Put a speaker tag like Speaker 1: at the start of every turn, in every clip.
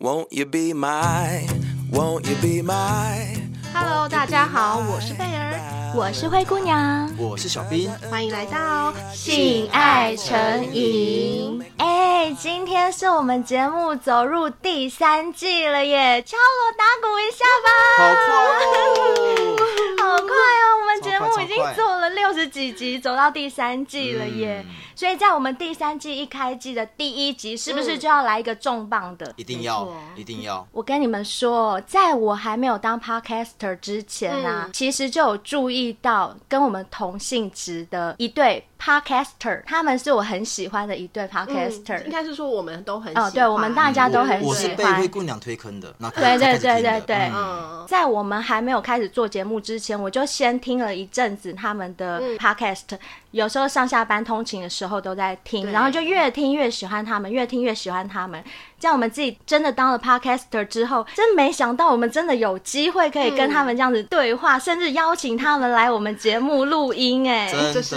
Speaker 1: Won't you be my? Won't you be my?
Speaker 2: Hello，大家好，我是贝儿，
Speaker 3: 我是灰姑娘。
Speaker 4: 我是小 兵，
Speaker 2: 欢迎来到
Speaker 3: 性爱成
Speaker 2: 瘾。
Speaker 3: 哎，今天是我们节目走入第三季了耶，敲锣打鼓一下吧！
Speaker 4: 好快哦！
Speaker 3: 好快哦！我们节目已
Speaker 4: 超快
Speaker 3: 经做了六十几集，走到第三
Speaker 4: 嗯
Speaker 3: 季了耶。所以在我们第三季一开季的第一集，是不是
Speaker 4: 嗯
Speaker 3: 就要来一个重磅的？
Speaker 4: 一定
Speaker 2: 没错
Speaker 4: 要，一定要，
Speaker 3: 我跟你们说，在我还没有当 podcaster 之前啊，
Speaker 2: 嗯
Speaker 3: 其实就有注意到跟我们同性质的一对 podcaster，他们是我很喜欢的一对
Speaker 2: 嗯应
Speaker 3: podcaster。
Speaker 2: 该是说我们都很喜欢
Speaker 3: 哦，对，我们大家都很
Speaker 4: 我是
Speaker 3: 喜
Speaker 4: 被
Speaker 3: 欢
Speaker 4: 灰。姑娘推坑的，那
Speaker 3: 对对
Speaker 4: 才开始听的
Speaker 3: 对对对
Speaker 4: 嗯
Speaker 2: 嗯
Speaker 3: 在我们还没有开始做节目之前，我就先听了一阵子他们的
Speaker 2: 嗯
Speaker 3: podcast，、有时候上下班通勤的时候都在听，
Speaker 2: 对
Speaker 3: 然后就越听越喜欢他们，越听越喜欢他们。这样我们自己真的当了 podcaster 之后，真没想到我们真的有机会可以
Speaker 2: 嗯
Speaker 3: 跟他们这样子对话，甚至邀请他们来我们节目录音、哎，
Speaker 4: 真的
Speaker 2: 这是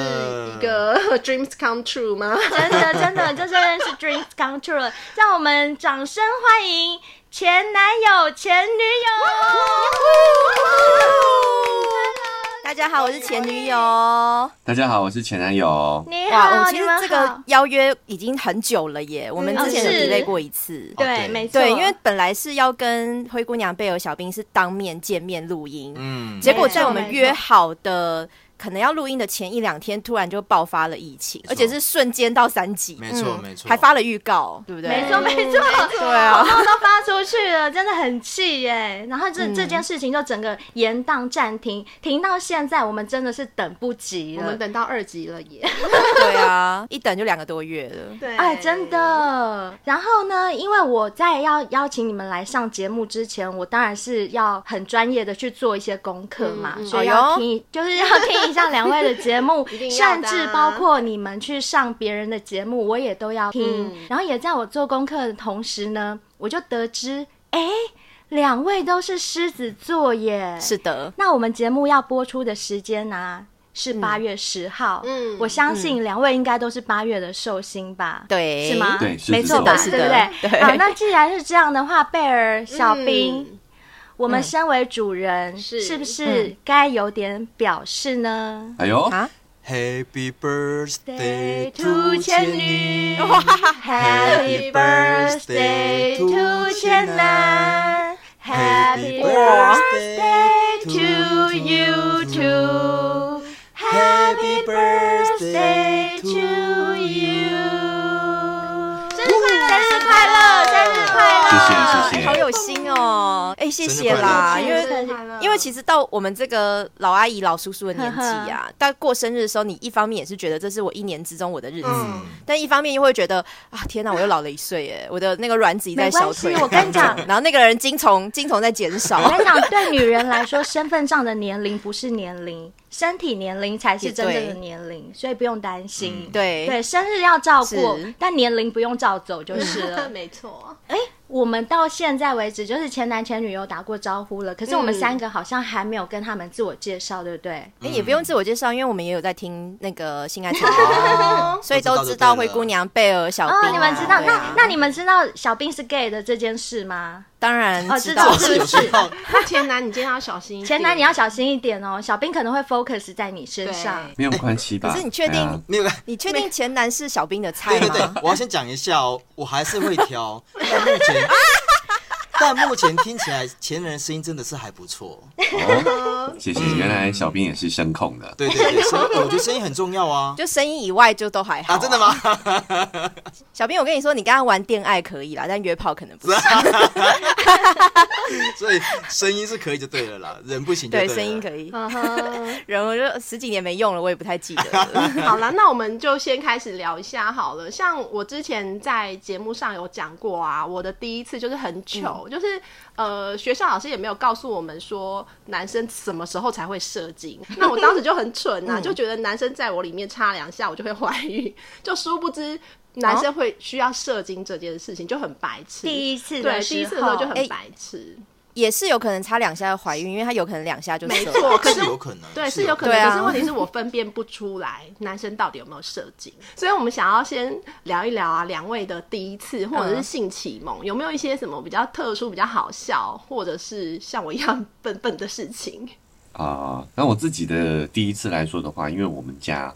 Speaker 2: 一个 dreams come true 吗？
Speaker 3: 真的真的，这真的是 dreams come true 了。让我们掌声欢迎前男友、前女友。
Speaker 5: 大家好，我是前女友。哇，
Speaker 6: 大家好，我是前男友。
Speaker 3: 你
Speaker 5: 我
Speaker 3: 哎好，
Speaker 5: 们
Speaker 3: 你
Speaker 5: 其实
Speaker 3: 们
Speaker 5: 这
Speaker 3: 好
Speaker 5: 个邀约已经很久了耶，我们之前有
Speaker 3: 哦是
Speaker 5: delay 过一次。
Speaker 4: 哦
Speaker 3: 对，
Speaker 4: 对
Speaker 3: 没错，
Speaker 5: 对，因为本来是要跟灰姑娘、贝尔、小兵是当面见面录音，
Speaker 4: 嗯，
Speaker 5: 结果在我们约好的可能要录音的前一两天，突然就爆发了疫情，
Speaker 4: 错
Speaker 5: 而且是瞬间到三级。嗯
Speaker 4: 没错没错
Speaker 5: 还发了预告，对不对？
Speaker 3: 没错没错，
Speaker 5: 对啊，
Speaker 3: 广 告都发出去了，真的很气耶。然后这、
Speaker 5: 嗯
Speaker 3: 这件事情就整个延宕暂停，停到现在，我们真的是等不及
Speaker 2: 我
Speaker 3: 了
Speaker 2: 们。等到二级了耶。
Speaker 5: 对啊，一等就两个多月了。
Speaker 2: 对
Speaker 3: 哎，真。的。然后呢，因为我在要邀请你们来上节目之前，我当然是要很专业的去做一些功课嘛，
Speaker 2: 嗯嗯
Speaker 3: 所以要
Speaker 5: 哎呦
Speaker 3: 听， 就是要听一下两位的节目
Speaker 2: 一，定要
Speaker 3: 甚
Speaker 2: 的啊
Speaker 3: 至包括你们去上别人的节目，我也都要
Speaker 2: 嗯
Speaker 3: 听。然后也在我做功课的同时呢，我就得知，哎，两位都是狮子座耶。
Speaker 5: 是的，
Speaker 3: 那我们节目要播出的时间呢、是八月十号，
Speaker 2: 嗯
Speaker 3: 我相信两位应该都是八月的寿星吧？
Speaker 5: 对
Speaker 3: 是吗？
Speaker 6: 对是
Speaker 3: 没错吧？
Speaker 5: 是
Speaker 3: 对
Speaker 5: 的
Speaker 3: 不对？
Speaker 5: 是的对
Speaker 3: 好，那既然是这样的话，贝尔、小兵，
Speaker 2: 嗯
Speaker 3: 我们身为主人，
Speaker 2: 是
Speaker 3: 是嗯不是该有点表示呢？
Speaker 6: 哎呦，
Speaker 5: 啊，
Speaker 4: Happy birthday
Speaker 3: to
Speaker 4: to
Speaker 3: 前
Speaker 4: 前
Speaker 3: 女
Speaker 4: 女，
Speaker 3: Happy birthday to 千男，Happy birthday to you too。Happy birthday to you！生日快乐，生日快乐，生日快乐！
Speaker 6: 谢谢谢
Speaker 5: 哎
Speaker 6: 谢，
Speaker 5: 好有心哦，哎，谢谢
Speaker 4: 生日快乐
Speaker 3: 啊
Speaker 5: 啦，因为
Speaker 2: 生日快乐
Speaker 5: 因为其实到我们这个老阿姨、老叔叔的年纪 啊，到过生日的时候，你一方面也是觉得这是我一年之中我的日子，
Speaker 2: 嗯。
Speaker 5: 但一方面又会觉得啊，天哪，我又老了一岁耶，我的那个卵子一直在小腿。
Speaker 3: 没关系我跟你讲
Speaker 5: 然后那个人精虫精虫在 减
Speaker 3: 我
Speaker 5: 少
Speaker 3: 跟，你讲，对女人来说，身份上的年龄不是年龄，身体年龄才是真正的年龄，所以不用担心。
Speaker 5: 对
Speaker 3: 对，生日要照过
Speaker 5: 嗯是，
Speaker 3: 但年龄不用照走就是 了
Speaker 2: 没 错，
Speaker 3: 我们到现在为止，就是前男前女友打过招呼了，可是我们
Speaker 2: 嗯
Speaker 3: 三个好像还没有跟他们自我介绍，对不对？
Speaker 5: 哎也不用自我介绍，因为我们也有在听那个性爱成
Speaker 4: 哦
Speaker 5: 瘾，所以都知道灰姑娘、贝尔、小
Speaker 3: 哦，
Speaker 5: 兵，
Speaker 3: 你们知道？
Speaker 5: 对
Speaker 3: 那
Speaker 5: 啊
Speaker 3: 那你们知道小兵是 gay 的这件事吗？
Speaker 5: 当然
Speaker 3: 哦
Speaker 5: 知
Speaker 3: 知
Speaker 5: 道
Speaker 3: 道
Speaker 4: 我是有
Speaker 3: 是不是
Speaker 4: 知道的，
Speaker 2: 那前男你今天要小心一点。
Speaker 3: 前男你要小心一点哦，小兵可能会 focus 在你身上。
Speaker 6: 没有关系吧？
Speaker 5: 可是你确定
Speaker 6: 哎呀
Speaker 4: 没有。
Speaker 5: 你确定前男是小兵的菜
Speaker 4: 对对
Speaker 5: 吗？
Speaker 4: 对，我要先讲一下哦，我还是会挑，但目前，但目前听起来前人的声音真的是还不错。
Speaker 6: 哦，谢谢。
Speaker 2: 嗯
Speaker 6: 原来小兵也是声控的。
Speaker 4: 对对对，声音我觉得声音很重要啊。
Speaker 5: 就声音以外就都还好、
Speaker 4: 啊，真的？吗？
Speaker 5: 小兵，我跟你说，你刚刚玩恋爱可以啦，但约炮可能不
Speaker 4: 啊
Speaker 5: 行。
Speaker 4: 所以声音是可以就对了啦，人不行就
Speaker 5: 对，
Speaker 4: 了
Speaker 5: 声音可以。
Speaker 2: 嗯哼。
Speaker 5: 人我就十几年没用了，我也不太记得 了。
Speaker 2: 好啦，那我们就先开始聊一下好了。像我之前在节目上有讲过啊，我的第一次就是很
Speaker 3: 嗯
Speaker 2: 糗，就是呃，学校老师也没有告诉我们说男生什么时候才会射 精。那我当时就很蠢
Speaker 3: 嗯
Speaker 2: 啊，就觉得男生在我里面插两下我就会怀孕， 就殊不知男生会需要射精这件事情就很白痴。
Speaker 3: 第一次
Speaker 2: 对
Speaker 3: 的时候，
Speaker 2: 第一次的时候就
Speaker 5: 哎
Speaker 2: 很白痴，
Speaker 5: 也是有可能擦两下就怀孕，因为她有可能两下就
Speaker 2: 没
Speaker 5: 射了。
Speaker 2: 错，可
Speaker 4: 是
Speaker 2: 是
Speaker 4: 有可能，
Speaker 2: 对，是有可
Speaker 5: 对
Speaker 2: 能，
Speaker 5: 啊
Speaker 2: 可是问题是我分辨不出来男生到底有没有射精，所以我们想要先聊一聊啊，两位的第一次或者是性启蒙、有没有一些什么比较特殊、比较好笑，或者是像我一样笨笨的事 情？
Speaker 6: 啊、那我自己的第一次来说的话，因为我们家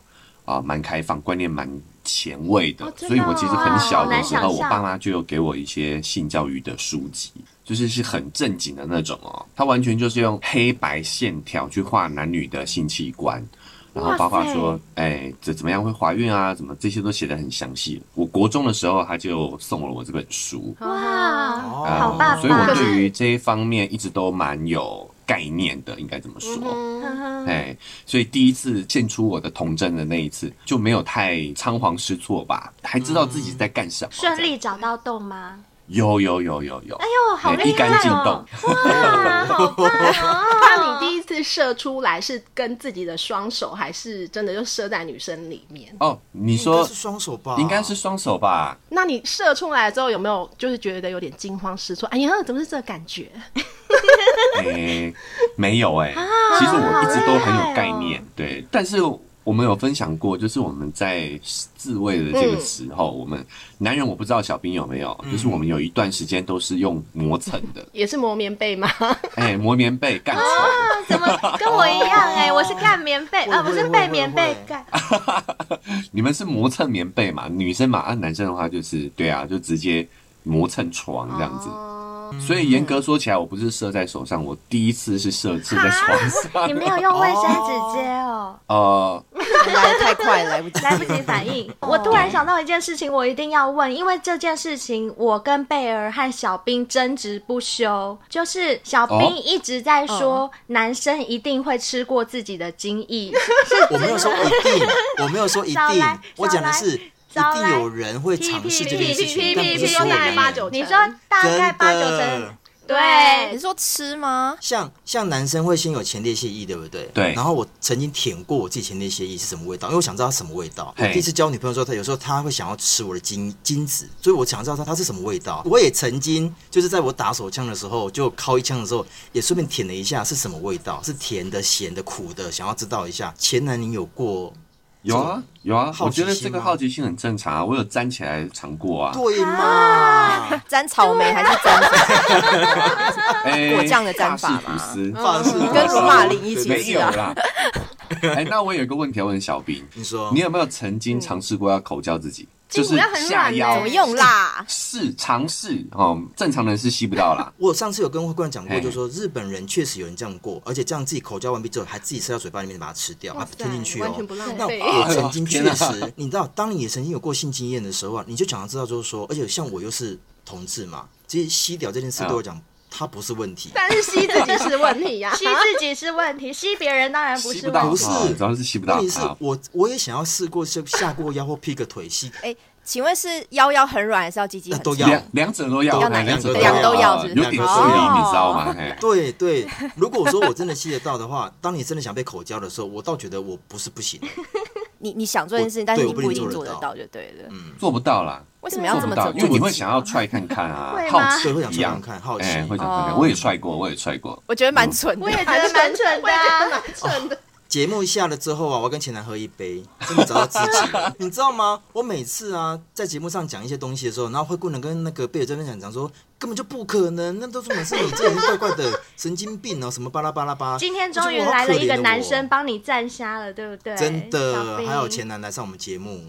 Speaker 6: 啊蛮、开放，观念蛮前卫的，
Speaker 2: 哦真的
Speaker 6: 所以我其实很小
Speaker 3: 哇好
Speaker 6: 的
Speaker 3: 难
Speaker 6: 时候，
Speaker 3: 想
Speaker 6: 我
Speaker 3: 象
Speaker 6: 爸妈就有给我一些性教育的书籍，就是是很正经的那种哦，它完全就是用黑白线条去画男女的性器官。然后包括说，哎，怎怎么样会怀孕啊？怎么这些都写得很详细。我国中的时候，他就送了我这本书，
Speaker 3: 哇，
Speaker 4: 哦
Speaker 6: 啊，
Speaker 3: 好爸爸
Speaker 6: 所以我对于这一方面一直都蛮有概念的，应该这么
Speaker 3: 嗯
Speaker 6: 说。哎，所以第一次献出我的童真的那一次，就没有太仓皇失措吧，还知道自己在干什么。
Speaker 3: 顺利找到洞吗？
Speaker 6: 有有有有有，哎
Speaker 3: 哟，好
Speaker 6: 一
Speaker 3: 厉害
Speaker 6: 杆进洞
Speaker 3: 哦！哇，好棒哦！
Speaker 2: 那你第一次射出来是跟自己的双手，还是真的就射在女生里面？
Speaker 6: 哦，你
Speaker 4: 应该
Speaker 6: 说
Speaker 4: 是双手吧？
Speaker 6: 应该是双手吧？
Speaker 2: 那你射出来之后有没有就是觉得有点惊慌失措？哎呀，怎么是这个感觉？
Speaker 6: 哎，没有
Speaker 3: 啊
Speaker 6: 哎、其实我一直都很有
Speaker 3: 哦
Speaker 6: 概念，对，但是。我们有分享过，就是我们在自慰的
Speaker 3: 嗯
Speaker 6: 这个时候，我们男人我不知道小兵有没有，就是我们有一段时间都是用磨蹭的，
Speaker 2: 也是磨棉被 吗？
Speaker 6: 哎、磨棉被干床，
Speaker 3: 啊怎么跟我一样哎？我是盖棉被
Speaker 4: 会
Speaker 3: 啊，不是
Speaker 4: 会
Speaker 3: 被
Speaker 4: 会
Speaker 3: 棉被
Speaker 4: 会
Speaker 3: 盖。
Speaker 6: 你们是磨蹭棉被嘛？女生嘛，啊，男生的话就是对啊，就直接磨蹭床这样子。
Speaker 2: 哦
Speaker 6: 所以严格说起来，我不是射在手上，我第一次是射射在床 上。
Speaker 3: 你没有用卫生纸接哦，
Speaker 6: 呃，
Speaker 5: 来得太快了，来不及。
Speaker 3: 来不及反应。我突然想到一件事情，我一定要问，因为这件事情我跟贝儿和小兵争执不休，就是小
Speaker 6: 哦
Speaker 3: 兵一直在说男生一定会吃过自己的精液，
Speaker 4: 我没有说一定，我没有说一
Speaker 3: 少
Speaker 4: 定
Speaker 3: 来，
Speaker 4: 我讲的是一
Speaker 3: 少来
Speaker 4: 定有人会尝试这件事
Speaker 2: 屁屁屁
Speaker 4: 情，但不是所有
Speaker 2: 屁屁屁
Speaker 4: 人。
Speaker 2: 八九
Speaker 3: 你说大概八九成
Speaker 4: 的。
Speaker 5: 你
Speaker 3: 对。
Speaker 5: 说吃吗？
Speaker 4: 像像男生会先有前列腺液，对不对？
Speaker 6: 对
Speaker 4: 然后我曾经舔过我自己前列腺液是什么味道，因为我想知道它什么味道。我
Speaker 6: 嘿
Speaker 4: 第一次交女朋友的时候，她有时候她会想要吃我的精精子，所以我想知道它它是什么味道。我也曾经就是在我打手枪的时候，就敲一枪的时候，也顺便舔了一下是什么味道，是甜的、咸的、苦的，想要知道一下。前男你有过？
Speaker 6: 有啊有啊，
Speaker 4: 好
Speaker 6: 我
Speaker 4: 奇
Speaker 6: 觉
Speaker 4: 心吗
Speaker 6: 得这个好奇心很正常啊，我有粘起来尝过啊。
Speaker 4: 对嘛？
Speaker 5: 啊沾草莓还是沾什么？
Speaker 2: 啊
Speaker 6: 哎
Speaker 5: 果酱的沾法
Speaker 6: 法式
Speaker 2: 嗯
Speaker 6: 吐司
Speaker 4: 法式法
Speaker 5: 跟
Speaker 4: 式
Speaker 5: 罗马林一起
Speaker 6: 没
Speaker 5: 吃
Speaker 6: 有
Speaker 5: 啊？
Speaker 6: 啦。哎，那我有个问题要问小兵，
Speaker 4: 你说
Speaker 6: 你有没有曾经尝试过要口交自己？
Speaker 2: 筋
Speaker 6: 就
Speaker 2: 骨
Speaker 6: 是
Speaker 2: 要很软
Speaker 6: 下
Speaker 2: 欸
Speaker 6: 腰
Speaker 5: 怎么用啦？
Speaker 6: 试尝试哦，正常人是吸不到啦。
Speaker 4: 我上次有跟顾问讲过，
Speaker 6: 嘿
Speaker 4: 就是说日本人确实有人这样过，而且这样自己口交完毕之后，还自己吃到嘴巴里面把它吃掉，还吞进去哦
Speaker 2: 完。全不浪
Speaker 4: 那
Speaker 2: 费。
Speaker 4: 我 曾经
Speaker 6: 天啊
Speaker 4: 确
Speaker 6: 哪
Speaker 4: 实，你知道，当你也曾经有过性经验的时候啊，你就想要知道，就是说，而且像我又是同志嘛，其实吸屌这件事对我讲，它不是问题，
Speaker 2: 但是吸自己是问题 呀、
Speaker 3: 吸自己是问题，吸别人当然不
Speaker 6: 吸
Speaker 3: 是
Speaker 6: 不到，
Speaker 3: 问
Speaker 4: 不
Speaker 3: 题。
Speaker 4: 是
Speaker 6: 哦主要是吸不到
Speaker 4: 问题是
Speaker 6: 啊。
Speaker 4: 我我也想要试过下下过腰或劈个腿吸，
Speaker 5: 哎、请问是腰腰很软还是要鸡鸡
Speaker 4: 那
Speaker 5: 很
Speaker 4: 呃都
Speaker 5: 粗？
Speaker 4: 要
Speaker 6: 两两者都要，
Speaker 4: 要
Speaker 6: 哎
Speaker 4: 哪
Speaker 6: 两
Speaker 4: 个
Speaker 6: 者
Speaker 4: 两个都
Speaker 5: 要
Speaker 6: 啊
Speaker 5: 是不是
Speaker 6: 有点距离，你
Speaker 5: 哦
Speaker 6: 知道吗？嘿
Speaker 4: 对对，如果说我真的吸得到的话，当你真的想被口交的时候，我倒觉得我不是不行，
Speaker 5: 你你想做这件事情，但是你不一定做得到，就对了。
Speaker 6: 做不到啦，
Speaker 5: 为什么要
Speaker 6: 做
Speaker 5: 这
Speaker 6: 不
Speaker 5: 么
Speaker 6: 到，
Speaker 5: 折
Speaker 6: 因为你
Speaker 5: 磨？
Speaker 6: 会想要踹看看啊
Speaker 3: 会，
Speaker 6: 好
Speaker 3: 吗
Speaker 6: 奇
Speaker 4: 对，会想
Speaker 6: 一
Speaker 4: 试看
Speaker 6: 样，
Speaker 4: 看，好奇。
Speaker 6: 哎，会想看看，
Speaker 5: 哦
Speaker 6: 我也踹过，我也踹过，
Speaker 5: 我觉得
Speaker 4: 嗯
Speaker 5: 蛮蠢的。
Speaker 3: 我也觉得蛮蠢的 啊，
Speaker 4: 节目下了之后啊，我要跟前男喝一杯，真的找到自己 了。你知道吗？我每次啊在节目上讲一些东西的时候，然后灰姑娘跟那个贝尔这边讲讲说，根本就不可能，那都是每次你这人怪怪的神经病哦，什么巴拉巴拉 巴拉。
Speaker 3: 今天终于来了一个男生
Speaker 4: 吧。
Speaker 3: 帮你站瞎了，对不对？
Speaker 4: 哦真
Speaker 3: 小
Speaker 4: 的，
Speaker 3: 兵
Speaker 4: 还有前男来上我们节目，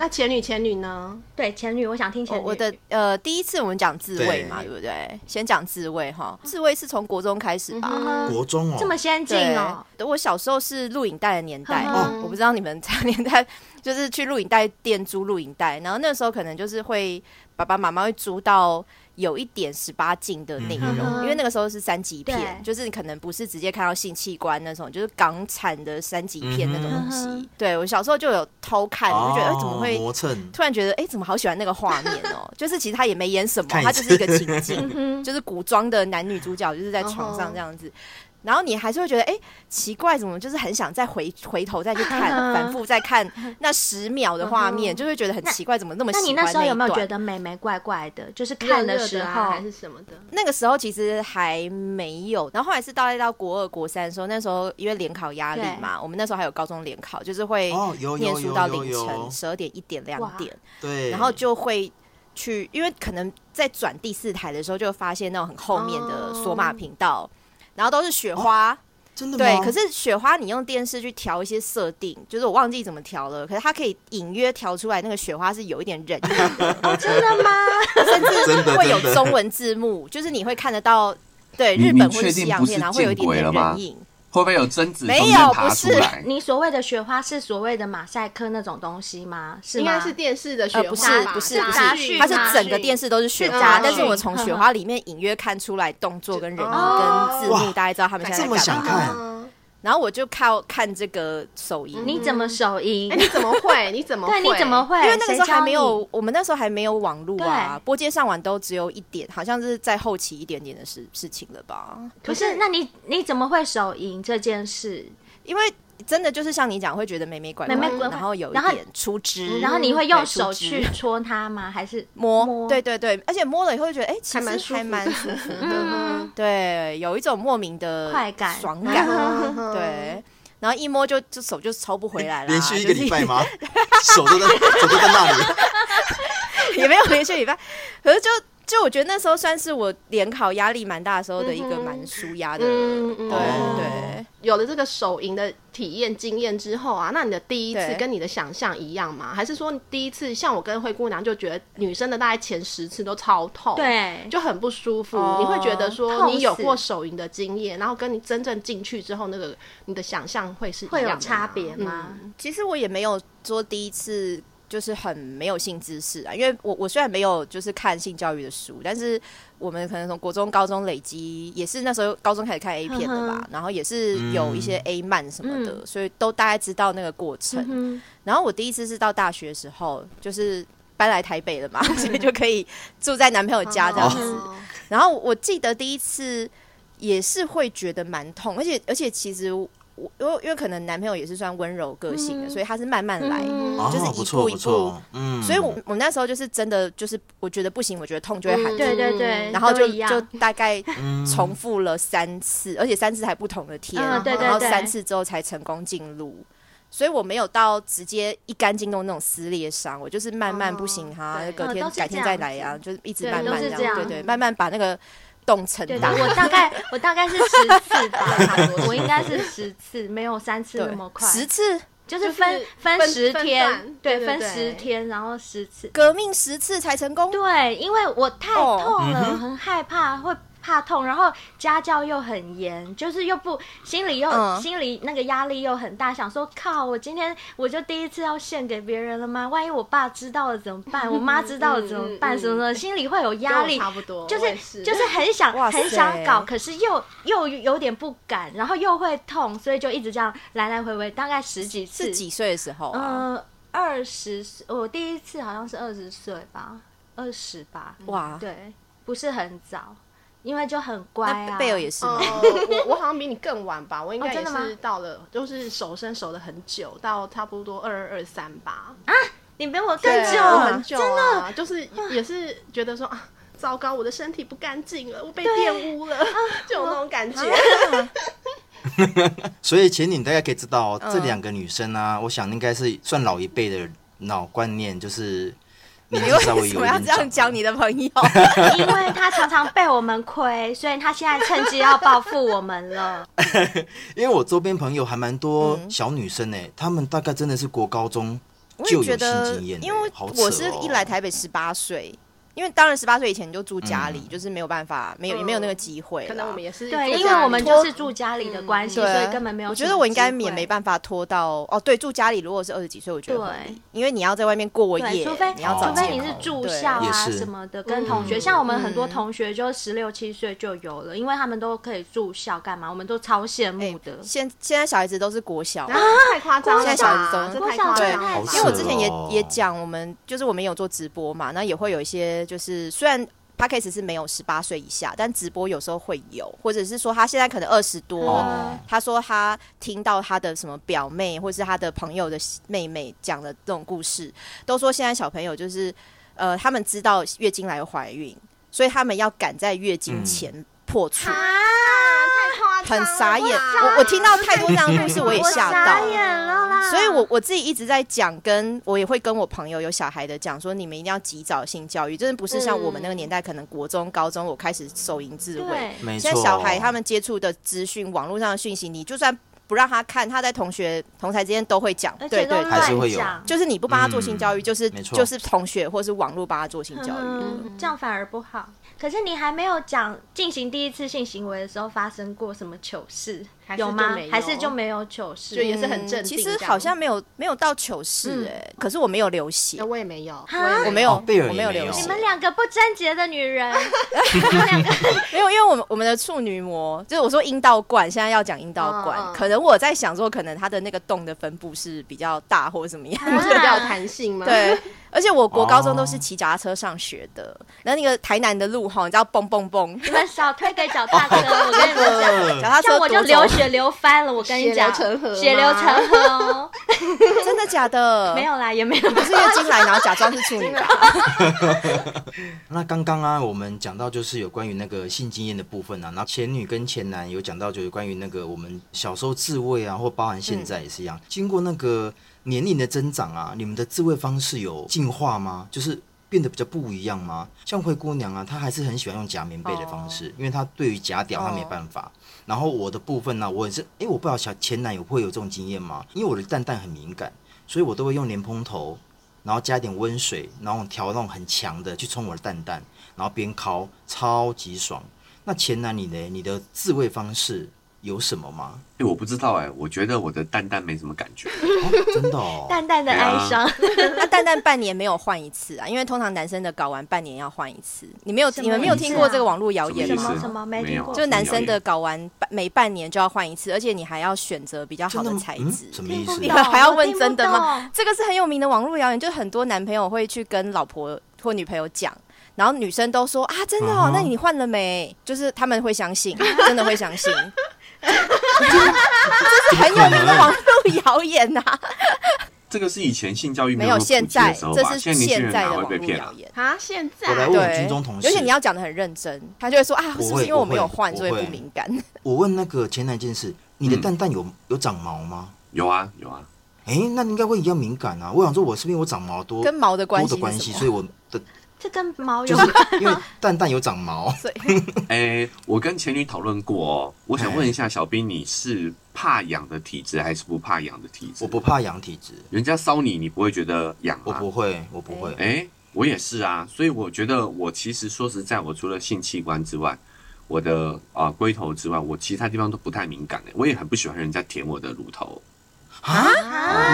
Speaker 2: 那前女前女呢？
Speaker 3: 对前女，我想听前
Speaker 5: 我
Speaker 3: 女。
Speaker 5: 我的呃，第一次我们讲自慰嘛，
Speaker 4: 对
Speaker 5: 对不对？先讲自慰哈，自慰是从国中开始吧。
Speaker 3: 啊
Speaker 4: 国中哦，
Speaker 3: 这么先进
Speaker 5: 对
Speaker 3: 哦，，
Speaker 5: 我小时候是录影带的年代，
Speaker 3: 嗯
Speaker 5: 我不知道你们这个年代，就是去录影带店租录影带，然后那时候可能就是会爸爸妈妈会租到有一点十八禁的内容，
Speaker 3: 嗯哼
Speaker 5: 因为那个时候是三级片，
Speaker 3: 对
Speaker 5: 就是你可能不是直接看到性器官那种，就是港产的三级片那种东西。
Speaker 3: 嗯哼
Speaker 5: 对我小时候就有偷看，我就觉得、哎怎么会
Speaker 4: 啊磨蹭？
Speaker 5: 突然觉得，哎、怎么好喜欢那个画面哦？就是其实他也没演什么，
Speaker 4: 看一
Speaker 5: 他就是一个情境，
Speaker 3: 嗯
Speaker 5: 就是古装的男女主角就是在床上这样子。然后你还是会觉得，哎、奇怪，怎么就是很想再回回头再去看，反复再看那十秒的画面，就会觉得很奇怪，怎么那么
Speaker 3: 那
Speaker 5: 喜欢
Speaker 3: 你那时候
Speaker 5: 一
Speaker 3: 有没有
Speaker 5: 段
Speaker 3: 觉得美眉怪怪的？就是
Speaker 2: 热热
Speaker 3: 看的
Speaker 2: 的
Speaker 3: 时
Speaker 2: 啊
Speaker 3: 候
Speaker 2: 还，是什么的，
Speaker 5: 那个时候其实还没有，然后后来是大概到国二、国三的时候，那时候因为联考压力嘛，我们那时候还有高中联考，就是会
Speaker 4: 哦有有
Speaker 5: 念
Speaker 4: 有
Speaker 5: 书到
Speaker 4: 有
Speaker 5: 凌晨
Speaker 4: 有
Speaker 5: 十二点、一点、两
Speaker 3: 哇
Speaker 5: 点，
Speaker 4: 对，
Speaker 5: 然后就会去，因为可能在转第四台的时候，就发现那种很后面的索马频道，然后都是雪花。
Speaker 4: 哦真的吗？
Speaker 5: 对，可是雪花你用电视去调一些设定，就是我忘记怎么调了，可是它可以隐约调出来那个雪花是有一点忍意的，
Speaker 3: 真的吗？
Speaker 5: 甚
Speaker 4: 真
Speaker 5: 至
Speaker 4: 的
Speaker 5: 会有
Speaker 4: 真的
Speaker 5: 中文字幕，就是你会看得到对
Speaker 6: 你
Speaker 5: 日本
Speaker 6: 你
Speaker 5: 或者
Speaker 6: 确
Speaker 5: 西
Speaker 6: 定
Speaker 5: 洋
Speaker 6: 不
Speaker 5: 片，
Speaker 6: 是
Speaker 5: 然后会有一
Speaker 6: 见
Speaker 5: 点
Speaker 6: 鬼
Speaker 5: 点
Speaker 6: 了吗
Speaker 5: 人影。
Speaker 6: 会不会有贞子从
Speaker 5: 没
Speaker 6: 中
Speaker 5: 有
Speaker 6: 间爬
Speaker 5: 不
Speaker 6: 出
Speaker 5: 是
Speaker 6: 来？
Speaker 3: 你所谓的雪花是所谓的马赛克那种东西吗？是
Speaker 2: 应
Speaker 3: 吗？
Speaker 2: 该是电视的雪
Speaker 5: 呃，
Speaker 2: 花
Speaker 5: 不是
Speaker 2: 吧
Speaker 5: 不是
Speaker 2: 杂
Speaker 5: 不
Speaker 3: 杂
Speaker 2: 讯
Speaker 5: 是，
Speaker 3: 讯
Speaker 5: 它
Speaker 2: 杂
Speaker 5: 是整个
Speaker 2: 讯
Speaker 5: 电视都是雪
Speaker 3: 杂
Speaker 5: 花，
Speaker 3: 讯
Speaker 5: 但是我从
Speaker 3: 呵呵
Speaker 5: 雪花里面隐约看出来动作跟人影
Speaker 2: 哦
Speaker 5: 跟字幕，
Speaker 4: 哇
Speaker 5: 大家知道他们现在
Speaker 4: 这么
Speaker 5: 在干
Speaker 4: 想
Speaker 5: 嘛。
Speaker 4: 看
Speaker 2: 嗯
Speaker 5: 然后我就靠看这个手淫，
Speaker 3: 你怎么手淫
Speaker 2: 哎，？你怎么会？ 你怎么
Speaker 5: 哎
Speaker 3: 对，
Speaker 2: 会？
Speaker 3: 你怎么？会？
Speaker 5: 因为那个时候
Speaker 3: 谁教
Speaker 5: 还没
Speaker 3: 你
Speaker 5: 有，我们那时候还没有网络啊
Speaker 3: 对，
Speaker 5: 播接上网都只有一点，好像是在后期一点点的事事情了吧？
Speaker 3: 不是？那你你怎么会手淫这件事？
Speaker 5: 因为真的就是像你讲，会觉得美美怪
Speaker 3: 美美
Speaker 5: 的
Speaker 3: 怪怪
Speaker 5: 然后有一
Speaker 3: 然后嗯
Speaker 5: 点出汁，
Speaker 3: 然后你会用
Speaker 5: 对出
Speaker 3: 手
Speaker 5: 汁
Speaker 3: 去戳它吗？还是
Speaker 5: 摸，
Speaker 3: 摸
Speaker 5: 对对对，而且摸了以后就觉得，哎、其
Speaker 2: 还蛮
Speaker 5: 实
Speaker 2: 舒服
Speaker 5: 还蛮
Speaker 2: 的
Speaker 5: 舒服的，
Speaker 3: 嗯，
Speaker 5: 对，有一种莫名的
Speaker 3: 快感嗯
Speaker 5: 爽感，
Speaker 2: 嗯
Speaker 5: 对。然后一摸就就手就抽不回来了，
Speaker 4: 连续一个礼拜
Speaker 5: 就是
Speaker 4: 吗？ 手都在手都在那里，
Speaker 5: 也没有连续礼拜，可是就就我觉得那时候算是我联考压力蛮大的时候的一个
Speaker 2: 嗯哼
Speaker 5: 蛮舒压的，
Speaker 2: 嗯嗯
Speaker 5: 对
Speaker 4: 哦
Speaker 5: 对。
Speaker 2: 有了这个手淫的体验经验之后啊，那你的第一次
Speaker 5: 对
Speaker 2: 跟你的想象一样吗？还是说你第一次像我跟灰姑娘就觉得女生的大概前十次都超痛，，
Speaker 3: 对，
Speaker 2: 就很不舒服。
Speaker 5: 哦
Speaker 2: 你会觉得说
Speaker 3: 痛死
Speaker 2: 你有过手淫的经验，然后跟你真正进去之后，那个你的想象会是一
Speaker 3: 会
Speaker 2: 样的
Speaker 3: 有
Speaker 2: 吗嗯
Speaker 3: 差别？吗？
Speaker 5: 其实我也没有做第一次就是很没有性知识啊，因为我我虽然没有就是看性教育的书，但是我们可能从国中、高中累积，也是那时候高中开始看 A 片的吧，然后也是有一些 A 漫什么的，
Speaker 3: 嗯
Speaker 5: 所以都大概知道那个过程。
Speaker 3: 嗯，
Speaker 5: 然后我第一次是到大学的时候，就是搬来台北了 嘛，所以就可以住在男朋友家这样子。
Speaker 2: 哦
Speaker 5: 然后我记得第一次也是会觉得蛮痛，而且而且其实我因为因为可能男朋友也是算温柔个性的，
Speaker 3: 嗯
Speaker 5: 所以他是慢慢来，
Speaker 4: 哦
Speaker 5: 就是一，步
Speaker 4: 不错
Speaker 5: 一
Speaker 4: 不
Speaker 5: 步
Speaker 4: 错，嗯，
Speaker 5: 所以我我那时候就是真的就是我觉得不行，我觉得痛就会喊出来。
Speaker 3: 对对对，
Speaker 5: 嗯然后
Speaker 3: 都
Speaker 5: 就
Speaker 3: 一样
Speaker 5: 就大概重复了 三次，而且三次还不同的天，
Speaker 3: 嗯对对
Speaker 5: 然后
Speaker 3: 对
Speaker 5: 三次之后才成功进入，所以我没有到直接一竿进入那种撕裂伤，我就是慢慢
Speaker 2: 哦
Speaker 5: 不行哈、
Speaker 2: 对
Speaker 5: 隔
Speaker 3: 哦
Speaker 5: 天
Speaker 3: 都是
Speaker 5: 改天
Speaker 3: 这
Speaker 5: 再
Speaker 3: 样
Speaker 5: 来呀、就是一直慢
Speaker 2: 对
Speaker 5: 慢
Speaker 2: 都
Speaker 5: 这
Speaker 2: 是
Speaker 5: 样，
Speaker 2: 这样
Speaker 5: 对对，慢慢把那个洞撑
Speaker 3: 对
Speaker 5: 大
Speaker 3: 对，。我大概我大概是十次吧，差不多我应该是十次，没有三次那
Speaker 5: 对
Speaker 3: 么，快，
Speaker 5: 十次
Speaker 3: 就是
Speaker 2: 就
Speaker 3: 分
Speaker 2: 是
Speaker 3: 分
Speaker 2: 分
Speaker 3: 十
Speaker 2: 分
Speaker 3: 天
Speaker 2: 段，
Speaker 3: 对，
Speaker 2: 对对
Speaker 3: 分
Speaker 2: 对
Speaker 3: 十天，然后十次，
Speaker 5: 革命十次才成功，
Speaker 3: 对，因为我太
Speaker 5: 哦
Speaker 3: 痛了，很害怕会。怕痛，然后家教又很严，就是又不心里又、
Speaker 5: 嗯
Speaker 3: 心里那个压力又很大，想说靠，我今天我就第一次要献给别人了吗？万一我爸知道了怎么 办？我妈知道了怎么
Speaker 2: 嗯嗯
Speaker 3: 办？
Speaker 2: 嗯
Speaker 3: 什么的，心里会有
Speaker 2: 跟
Speaker 3: 压
Speaker 2: 我
Speaker 3: 力，
Speaker 2: 差不多，
Speaker 3: 就
Speaker 2: 我也
Speaker 3: 是
Speaker 2: 是
Speaker 3: 就是很想
Speaker 5: 哇塞
Speaker 3: 很想 搞，可是又又有点不敢，然后又会痛，所以就一直这样来来回回，大概十几次。
Speaker 5: 是几岁的时候啊？
Speaker 3: 呃，二十，我第一次好像是二十岁吧，二十吧。
Speaker 5: 哇，
Speaker 3: 嗯对，不是很早，因为就很乖啊。
Speaker 5: 那贝尔也是吗？
Speaker 2: 哦，我 我好像比你更晚吧，我应该
Speaker 3: 哦真
Speaker 2: 也
Speaker 3: 的吗
Speaker 2: 是到了，就是手伸手的很久，到差不多二二二三吧，
Speaker 3: 你比我
Speaker 2: 对
Speaker 3: 更久，
Speaker 2: 我很久、
Speaker 3: 啊真的。
Speaker 2: 啊，就是也是觉得说啊，糟糕，我的身体不干净了，我被玷污
Speaker 3: 啊
Speaker 2: 了， 就有那种感觉。
Speaker 4: 所以其实你大概可以知道
Speaker 5: 嗯
Speaker 4: 哦，这两个女生啊，我想应该是算老一辈的脑观念，就是年
Speaker 5: 你
Speaker 4: 纪稍
Speaker 5: 为
Speaker 4: 微
Speaker 5: 什
Speaker 4: 有
Speaker 5: 么
Speaker 4: 一
Speaker 5: 要
Speaker 4: 点
Speaker 5: 这样
Speaker 4: 长啊
Speaker 5: 讲你的朋友？
Speaker 3: 因为他常常被我们亏，所以他现在趁机要报复我们了。
Speaker 4: 因为我周边朋友还蛮多小女生诶、她们大概真的是国高中
Speaker 5: 嗯我
Speaker 4: 就
Speaker 5: 也
Speaker 4: 有
Speaker 5: 觉
Speaker 4: 性
Speaker 5: 得
Speaker 4: 经，验、欸，
Speaker 5: 因为
Speaker 4: 好扯
Speaker 5: 我是一来台北十八岁，因为当然十八岁以前就住家里，
Speaker 4: 嗯
Speaker 5: 就是没有办法，没有也
Speaker 2: 嗯
Speaker 5: 没有那个机会啦
Speaker 2: 可能我们也是
Speaker 3: 对，
Speaker 2: 住
Speaker 3: 因为
Speaker 2: 家里
Speaker 3: 我们
Speaker 2: 拖
Speaker 3: 就是住家里的关系，
Speaker 5: 嗯对啊
Speaker 3: 所以根本没有
Speaker 5: 我
Speaker 3: 什
Speaker 5: 觉
Speaker 3: 么机会。
Speaker 5: 得我应该也没办法拖到哦，对，住家里如果是二十几岁，我觉得合理
Speaker 3: 对
Speaker 5: 因为你要在外面过
Speaker 3: 对，
Speaker 5: 夜，
Speaker 3: 除非
Speaker 5: 你要找
Speaker 3: 除非
Speaker 5: 借
Speaker 3: 你是
Speaker 5: 口
Speaker 3: 住
Speaker 5: 对嗯
Speaker 3: 校
Speaker 4: 也
Speaker 3: 啊
Speaker 4: 是
Speaker 3: 什么的，跟同学，像我们很多同学就十六七岁就有了，因为他们都可以住校，干嘛？我们都超羡慕的。
Speaker 5: 哎现现在小孩子都是国小，
Speaker 2: 然后太夸张了吧，
Speaker 5: 现在小孩子
Speaker 2: 这
Speaker 5: 都
Speaker 2: 太夸张了
Speaker 4: 好
Speaker 2: 吧，
Speaker 5: 因为我
Speaker 4: 扯
Speaker 5: 之前也
Speaker 4: 哦
Speaker 5: 也讲，我们就是我们有做直播嘛，那也会有一些就是虽然 p a c k a g e 是没有十八岁以下，但直播有时候会有，或者是说他现在可能二十多，
Speaker 6: 哦，
Speaker 5: 他说他听到他的什么表妹或是他的朋友的妹妹讲的这种故事，都说现在小朋友就是呃，他们知道月经来会怀孕，所以他们要赶在月经前破处，
Speaker 2: 啊太夸张
Speaker 5: 很
Speaker 2: 了
Speaker 5: 傻眼。
Speaker 2: 吧
Speaker 5: 我我听到太多这样的故事，我也吓
Speaker 3: 傻
Speaker 5: 到。
Speaker 3: 眼了啦！
Speaker 5: 所以我，我自己一直在讲，跟我也会跟我朋友有小孩的讲说，你们一定要及早性教育，真的不是像我们那个年代，可能国中、高中我开始手淫自慰，
Speaker 3: 对，
Speaker 4: 没错。
Speaker 5: 现在小孩他们接触的资讯、网络上的讯息，你就算不让他看，他在同学、同台之间都会讲。
Speaker 3: 而
Speaker 5: 对
Speaker 3: 且都
Speaker 5: 对，
Speaker 4: 还是
Speaker 3: 乱
Speaker 4: 会有
Speaker 3: 讲，
Speaker 5: 就是你不帮他做性教育，
Speaker 4: 嗯
Speaker 5: 就是
Speaker 4: 没错
Speaker 5: 就是同学或是网络帮他做性教育。
Speaker 3: 嗯这样反而不好。可是你还没有讲进行第一次性行为的时候发生过什么糗事，
Speaker 2: 还是
Speaker 3: 有吗
Speaker 2: 就没？有
Speaker 3: 还是就没有糗事？
Speaker 2: 就也是很镇定
Speaker 5: 其
Speaker 2: 这
Speaker 5: 实
Speaker 2: 样
Speaker 5: 好像没有没有到糗事哎、可是我没有流血
Speaker 2: 哎，我也没有，
Speaker 3: 哈
Speaker 5: 我没有、
Speaker 4: 哦贝尔也
Speaker 5: 我没有
Speaker 4: 没有
Speaker 5: 流血，
Speaker 3: 你们两个不贞洁的女人，你们两个
Speaker 5: 没有，因为我们我们的处女膜，就是我说阴道管，现在要讲阴道管，
Speaker 2: 嗯嗯
Speaker 5: 可能我在想说，可能它的那个洞的分布是比较大或者怎 么样。
Speaker 2: 不是比较有弹性吗？，
Speaker 6: 哦
Speaker 5: 对，而且我国高中
Speaker 4: 哦
Speaker 5: 都是骑脚踏车上学的，然后那个台南的路哈，你知道蹦蹦蹦，
Speaker 3: 你们少推给脚踏车，我跟你们讲。
Speaker 6: 嗯
Speaker 4: 呃
Speaker 5: 脚踏车
Speaker 3: 像我就
Speaker 5: 夺走
Speaker 3: 流血流翻了，我跟你讲，
Speaker 2: 血流成河吗
Speaker 3: 血流成河哦，
Speaker 5: 真的假的？
Speaker 3: 没，有啦，也没有，
Speaker 5: 不是月经来，然后假装是 处女吧？
Speaker 4: 那刚刚啊，我们讲到就是有关于那个性经验的部分啊，然后前女跟前男有讲到就是关于那个我们小时候自慰啊，或包含现在也是一样，经过那个年龄的增长啊，你们的自慰方式有进化吗？就是。变得比较不一样吗？像灰姑娘啊，她还是很喜欢用夹棉被的方式，因为她对于夹屌她
Speaker 5: 哦
Speaker 4: 没办法。然后我的部分呢、我也是，诶，我不知道小前男友会有这种经验吗？因为我的蛋蛋很敏感，所以我都会用莲蓬头，然后加一点温水，然后调那种很强的去冲我的蛋蛋，然后边烤，超级爽。那前男你呢？你的自慰方式有什么吗？
Speaker 6: 哎，我不知道哎，我觉得我的蛋蛋没什么感觉，
Speaker 4: 哦、真的 哦，
Speaker 3: 淡淡的哀伤。
Speaker 5: 那蛋蛋半年没有换一次啊，因为通常男生的睾丸半年要换一次。你没有
Speaker 3: 什么
Speaker 5: 你们没有
Speaker 3: 意思啊
Speaker 5: 听过这个网络谣
Speaker 6: 什
Speaker 5: 言
Speaker 6: 么意
Speaker 5: 吗
Speaker 6: 思？
Speaker 3: 什么没
Speaker 6: 没
Speaker 3: 听
Speaker 6: 有
Speaker 3: 过，
Speaker 5: 就是男生的睾丸半每半年就要换一次，而且你还要选择比较好
Speaker 4: 真
Speaker 5: 的
Speaker 4: 吗
Speaker 5: 材
Speaker 4: 嗯
Speaker 5: 质。
Speaker 4: 什么意思？
Speaker 5: 你们 还要问真的
Speaker 3: 我听不
Speaker 5: 吗
Speaker 3: 懂？
Speaker 5: 这个是很有名的网络谣言，就是很多男朋友会去跟老婆或女朋友讲，然后女生都说啊，真的
Speaker 4: 嗯
Speaker 5: 哦
Speaker 4: 哼，
Speaker 5: 那你换了没？就是他们会相 信，真的会相信。这是很有名的网络谣言呐、
Speaker 6: 这个是以前性教育
Speaker 5: 没有
Speaker 6: 有那么普及
Speaker 5: 现在
Speaker 6: 的时候，
Speaker 5: 这
Speaker 6: 吧？
Speaker 5: 是
Speaker 6: 现在年轻
Speaker 5: 现
Speaker 6: 人
Speaker 5: 在
Speaker 6: 哪
Speaker 5: 的
Speaker 6: 会
Speaker 5: 网
Speaker 6: 被
Speaker 5: 络
Speaker 6: 骗
Speaker 5: 谣
Speaker 6: 啊？
Speaker 5: 言。
Speaker 2: 啊，现
Speaker 4: 我来
Speaker 2: 在
Speaker 4: 问我
Speaker 5: 对
Speaker 4: 军中同，事
Speaker 5: 尤其你要讲的很认真，他就会说啊，
Speaker 4: 我
Speaker 5: 是不
Speaker 4: 会
Speaker 5: 是因为我没有
Speaker 4: 我会
Speaker 5: 换，所以
Speaker 4: 我会
Speaker 5: 不敏感？
Speaker 4: 我问那个前男一件事，你的蛋蛋有、有长毛吗？
Speaker 6: 有啊有啊，
Speaker 4: 诶，那你应该会一样敏感啊。我想说，我是不是因为我长毛多
Speaker 5: 跟毛的关
Speaker 4: 多
Speaker 5: 系
Speaker 4: 的关系，
Speaker 5: 是
Speaker 4: 所
Speaker 5: 什
Speaker 4: 以
Speaker 5: 么？
Speaker 4: 我 的
Speaker 3: 这跟毛
Speaker 4: 就
Speaker 3: 有
Speaker 4: 是因为蛋蛋有长毛，
Speaker 6: 哎、我跟前女讨论过哦，我想问一
Speaker 4: 哎
Speaker 6: 下小兵，你是怕痒的体质还是不怕痒的体质？
Speaker 4: 我不，怕羊体质，
Speaker 6: 人家搔你，你不会觉得痒
Speaker 4: 我
Speaker 6: 吗
Speaker 4: 不？会，我不会。
Speaker 6: 哎、我也是啊，所以我觉得我其实说实在，我除了性器官之外，我的啊、呃龟头之外，我其他地方都不太敏感的、我也很不喜欢人家舔我的乳头，
Speaker 4: 啊，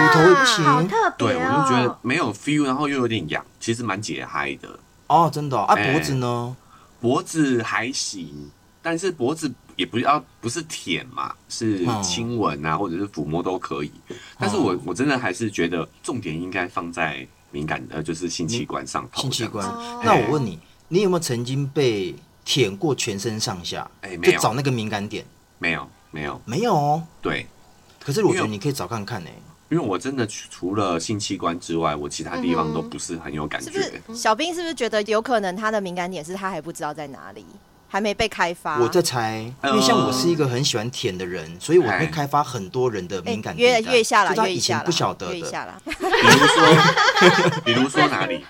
Speaker 4: 乳头也不
Speaker 3: 好
Speaker 4: 行
Speaker 3: 特
Speaker 6: 嗯对
Speaker 3: 别
Speaker 6: 我
Speaker 3: 哦。
Speaker 6: 就觉得没有 feel，然后又有点痒，其实蛮解嗨的。
Speaker 4: 哦，真的、哦、啊，
Speaker 6: 哎
Speaker 4: 脖子呢？
Speaker 6: 脖子还行，但是脖子也不要不是舔嘛，是
Speaker 4: 哦
Speaker 6: 亲吻啊，或者是抚摸都可以。但是
Speaker 4: 嗯
Speaker 6: 我我真的还是觉得重点应该放在敏感的，就是性器官上头。
Speaker 4: 性器官
Speaker 6: 这样子，。
Speaker 4: 那我问你，你有没有曾经被舔过全身上下？
Speaker 6: 哎没有
Speaker 4: 就找那个敏感点，
Speaker 6: 没有没有，
Speaker 4: 没有哦。
Speaker 6: 对，
Speaker 4: 可是我觉
Speaker 6: 因
Speaker 4: 得
Speaker 6: 为
Speaker 4: 你可以找看看呢、
Speaker 6: 因为我真的除除了性器官之外，我其他地方都不是很有感
Speaker 5: 是
Speaker 6: 觉。
Speaker 5: 不是小兵？是不是觉得有可能他的敏感点是他还不知道在哪里，还没被开发？
Speaker 4: 我在猜，因为像我是一个很喜欢舔的人，所以我会开发很多人的
Speaker 5: 哎
Speaker 4: 敏感地带
Speaker 5: 约约下
Speaker 4: 就
Speaker 5: 啦，
Speaker 4: 他
Speaker 5: 约
Speaker 4: 以
Speaker 5: 一
Speaker 4: 前
Speaker 5: 下啦，
Speaker 4: 不晓得
Speaker 5: 约一
Speaker 4: 的，
Speaker 5: 下啦。
Speaker 6: 比 如说，比如说哪里？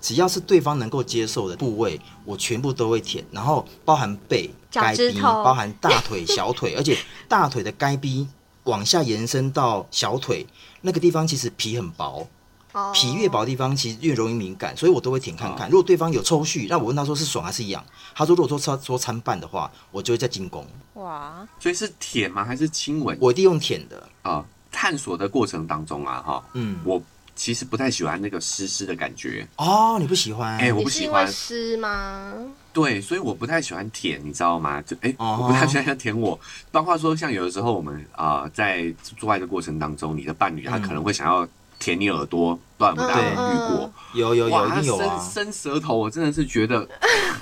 Speaker 4: 只要是对方能够接受的部位，我全部都会舔，然后包含背、
Speaker 3: 脚
Speaker 4: 该
Speaker 3: 趾
Speaker 4: 逼，
Speaker 3: 头
Speaker 4: 包含大腿、 小腿，而且大腿的该逼往下延伸到小腿那个地方，其实皮很薄，
Speaker 2: 哦
Speaker 4: 皮越薄的地方其实越容易敏感，所以我都会舔看
Speaker 6: 啊
Speaker 4: 看。如果对方有抽蓄，那我问他说是爽还是痒，他说如果说说说参半的话，我就会再进攻，
Speaker 5: 哇，
Speaker 6: 所以是舔吗？还是亲吻？
Speaker 4: 我一定用舔的。
Speaker 6: 啊、探索的过程当中啊，哈，
Speaker 4: 嗯，
Speaker 6: 我其实不太喜欢那个湿湿的感觉。
Speaker 4: 哦，你不喜欢？
Speaker 5: 啊
Speaker 6: 哎、我
Speaker 2: 你
Speaker 6: 不
Speaker 2: 是
Speaker 6: 喜
Speaker 2: 因为
Speaker 6: 欢，
Speaker 2: 湿吗？
Speaker 6: 对，所以我不太喜欢舔，你知道吗？就哎、
Speaker 4: 哦
Speaker 6: 我不太喜欢人家舔我。
Speaker 5: 嗯
Speaker 6: 包括说，像有的时候我们啊、呃在做爱的过程当中，你的伴侣他可能会想要舔你耳朵，不知道有没有大家有没有遇过？
Speaker 4: 有
Speaker 5: 嗯
Speaker 4: 有有，
Speaker 6: 哇，
Speaker 4: 一
Speaker 6: 他
Speaker 4: 定有啊
Speaker 6: 伸！伸舌头，我真的是觉 得，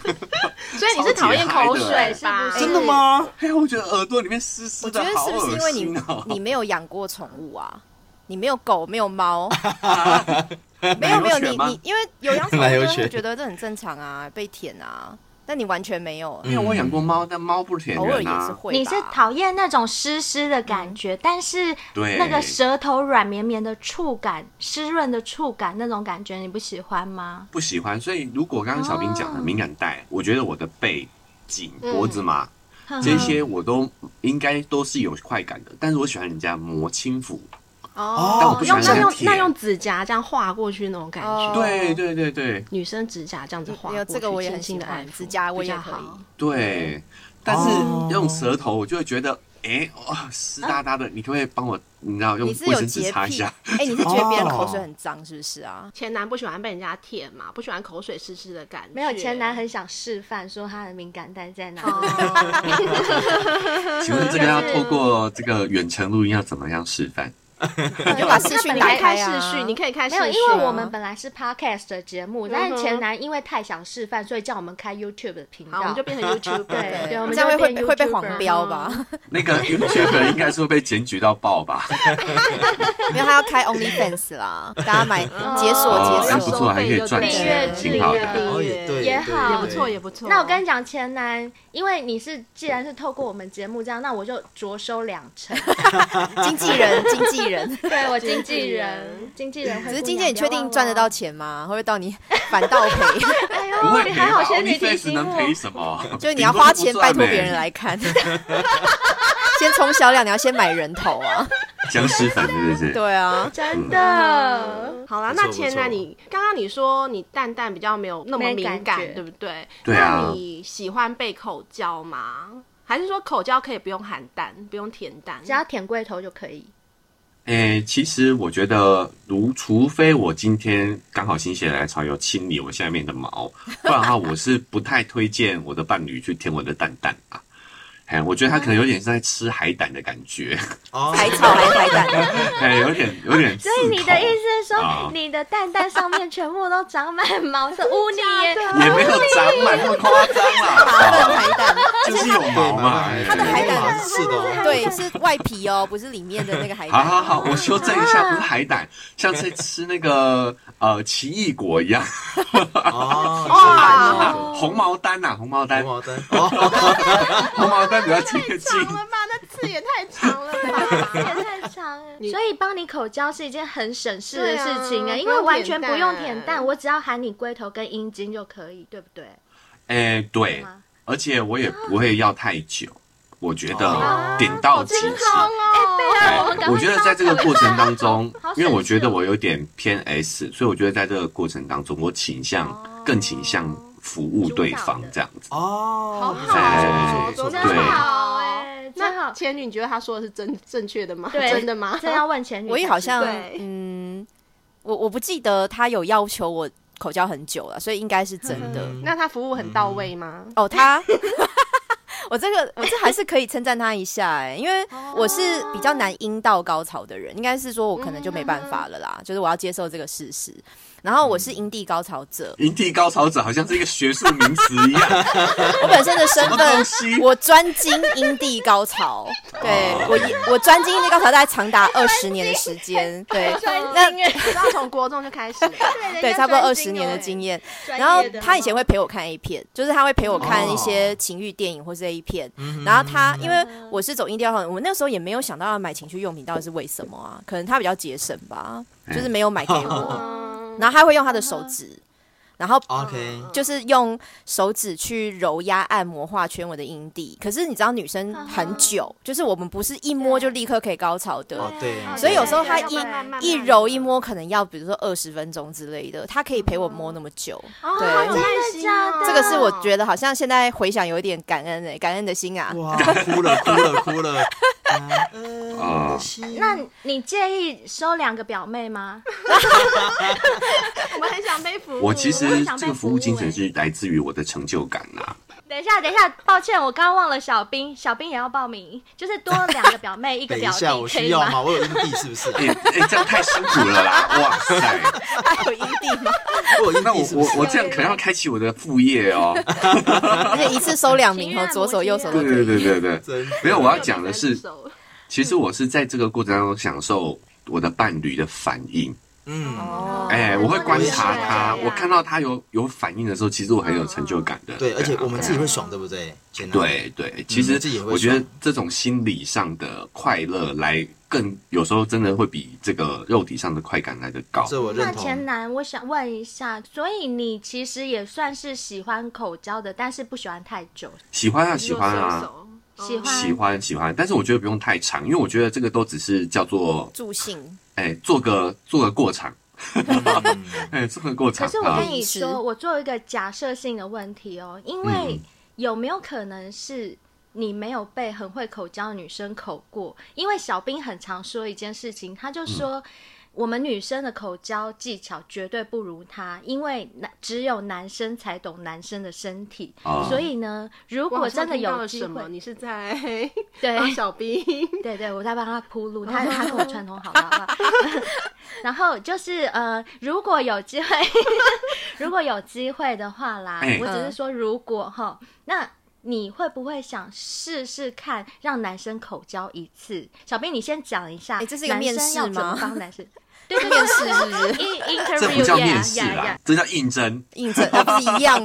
Speaker 2: 所以你是讨厌口水吧？
Speaker 3: 超级嗨的欸
Speaker 4: 真的吗？
Speaker 6: 哎呀，我觉得耳朵里面湿湿
Speaker 5: 我觉
Speaker 6: 的
Speaker 5: 得，
Speaker 6: 好
Speaker 5: 是不是因
Speaker 6: 恶
Speaker 5: 为你
Speaker 6: 心哦。
Speaker 5: 你没有养过宠物啊？你没有狗，没有猫，没有没有
Speaker 6: 奶油
Speaker 5: 你
Speaker 6: 犬吗
Speaker 5: 你，因为有养宠物
Speaker 4: 奶油
Speaker 5: 就会
Speaker 4: 犬
Speaker 5: 觉得这很正常啊，被舔啊，但你完全没有，
Speaker 6: 因为我养过猫，但猫不舔
Speaker 5: 嗯偶尔也
Speaker 6: 人
Speaker 5: 是
Speaker 6: 啊。
Speaker 5: 会吧。嗯
Speaker 3: 你是讨厌那种湿湿的感觉，但是
Speaker 6: 对
Speaker 3: 那个舌头软绵绵的触感、湿润的触感那种感觉，你不喜欢吗？
Speaker 6: 不喜欢，所以如果刚刚小兵讲的
Speaker 3: 哦
Speaker 6: 敏感带，我觉得我的背、颈、
Speaker 2: 嗯
Speaker 6: 脖子嘛，这些我都应该都是有快感的，但是我喜欢人家摸轻抚。但我
Speaker 2: 哦
Speaker 6: 不喜
Speaker 2: 用
Speaker 6: 欢
Speaker 2: 那用
Speaker 6: 舔
Speaker 2: 那用指甲这样划过去那种感
Speaker 5: 哦
Speaker 2: 觉，
Speaker 6: 对对对对
Speaker 2: 女生指甲这样子划
Speaker 5: 没
Speaker 2: 过
Speaker 5: 有
Speaker 2: 去，
Speaker 5: 这个我也很
Speaker 2: 轻轻
Speaker 5: 喜
Speaker 2: 的爱
Speaker 5: 欢，
Speaker 2: 抚
Speaker 5: 指甲我
Speaker 2: 比
Speaker 5: 也
Speaker 2: 较
Speaker 5: 可
Speaker 2: 好
Speaker 5: 以。
Speaker 6: 对，但是
Speaker 4: 哦
Speaker 6: 用舌头，我就会觉得，哎，哇，湿哒哒的，你可不可以帮我，你知道用
Speaker 5: 你是
Speaker 6: 卫
Speaker 5: 有
Speaker 6: 生纸
Speaker 5: 洁
Speaker 6: 擦一
Speaker 5: 癖？
Speaker 6: 下？
Speaker 5: 哎，你是觉得别人口水很脏是不是啊？
Speaker 2: 前男不喜欢被人家舔嘛，不喜欢口水湿湿的感觉。
Speaker 3: 没有，前男很想示范说他的敏感带在哪里。
Speaker 2: 哦。
Speaker 6: 请问这个要透过这个远程录音要怎么样示范？
Speaker 3: 哦
Speaker 5: 你就把视
Speaker 2: 那
Speaker 5: 讯
Speaker 2: 本来开
Speaker 5: 开
Speaker 2: 视
Speaker 5: 啊
Speaker 2: 讯，你可以开视
Speaker 3: 没
Speaker 2: 讯
Speaker 3: 有，
Speaker 2: 啊。
Speaker 3: 因为我们本来是 podcast 的节目，但
Speaker 2: 嗯
Speaker 3: 是
Speaker 2: 哼
Speaker 3: 前男因为太想示范，所以叫我们开 YouTube 的频
Speaker 2: 好，
Speaker 3: 道。
Speaker 2: 我们就变成 YouTube
Speaker 3: 对对，我们
Speaker 5: 这样会
Speaker 3: 就
Speaker 5: 会
Speaker 3: 变
Speaker 5: 被会被
Speaker 3: YouTuber 啊
Speaker 5: 黄标吧？
Speaker 6: 那个 YouTube 应该是会被检举到爆吧？
Speaker 5: 没有，他要开 OnlyFans 啦，大家买解锁
Speaker 6: 哦
Speaker 5: 解
Speaker 6: 还
Speaker 5: 锁
Speaker 6: 不。错还可以赚
Speaker 2: 订阅
Speaker 5: 钱
Speaker 2: 制
Speaker 6: 挺好的
Speaker 4: 哦，也对，
Speaker 3: 也
Speaker 4: 对
Speaker 3: 好
Speaker 2: 也
Speaker 4: 对
Speaker 2: 不错，也不错。
Speaker 3: 那我跟你讲，前男，因为你是既然是透过我们节目这样，那我就着收两成。
Speaker 5: 经纪人，经纪 人，
Speaker 3: 对我经纪人，经纪人会。
Speaker 5: 只是经纪人，你确定赚得到？钱吗？会不会到你反倒赔？
Speaker 3: 哎
Speaker 6: 不
Speaker 3: 呦，
Speaker 6: 会
Speaker 3: 你
Speaker 6: 赔
Speaker 3: 还好
Speaker 6: 吧
Speaker 3: 仙女提
Speaker 6: ？OnlyFans
Speaker 3: 醒
Speaker 6: 能
Speaker 3: 我。
Speaker 6: 赔什么？
Speaker 5: 就是你要花钱拜托别人 来看。先从小两，你要先买人头啊！
Speaker 6: 僵尸粉是 不是？
Speaker 5: 对啊，
Speaker 3: 真的，
Speaker 2: 好啦，
Speaker 4: 不错
Speaker 2: 那前男你刚刚你说你蛋蛋比较没有那么
Speaker 3: 没
Speaker 2: 敏
Speaker 3: 感
Speaker 2: 感，
Speaker 3: 觉
Speaker 2: 对不对？
Speaker 6: 对啊
Speaker 2: 那你喜欢被口交吗？还是说口交可以不用含蛋，不用舔蛋？
Speaker 3: 只要舔龟头就可以。
Speaker 6: 诶、其实我觉得，如除非我今天刚好心血来潮有清理我下面的毛，不然的话，我是不太推荐我的伴侣去舔我的蛋蛋啊。哎，我觉得他可能有点是在吃海胆的感觉，
Speaker 4: 哦，
Speaker 5: 海草还海胆，
Speaker 6: 哎，有点有点刺
Speaker 3: 所以你的意
Speaker 6: 口，
Speaker 3: 思是说
Speaker 6: 啊，
Speaker 3: 你的蛋蛋上面全部都长满毛， 是污泥耶？
Speaker 6: 也没有长满那么夸张
Speaker 5: 麻烦
Speaker 6: 啦，哦
Speaker 5: 海胆，
Speaker 6: 就是有毛嘛。
Speaker 4: 对
Speaker 6: 哎
Speaker 5: 它的海胆
Speaker 4: 蛮刺的哦，
Speaker 5: 对，是外皮哦，不是里面的那个
Speaker 3: 哎
Speaker 5: 海
Speaker 6: 好
Speaker 5: 胆。
Speaker 6: 好好，我修正一下，不是海胆，像是吃 那个呃奇异果一样，
Speaker 4: 哦，
Speaker 2: 哇
Speaker 6: 红毛丹呐、红毛丹
Speaker 4: 红，毛丹，哦，
Speaker 6: 红毛丹比较接
Speaker 2: 长
Speaker 6: 近。
Speaker 2: 了吧？那刺也太长了
Speaker 3: 这
Speaker 2: 吧？
Speaker 3: 也太长了。所以帮 你口交是一件很省事
Speaker 2: 对
Speaker 3: 的
Speaker 2: 啊
Speaker 3: 事情哎，因
Speaker 2: 不
Speaker 3: 为
Speaker 2: 用
Speaker 3: 完
Speaker 2: 舔
Speaker 3: 全不用
Speaker 2: 蛋
Speaker 3: 舔蛋，我只要含你龟头跟阴茎就可以，对不对？
Speaker 6: 哎、对
Speaker 3: 吗，啊
Speaker 6: 而且我也不会要太久，我觉
Speaker 4: 啊
Speaker 6: 得
Speaker 3: 哦
Speaker 6: 点到即止。
Speaker 3: 啊
Speaker 6: 哎
Speaker 3: 我们赶快
Speaker 6: 我觉得在这个过程当中
Speaker 3: 好，
Speaker 6: 因为我觉
Speaker 3: 省事
Speaker 6: 得
Speaker 3: 哦
Speaker 6: 我有点偏 S，所以我觉得在这个过程当中，我倾向
Speaker 3: 哦
Speaker 6: 更倾向服务对方这样子。
Speaker 4: 哦，
Speaker 2: 好
Speaker 4: 不错
Speaker 6: 哎
Speaker 4: 不错不错不错
Speaker 6: 对
Speaker 3: 真
Speaker 6: 对
Speaker 3: 好哎，真
Speaker 2: 那
Speaker 3: 好。
Speaker 2: 前女，你觉得他说的是真正确的吗？
Speaker 3: 对，
Speaker 2: 真的吗？
Speaker 3: 这要问前女才知道。
Speaker 5: 我也好像
Speaker 2: 对
Speaker 5: 嗯，我我不记得他有要求我口交很久了，所以应该是真的。
Speaker 4: 嗯
Speaker 2: 那他服务很到位吗？
Speaker 5: 哦，他， 我这个我这还是可以称赞他一下哎、因为我是比较难阴道高潮的人，应该是说我可能就没办法了啦，就是我要接受这个事实。然后我是阴蒂高潮者，
Speaker 6: 营地高潮者好像是一个学术名词一样，
Speaker 5: 我本身的身
Speaker 6: 什么东
Speaker 5: 份
Speaker 6: 西，
Speaker 5: 我专精阴蒂高潮，对
Speaker 6: 哦
Speaker 5: 我也我专精阴蒂高潮大概长达二十年的时间，对，那
Speaker 2: 你知道从国中就开始了，
Speaker 5: 对差不多二十年的
Speaker 3: 哦
Speaker 5: 经验。然后他以前会陪我看 A 片，就是他会陪我看一
Speaker 6: 哦
Speaker 5: 些情欲电影或是 A 片。然后
Speaker 2: 嗯
Speaker 5: 他因为我是走印第安人，我那时候也没有想到要买情趣用品到底是为什么啊？可能他比较节省吧，就是没有买给 我。
Speaker 2: 嗯，
Speaker 5: 然后他会用他的手指，然后
Speaker 4: ，OK，
Speaker 5: 就是用手指去揉压、按摩、画圈我的阴蒂。可是你知道，女
Speaker 2: 嗯
Speaker 5: 生很久，就是我们不是一摸就立刻可以高潮的。
Speaker 4: 哦对，
Speaker 5: 所以有时候他
Speaker 2: 对
Speaker 5: 一
Speaker 2: 要慢慢慢慢
Speaker 5: 一揉一摸，可能要比如说二十分钟之类的，他可以陪我摸那么久。
Speaker 2: 哦
Speaker 5: 对
Speaker 2: 好
Speaker 3: 的
Speaker 5: 真
Speaker 2: 开心
Speaker 3: 假的
Speaker 2: 哦
Speaker 5: 这个是我觉得好像现在回想有一点感恩诶、感恩的心啊。
Speaker 4: 哇，哭了哭了哭了，
Speaker 6: 啊
Speaker 4: 啊，
Speaker 3: 那你介意收两个表妹吗？
Speaker 2: 我们很想被服务。
Speaker 6: 我其
Speaker 3: 我
Speaker 6: 实
Speaker 3: 想被
Speaker 6: 这个服
Speaker 3: 服务
Speaker 6: 务精
Speaker 3: 欸
Speaker 6: 神是来自于我的成就感呐、
Speaker 3: 等一下，等一下，抱歉，我刚刚忘了小兵，小兵也要报名，就是多两个表 妹，一个
Speaker 4: 等
Speaker 3: 表
Speaker 4: 一
Speaker 3: 弟
Speaker 4: 下，我
Speaker 3: 可
Speaker 4: 需
Speaker 3: 以
Speaker 4: 要
Speaker 3: 吗？
Speaker 4: 吗？ 我有阴蒂是不是？
Speaker 6: 哎、哎，这样太辛苦 了啦！哇塞，
Speaker 5: 还有阴蒂吗？
Speaker 4: 我有阴
Speaker 6: 那我
Speaker 4: 蒂是不
Speaker 6: 我
Speaker 4: 是？
Speaker 6: 我这样可能要开启我的副 业哦。
Speaker 5: 而且一次收两名哦，左手右手都
Speaker 6: 对
Speaker 5: 可以。
Speaker 6: 对对对对，
Speaker 4: 真的
Speaker 6: 没有，我要讲的是
Speaker 2: 三，手
Speaker 6: 其实我是在这个过程当中享受我的伴侣的反应。
Speaker 4: 嗯，
Speaker 5: 哦，
Speaker 6: 哎、我会观察
Speaker 2: 对
Speaker 6: 他，
Speaker 3: 哦
Speaker 2: 啊
Speaker 6: 我看到他有有反应的时候，其实我很有成就感的。
Speaker 4: 对，而且
Speaker 6: 啊
Speaker 4: 我们自己会爽，对不对？前男友
Speaker 6: 对对，其实
Speaker 4: 自己也会
Speaker 6: 我觉得
Speaker 4: 爽
Speaker 6: 这种心理上的快乐来更，有时候真的会比这个肉体上的快感来得高。
Speaker 4: 这我认
Speaker 3: 那前
Speaker 4: 同。
Speaker 3: 男，我想问一下，所以你其实也算是喜欢口交的，但是不喜欢太久，
Speaker 6: 喜欢啊，喜欢
Speaker 2: 右
Speaker 6: 啊。
Speaker 2: 手
Speaker 3: 喜欢
Speaker 6: 喜欢喜欢，但是我觉得不用太长，因为我觉得这个都只是叫做
Speaker 5: 助兴
Speaker 6: 哎、做个做个过场，
Speaker 4: 嗯
Speaker 6: 哎、做个过场
Speaker 3: 可是我
Speaker 6: 啊
Speaker 3: 跟。你
Speaker 5: 是
Speaker 3: 说，我做一个假设性的问题哦，因为
Speaker 6: 嗯
Speaker 3: 有没有可能是你没有被很会口交的女生口过？因为小兵很常说一件事情，他
Speaker 6: 嗯
Speaker 3: 就说。我们女生的口交技巧绝对不如他，因为男只有男生才懂男生的身体，
Speaker 6: 哦
Speaker 3: 所以呢，如
Speaker 2: 我好
Speaker 3: 果
Speaker 2: 像
Speaker 3: 真的
Speaker 2: 听到
Speaker 3: 有
Speaker 2: 了
Speaker 3: 机
Speaker 2: 什么？
Speaker 3: 会，
Speaker 2: 你是在
Speaker 3: 对
Speaker 2: 帮小兵？
Speaker 3: 对对，我在帮他铺路， 他他跟我串通好了。好不好 然后就是呃，如果有机会， 如果有机会的话啦，
Speaker 6: 哎
Speaker 3: 我只
Speaker 4: 嗯
Speaker 3: 是说如果哈，那你会不会想试试看让男生口交一次？小兵，你先讲一下，
Speaker 5: 哎这是一个面试吗
Speaker 3: 男生要怎么帮男 生？对对对
Speaker 5: 面试是不是？
Speaker 3: ，in
Speaker 6: 这
Speaker 3: interview
Speaker 6: 不叫
Speaker 3: yeah，
Speaker 6: 面试
Speaker 3: yeah，
Speaker 5: 啊
Speaker 6: 啦
Speaker 3: yeah，
Speaker 6: 这叫应征，
Speaker 5: 应征啊，不是一样？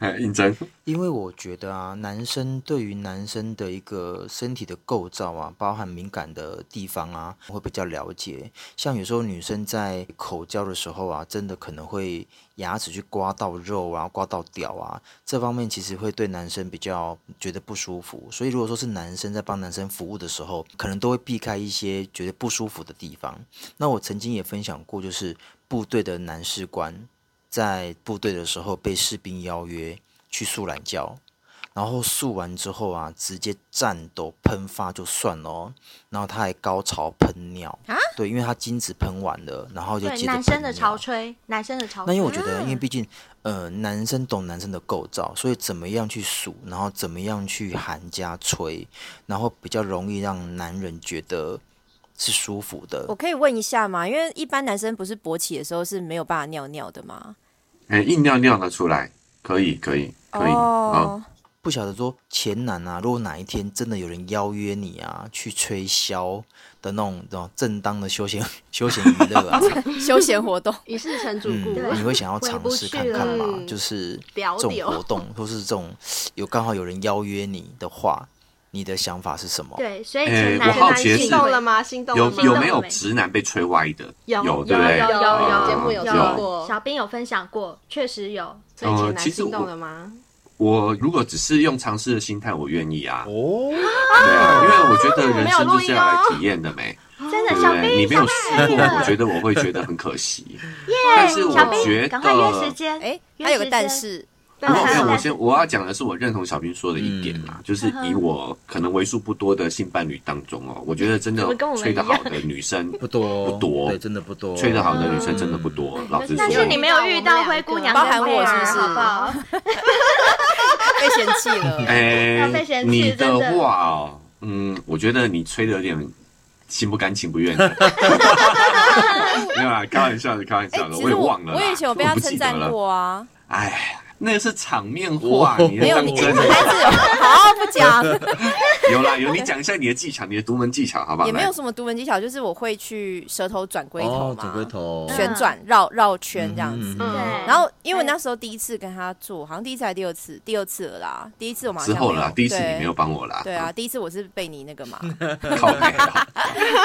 Speaker 6: 哎应征。
Speaker 4: 因为我觉得啊，男生对于男生的一个身体的构造啊，包含敏感的地方啊，会比较了解。像有时候女生在口交的时候啊，真的可能会牙齿去刮到肉啊，刮到屌啊，这方面其实会对男生比较觉得不舒服。所以如果说是男生在帮男生服务的时候，可能都会避开一些觉得不舒服的地方。那我曾经也分享过，就是部队的男士官在部队的时候被士兵邀约去宿懒觉，然后宿完之后啊，直接战斗喷发就算了、哦，然后他还高潮喷尿
Speaker 5: 啊，
Speaker 4: 对，因为他精子喷完了，然后就接
Speaker 3: 对，
Speaker 4: 着
Speaker 3: 男生
Speaker 4: 喷
Speaker 3: 的
Speaker 4: 尿
Speaker 3: 潮吹，男生的潮
Speaker 4: 那
Speaker 3: 吹
Speaker 4: 因为我觉得，因为毕竟，呃，男生懂男生的构造，所以怎么样去数，然后怎么样去喊加吹，然后比较容易让男人觉得是舒服的
Speaker 5: 我。可以问一下吗？因为一般男生不是勃起的时候是没有办法尿尿的吗？
Speaker 6: 哎、硬尿尿的出来，可以，可以，可以，好，
Speaker 5: 哦，
Speaker 4: 不晓得说前男啊，如果哪一天真的有人邀约你啊，去吹箫的那种那种正当的休闲休闲娱乐 啊，
Speaker 5: 休闲活动
Speaker 2: 一世成主顾，
Speaker 4: 嗯，你会想要
Speaker 3: 回
Speaker 4: 尝
Speaker 3: 不
Speaker 4: 试
Speaker 3: 去
Speaker 4: 看看
Speaker 2: 了
Speaker 4: 嘛？
Speaker 2: 嗯
Speaker 4: 就是
Speaker 2: 聊
Speaker 4: 这种
Speaker 2: 聊
Speaker 4: 活动，或是这种有刚好有人邀约你的话，你的想法是什么？
Speaker 3: 对，所以
Speaker 6: 哎
Speaker 3: 前男
Speaker 6: 我好
Speaker 3: 男
Speaker 6: 奇的是
Speaker 2: 心动了吗？心动了
Speaker 6: 有
Speaker 2: 吗？
Speaker 6: 有没有
Speaker 3: 没
Speaker 6: 直男被吹歪的？
Speaker 2: 有
Speaker 6: 对不对？
Speaker 2: 有有有
Speaker 6: 啊
Speaker 2: 节目有
Speaker 6: 有
Speaker 2: 说过
Speaker 3: 小兵有分享过，确实有。
Speaker 2: 所以
Speaker 6: 呃
Speaker 2: 前男
Speaker 6: 其实
Speaker 2: 心动
Speaker 6: 我
Speaker 2: 了吗？
Speaker 6: 我如果只是用尝试的心态，我愿意啊。哦，对啊，因为我觉得人生就是要来体验的没，
Speaker 3: 真的，
Speaker 6: 对不
Speaker 3: 小
Speaker 6: 对？你
Speaker 3: 兵，
Speaker 6: 没
Speaker 3: 小
Speaker 6: 有
Speaker 3: 兵
Speaker 6: 试过，我觉得我会觉得很 可惜。但是我
Speaker 3: 小兵
Speaker 6: 觉
Speaker 3: 赶快约
Speaker 6: 得
Speaker 3: 时间。
Speaker 5: 哎，
Speaker 3: 约
Speaker 5: 还有个
Speaker 3: 时
Speaker 5: 但
Speaker 3: 间
Speaker 5: 是，
Speaker 6: 没有，没有，
Speaker 3: 啊好嗯
Speaker 6: 我先我要讲的是，我认同小兵说的一点啦，就是以我可能为数不多的性伴侣当中哦，我觉得真的
Speaker 3: 怎么跟我们
Speaker 6: 吹得
Speaker 3: 一样
Speaker 6: 好的女生
Speaker 4: 不多，
Speaker 6: 不多
Speaker 4: 对，真的不多。
Speaker 6: 吹得好的女生真的不多，老实
Speaker 2: 但
Speaker 3: 但
Speaker 6: 说
Speaker 3: 嗯是。你没有遇到灰姑娘，
Speaker 5: 包含我是不是
Speaker 3: 啊好不好？
Speaker 5: 被嫌弃 了。
Speaker 6: 哎
Speaker 3: 要被嫌弃
Speaker 6: 你
Speaker 3: 真的
Speaker 6: 话哦，嗯，我觉得你吹的有点心不甘情 不愿的。没有啦，开玩笑的，开玩
Speaker 3: 哎
Speaker 6: 笑的，
Speaker 5: 哎其
Speaker 6: 我
Speaker 5: 实
Speaker 6: 也
Speaker 5: 我
Speaker 6: 忘了啦，
Speaker 5: 我以前有被
Speaker 6: 我
Speaker 5: 他
Speaker 6: 不记
Speaker 5: 称
Speaker 6: 得
Speaker 5: 赞
Speaker 6: 了。
Speaker 5: 过啊，
Speaker 6: 哎，那个是场面话，你
Speaker 5: 没有
Speaker 6: 当
Speaker 5: 你，
Speaker 6: 真
Speaker 5: 男
Speaker 6: 的
Speaker 5: 子有好不 讲，
Speaker 6: 有啦有，你讲一下你的技巧，你的独门技巧好不好？
Speaker 5: 也没有
Speaker 6: 来
Speaker 5: 什么独门技巧，就是我会去舌头转龟头
Speaker 4: 哦，
Speaker 5: 嘛，
Speaker 4: 转龟头，
Speaker 5: 旋转绕绕圈这样子。
Speaker 4: 嗯
Speaker 2: 嗯
Speaker 3: 对
Speaker 5: 然后，因为我那时候第一次跟他做，好像第一次还是第二次，第二次了啦。第一次我们好
Speaker 6: 之
Speaker 5: 像
Speaker 6: 后
Speaker 5: 没有
Speaker 6: 啦，第一次你
Speaker 5: 对
Speaker 6: 没有帮我啦，
Speaker 5: 对啊，，第一次我是被你那个 嘛，
Speaker 6: 靠背啦，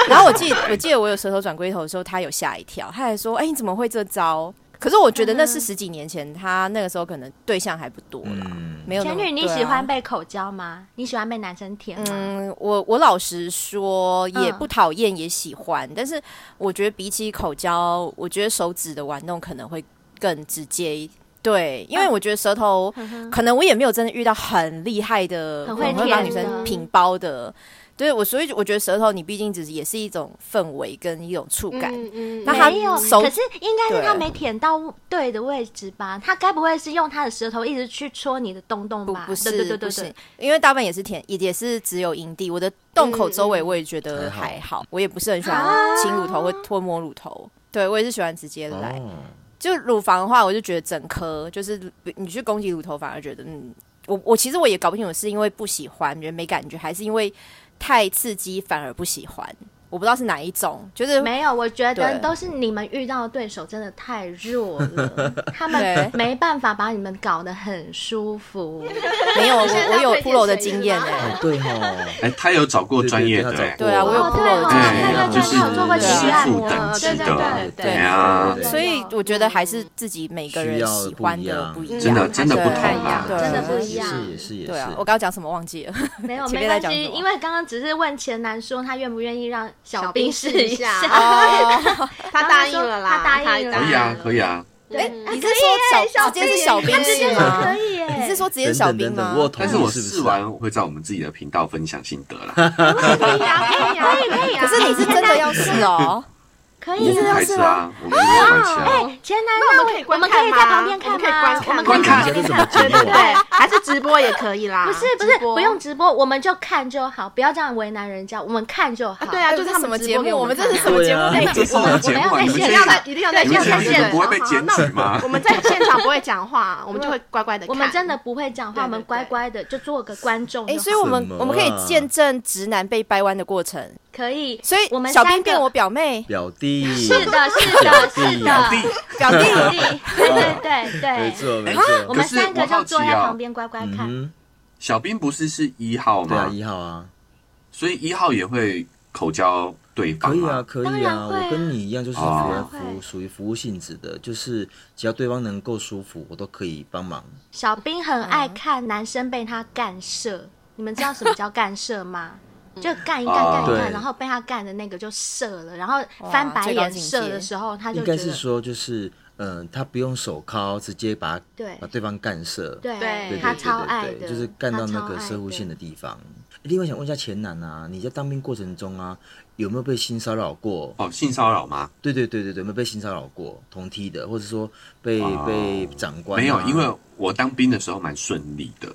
Speaker 5: 然后我记得我记得我有舌头转龟头的时候，他有吓一跳，他还说：“哎、你怎么会这招？”可是我觉得那是十几年前，他那个时候可能对象还不多啦，
Speaker 4: 嗯，
Speaker 5: 没有那
Speaker 3: 前
Speaker 5: 么
Speaker 3: 女，你
Speaker 5: 对啊
Speaker 3: 喜欢被口交吗？你喜欢被男生舔吗？
Speaker 5: 嗯，我我老实说，也
Speaker 3: 嗯
Speaker 5: 不讨厌，也喜欢，但是我觉得比起口交，我觉得手指的玩弄可能会更直接一对，因为
Speaker 3: 嗯
Speaker 5: 我觉得舌头，可能我也没有真的遇到很厉害的，
Speaker 3: 很
Speaker 5: 我
Speaker 3: 会
Speaker 5: 会帮
Speaker 3: 舔
Speaker 5: 女
Speaker 3: 的
Speaker 5: 生品包的。对我，所以我觉得舌头你毕竟只是也是一种氛围跟一种触感。
Speaker 2: 嗯嗯，
Speaker 5: 那他
Speaker 3: 没有，
Speaker 5: 手
Speaker 3: 可是应该是他
Speaker 5: 对
Speaker 3: 没舔到对的位置吧？他该不会是用他的舌头一直去戳你的洞洞
Speaker 5: 不
Speaker 3: 吧？
Speaker 5: 不是
Speaker 3: 对对对
Speaker 5: 不
Speaker 3: 对
Speaker 5: 是
Speaker 3: 对，，
Speaker 5: 因为大笨也是甜，也也是只有营地。我的洞口周围我也觉得
Speaker 4: 嗯还
Speaker 5: 还好，我也不是很喜
Speaker 3: 啊
Speaker 5: 欢亲乳头或脱摸乳头。对我也是喜欢直接来。
Speaker 4: 哦，
Speaker 5: 就乳房的话，我就觉得整颗就是你去攻击乳头，反而觉得嗯，我我其实我也搞不清楚是因为不喜欢，觉得没感觉，还是因为太刺激反而不喜欢。我不知道是哪一种，就是
Speaker 3: 没有，我觉得
Speaker 5: 对
Speaker 3: 都是你们遇到的对手真的太弱了，他们
Speaker 5: 对
Speaker 3: 没办法把你们搞得很舒服。
Speaker 5: 没 有我
Speaker 2: 现在
Speaker 5: 我有
Speaker 2: 推荐
Speaker 5: p r o 的
Speaker 2: 谁是
Speaker 5: 经验
Speaker 2: 吗
Speaker 5: 哎、
Speaker 4: 哦对哦，
Speaker 6: 哎，他有找过专业的
Speaker 4: 对对对他找，过
Speaker 6: 欸
Speaker 5: 对啊，我有
Speaker 3: 哦
Speaker 5: p
Speaker 3: 对
Speaker 5: r o 的
Speaker 3: 哦
Speaker 5: 经
Speaker 3: 对对
Speaker 5: 验
Speaker 3: 对
Speaker 5: 啊，
Speaker 6: 就
Speaker 3: 对
Speaker 6: 是
Speaker 3: 他有做过
Speaker 6: 师
Speaker 3: 情绪按
Speaker 6: 傅
Speaker 3: 摩
Speaker 6: 等级
Speaker 2: 对对对
Speaker 6: 的，对
Speaker 5: 对
Speaker 6: 啊
Speaker 3: 对，
Speaker 5: 欸所以我觉得还是自己每个人
Speaker 4: 需要
Speaker 5: 喜欢的
Speaker 4: 不
Speaker 5: 不
Speaker 4: 一
Speaker 5: 一
Speaker 3: 嗯
Speaker 4: 样
Speaker 5: 样，
Speaker 6: 真的真的不
Speaker 5: 对
Speaker 6: 同啦，
Speaker 5: 对
Speaker 3: 真的不一样
Speaker 4: 是也是也是，
Speaker 5: 对啊，我刚刚讲什么忘 记了？
Speaker 3: 没有，没
Speaker 5: 前面在
Speaker 3: 关
Speaker 5: 讲
Speaker 3: 系，
Speaker 5: 什么
Speaker 3: 因为刚刚只是问前男说他愿不愿意让小
Speaker 2: 小
Speaker 3: 兵
Speaker 2: 兵
Speaker 3: 试
Speaker 2: 试
Speaker 3: 一
Speaker 2: 一
Speaker 3: 下
Speaker 2: 下，
Speaker 5: 哦，
Speaker 2: 他答应了啦，
Speaker 3: 他答应了
Speaker 6: 可以啊，可以啊，
Speaker 3: 对
Speaker 2: 嗯
Speaker 5: 你是说小直接是小兵
Speaker 3: 他直接
Speaker 5: 是
Speaker 3: 说
Speaker 5: 吗
Speaker 3: 可？以耶，
Speaker 5: 你是说直接
Speaker 4: 等
Speaker 5: 是
Speaker 4: 等
Speaker 5: 小兵
Speaker 4: 等等
Speaker 5: 吗？
Speaker 4: 我有同
Speaker 6: 但
Speaker 4: 意
Speaker 6: 是我
Speaker 4: 是不是啊
Speaker 6: 试完会在我们自己的频道分享心得啦，
Speaker 2: 可以啊，可以啊，可以可以啊。
Speaker 5: 可是你是真的要试哦，
Speaker 3: 可
Speaker 6: 我
Speaker 3: 以
Speaker 6: 不
Speaker 3: 啊？
Speaker 6: 排斥啊，我们没有关系啊，
Speaker 3: 哎，前男那
Speaker 2: 我们可以
Speaker 3: 我
Speaker 2: 观
Speaker 3: 们
Speaker 2: 看
Speaker 3: 可以在
Speaker 2: 吗
Speaker 3: 旁边
Speaker 2: 我
Speaker 3: 看
Speaker 2: 们可以观
Speaker 3: 吗？我
Speaker 2: 看
Speaker 3: 们
Speaker 6: 观看
Speaker 3: 可以在
Speaker 4: 这怎
Speaker 3: 旁
Speaker 4: 么
Speaker 3: 边
Speaker 4: 解
Speaker 3: 对对
Speaker 4: 密
Speaker 3: 对
Speaker 4: 啊？
Speaker 2: 对，还是直播也可以啦。
Speaker 3: 不是不是
Speaker 2: 直，播
Speaker 3: 不用直播，我们就看就好，不要这样为难人家，我们看就好。
Speaker 2: 啊，对啊，
Speaker 5: 哎
Speaker 2: 就是
Speaker 5: 这
Speaker 2: 他
Speaker 5: 什
Speaker 2: 们
Speaker 5: 么
Speaker 2: 直
Speaker 5: 节
Speaker 2: 播给
Speaker 5: 目我们这是
Speaker 2: 看
Speaker 5: 什么节
Speaker 4: 对
Speaker 5: 目
Speaker 4: 啊
Speaker 5: 类
Speaker 6: 这
Speaker 5: 型？
Speaker 6: 是我们节目啊，
Speaker 3: 我们要在
Speaker 6: 你们
Speaker 2: 一定
Speaker 6: 这一
Speaker 2: 要
Speaker 6: 场
Speaker 2: 在，一定要在
Speaker 6: 你们
Speaker 2: 线
Speaker 6: 这
Speaker 2: 上
Speaker 6: 样子
Speaker 2: 见。
Speaker 6: 不会被
Speaker 2: 好好
Speaker 6: 检
Speaker 2: 那
Speaker 6: 举吗
Speaker 2: 我？们在现场不会讲话，我们就会乖乖的。
Speaker 3: 我们真的不会讲话，
Speaker 2: 对对
Speaker 3: 我们乖乖的就做个观众就
Speaker 5: 哎，
Speaker 3: 好。
Speaker 5: 所以我们
Speaker 4: 什么啊
Speaker 5: 我们可以见证直男被掰弯的过程，
Speaker 3: 可以，
Speaker 5: 所以
Speaker 3: 我们
Speaker 5: 小
Speaker 3: 三
Speaker 5: 兵
Speaker 3: 个
Speaker 5: 变我表妹
Speaker 4: 表弟，
Speaker 3: 是 的，是的，是的，
Speaker 5: 表 弟，
Speaker 3: 表弟，对对对
Speaker 4: 没
Speaker 3: 对，
Speaker 4: 错没错
Speaker 3: 我，们
Speaker 6: 可是
Speaker 3: 三个
Speaker 6: 我
Speaker 3: 就
Speaker 6: 好
Speaker 3: 坐
Speaker 6: 奇
Speaker 3: 在
Speaker 6: 哦
Speaker 3: 旁边乖乖看。
Speaker 4: 嗯，
Speaker 6: 小兵不是是一号
Speaker 4: 对啊，
Speaker 6: 吗？
Speaker 4: 一号啊，
Speaker 6: 所以一号也会口交对方
Speaker 4: 可以啊，
Speaker 6: 吗？
Speaker 4: 可
Speaker 3: 当
Speaker 4: 以
Speaker 3: 然
Speaker 4: 啊，
Speaker 3: 会啊
Speaker 4: 我跟你一样，就是服
Speaker 6: 当
Speaker 3: 然
Speaker 4: 务
Speaker 3: 会
Speaker 4: 服属于服务性质的，就是只要对方能够舒服，我都可以帮忙。
Speaker 3: 小兵很爱看男生被他干射，你们知道什么叫干射吗？ 就干一干
Speaker 6: 啊
Speaker 3: 干一干，
Speaker 4: 对
Speaker 3: 然后被他干的那个就射了，然后翻白
Speaker 5: 最高
Speaker 3: 眼
Speaker 5: 境
Speaker 3: 射
Speaker 5: 界
Speaker 3: 的时候，他就
Speaker 4: 应
Speaker 3: 觉
Speaker 4: 该
Speaker 3: 得
Speaker 4: 是说，就是嗯、呃他不用手铐，直接把
Speaker 3: 对
Speaker 4: 把对方干射。对
Speaker 3: 对，
Speaker 4: 对
Speaker 3: 他
Speaker 4: 对
Speaker 3: 超
Speaker 4: 啊对
Speaker 3: 爱
Speaker 4: 对
Speaker 3: 的，
Speaker 4: 就是干到
Speaker 3: 他
Speaker 4: 那
Speaker 3: 超
Speaker 4: 个
Speaker 3: 爱
Speaker 4: 射护
Speaker 3: 的
Speaker 4: 线的地方。另外想问一下前男啊，你在当兵过程中啊，有没有被性骚扰过？
Speaker 6: 哦，性骚扰吗？
Speaker 4: 对对对对对，有没有被性骚扰过？同梯的，或者说被、
Speaker 6: 哦
Speaker 4: 被长官啊、
Speaker 6: 没有，因为我当兵的时候蛮顺利的，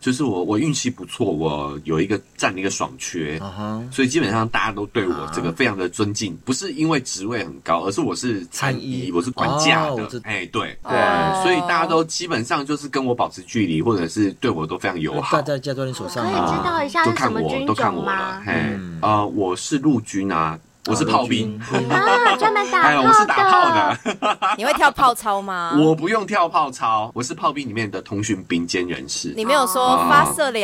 Speaker 6: 就是我我运气不错，我有一个占了一个爽缺，
Speaker 4: 啊哈，
Speaker 6: 所以基本上大家都对我这个非常的尊敬，不是因为职位很高，而是我是参
Speaker 4: 参议
Speaker 6: 议，我是管架
Speaker 4: 哦我知
Speaker 6: 的，哎，对
Speaker 5: 对哦
Speaker 6: 所以大家都基本上就是跟我保持距离，或者是对我都非常友好
Speaker 4: 大。家加到你手上
Speaker 3: 可以知
Speaker 4: 啊，
Speaker 3: 道一下
Speaker 6: 都
Speaker 3: 是什
Speaker 6: 看
Speaker 3: 么
Speaker 6: 我，
Speaker 3: 军
Speaker 6: 都看
Speaker 3: 种
Speaker 6: 我了
Speaker 3: 吗，？
Speaker 6: 嘿
Speaker 4: 嗯，
Speaker 6: 啊，我是陆军啊，我是炮兵，
Speaker 3: 啊，专门
Speaker 6: 哎，
Speaker 3: 打
Speaker 6: 我是打炮
Speaker 3: 炮
Speaker 6: 的，
Speaker 5: 你会跳炮操 吗？
Speaker 6: 我不用跳炮操，我是炮兵里面的通讯兵兼人士。
Speaker 5: 你没有说
Speaker 4: 啊
Speaker 5: 发射了，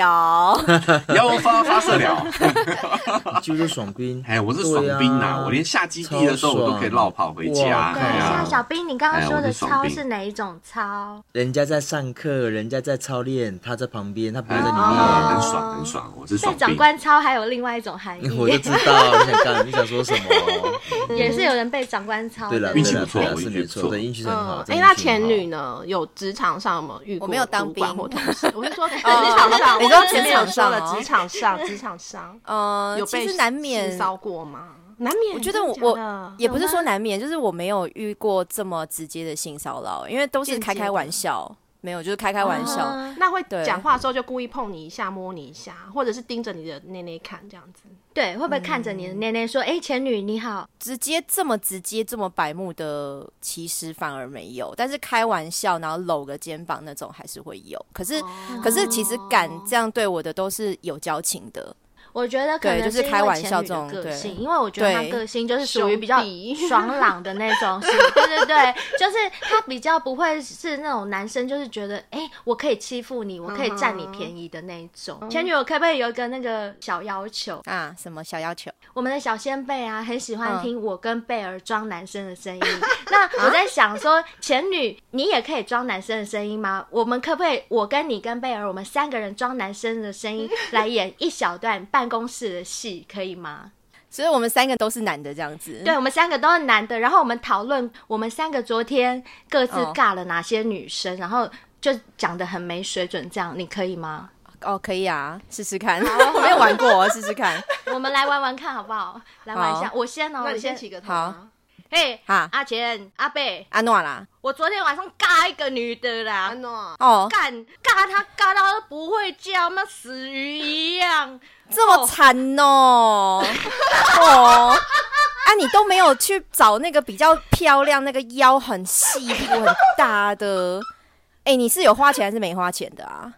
Speaker 6: 要发发射了，
Speaker 4: 你 就是爽兵。
Speaker 6: 哎，我是爽兵
Speaker 4: 对
Speaker 6: 呐、
Speaker 4: 啊
Speaker 6: 我连下基地的时候我都可以绕跑回家。
Speaker 4: 超爽
Speaker 3: 对，
Speaker 6: 哎
Speaker 3: 像小
Speaker 6: 呀，
Speaker 3: 兵，你刚刚
Speaker 6: 哎
Speaker 3: 说
Speaker 6: 我
Speaker 3: 的
Speaker 6: 是爽
Speaker 3: 操
Speaker 6: 兵
Speaker 3: 是哪一种操？
Speaker 4: 人家在上课，人家在操练，他在旁边，他不会在里面。
Speaker 6: 哎
Speaker 3: 哦
Speaker 6: 很爽很爽，我是爽
Speaker 3: 被
Speaker 6: 兵
Speaker 3: 长。官操还有另外一种含
Speaker 4: 我就
Speaker 3: 义，
Speaker 4: 知道你想干，你想说什 么？
Speaker 3: 也是有人被长官操
Speaker 4: 对了，
Speaker 3: 的。
Speaker 6: 运气
Speaker 4: 对啦
Speaker 6: 不错
Speaker 4: 对啦
Speaker 6: 我
Speaker 4: 是
Speaker 6: 运气
Speaker 4: 没
Speaker 6: 不
Speaker 4: 错，
Speaker 6: 错
Speaker 4: 对，运气是很好
Speaker 2: 嗯。，
Speaker 4: 真
Speaker 2: 哎，那
Speaker 4: 的运气很
Speaker 2: 前
Speaker 4: 好
Speaker 2: 女？呢？有职场上有没有遇过？
Speaker 5: 我没有当兵
Speaker 2: 或同事， 我是说职
Speaker 5: 哦
Speaker 2: 场上。
Speaker 5: 你说
Speaker 2: 我前面有说了
Speaker 5: 职场上哦
Speaker 2: 职场上，职场上
Speaker 5: 嗯，
Speaker 2: 有
Speaker 5: 其
Speaker 2: 被
Speaker 5: 实难免
Speaker 2: 性骚过吗？难免。
Speaker 5: 我觉得我
Speaker 2: 真的假的
Speaker 5: 我也不是说难免，就是我没有遇过这么直接的性骚扰，因为都是开开玩笑，没有就是开开玩笑。
Speaker 3: 啊
Speaker 2: 那会
Speaker 5: 对
Speaker 2: 讲话的时候就故意碰你一下、摸你一下，或者是盯着你的内内看这样子。
Speaker 3: 对，会不会看
Speaker 5: 嗯
Speaker 3: 着你的内内说：“哎，前女你好
Speaker 5: 直接这么直接这么白目的，其实反而没有，但是开玩笑然后搂个肩膀那种还是会有。可是、可是其实敢这样对我的都是有交情的，？”
Speaker 3: 我觉得可
Speaker 5: 对
Speaker 3: 能
Speaker 5: 就是
Speaker 3: 因
Speaker 5: 开
Speaker 3: 为
Speaker 5: 玩
Speaker 3: 前
Speaker 5: 笑
Speaker 3: 女
Speaker 5: 这
Speaker 3: 的
Speaker 5: 种
Speaker 3: 个
Speaker 5: 对
Speaker 3: 性，因为我觉得她
Speaker 5: 对
Speaker 3: 个性就是属于比较
Speaker 2: 兄 弟
Speaker 3: 爽朗的那种，是对对对，就是她比较不会是那种男生就是觉得哎、我可以欺负你，我可以占
Speaker 5: 嗯
Speaker 3: 你便宜的那一种。前女友可不可以有一个那个小要求？
Speaker 5: 啊，什么小要求？
Speaker 3: 我们的小先贝啊，很喜欢
Speaker 5: 嗯
Speaker 3: 听我跟贝儿装男生的 声音。那我在想说，前女你也可以装男生的声音吗？我们可不可以，我跟你跟贝儿，我们三个人装男生的 声音来演一小段办公室的戏，可以吗？
Speaker 5: 所以我们三个都是男的这样子。
Speaker 3: 对，我们三个都是男的，然后我们讨论我们三个昨天各自
Speaker 5: 哦
Speaker 3: 尬了哪些女生，然后就讲的很没水准，这样你可以吗？
Speaker 5: 哦，可以啊，试试看，我 没有玩过，哦我要试试看。
Speaker 3: 我们来玩玩看好不好？来玩一下，
Speaker 5: 好
Speaker 3: 我先哦，
Speaker 2: 那
Speaker 3: 我
Speaker 2: 你先起个头
Speaker 5: 好
Speaker 2: 啊。
Speaker 3: 嘿，
Speaker 5: 啊
Speaker 3: 阿钱阿贝，
Speaker 5: 阿诺啦，
Speaker 3: 我昨天晚上尬一个女的啦
Speaker 2: 安，诺，啊
Speaker 5: 哦，
Speaker 3: 干尬她尬到都不会叫，那死鱼一样。
Speaker 5: 这么惨哦，哦，啊，你都没有去找那个比较漂亮、那个腰很细、屁股很大的。哎、你是有花钱还是没花钱的啊？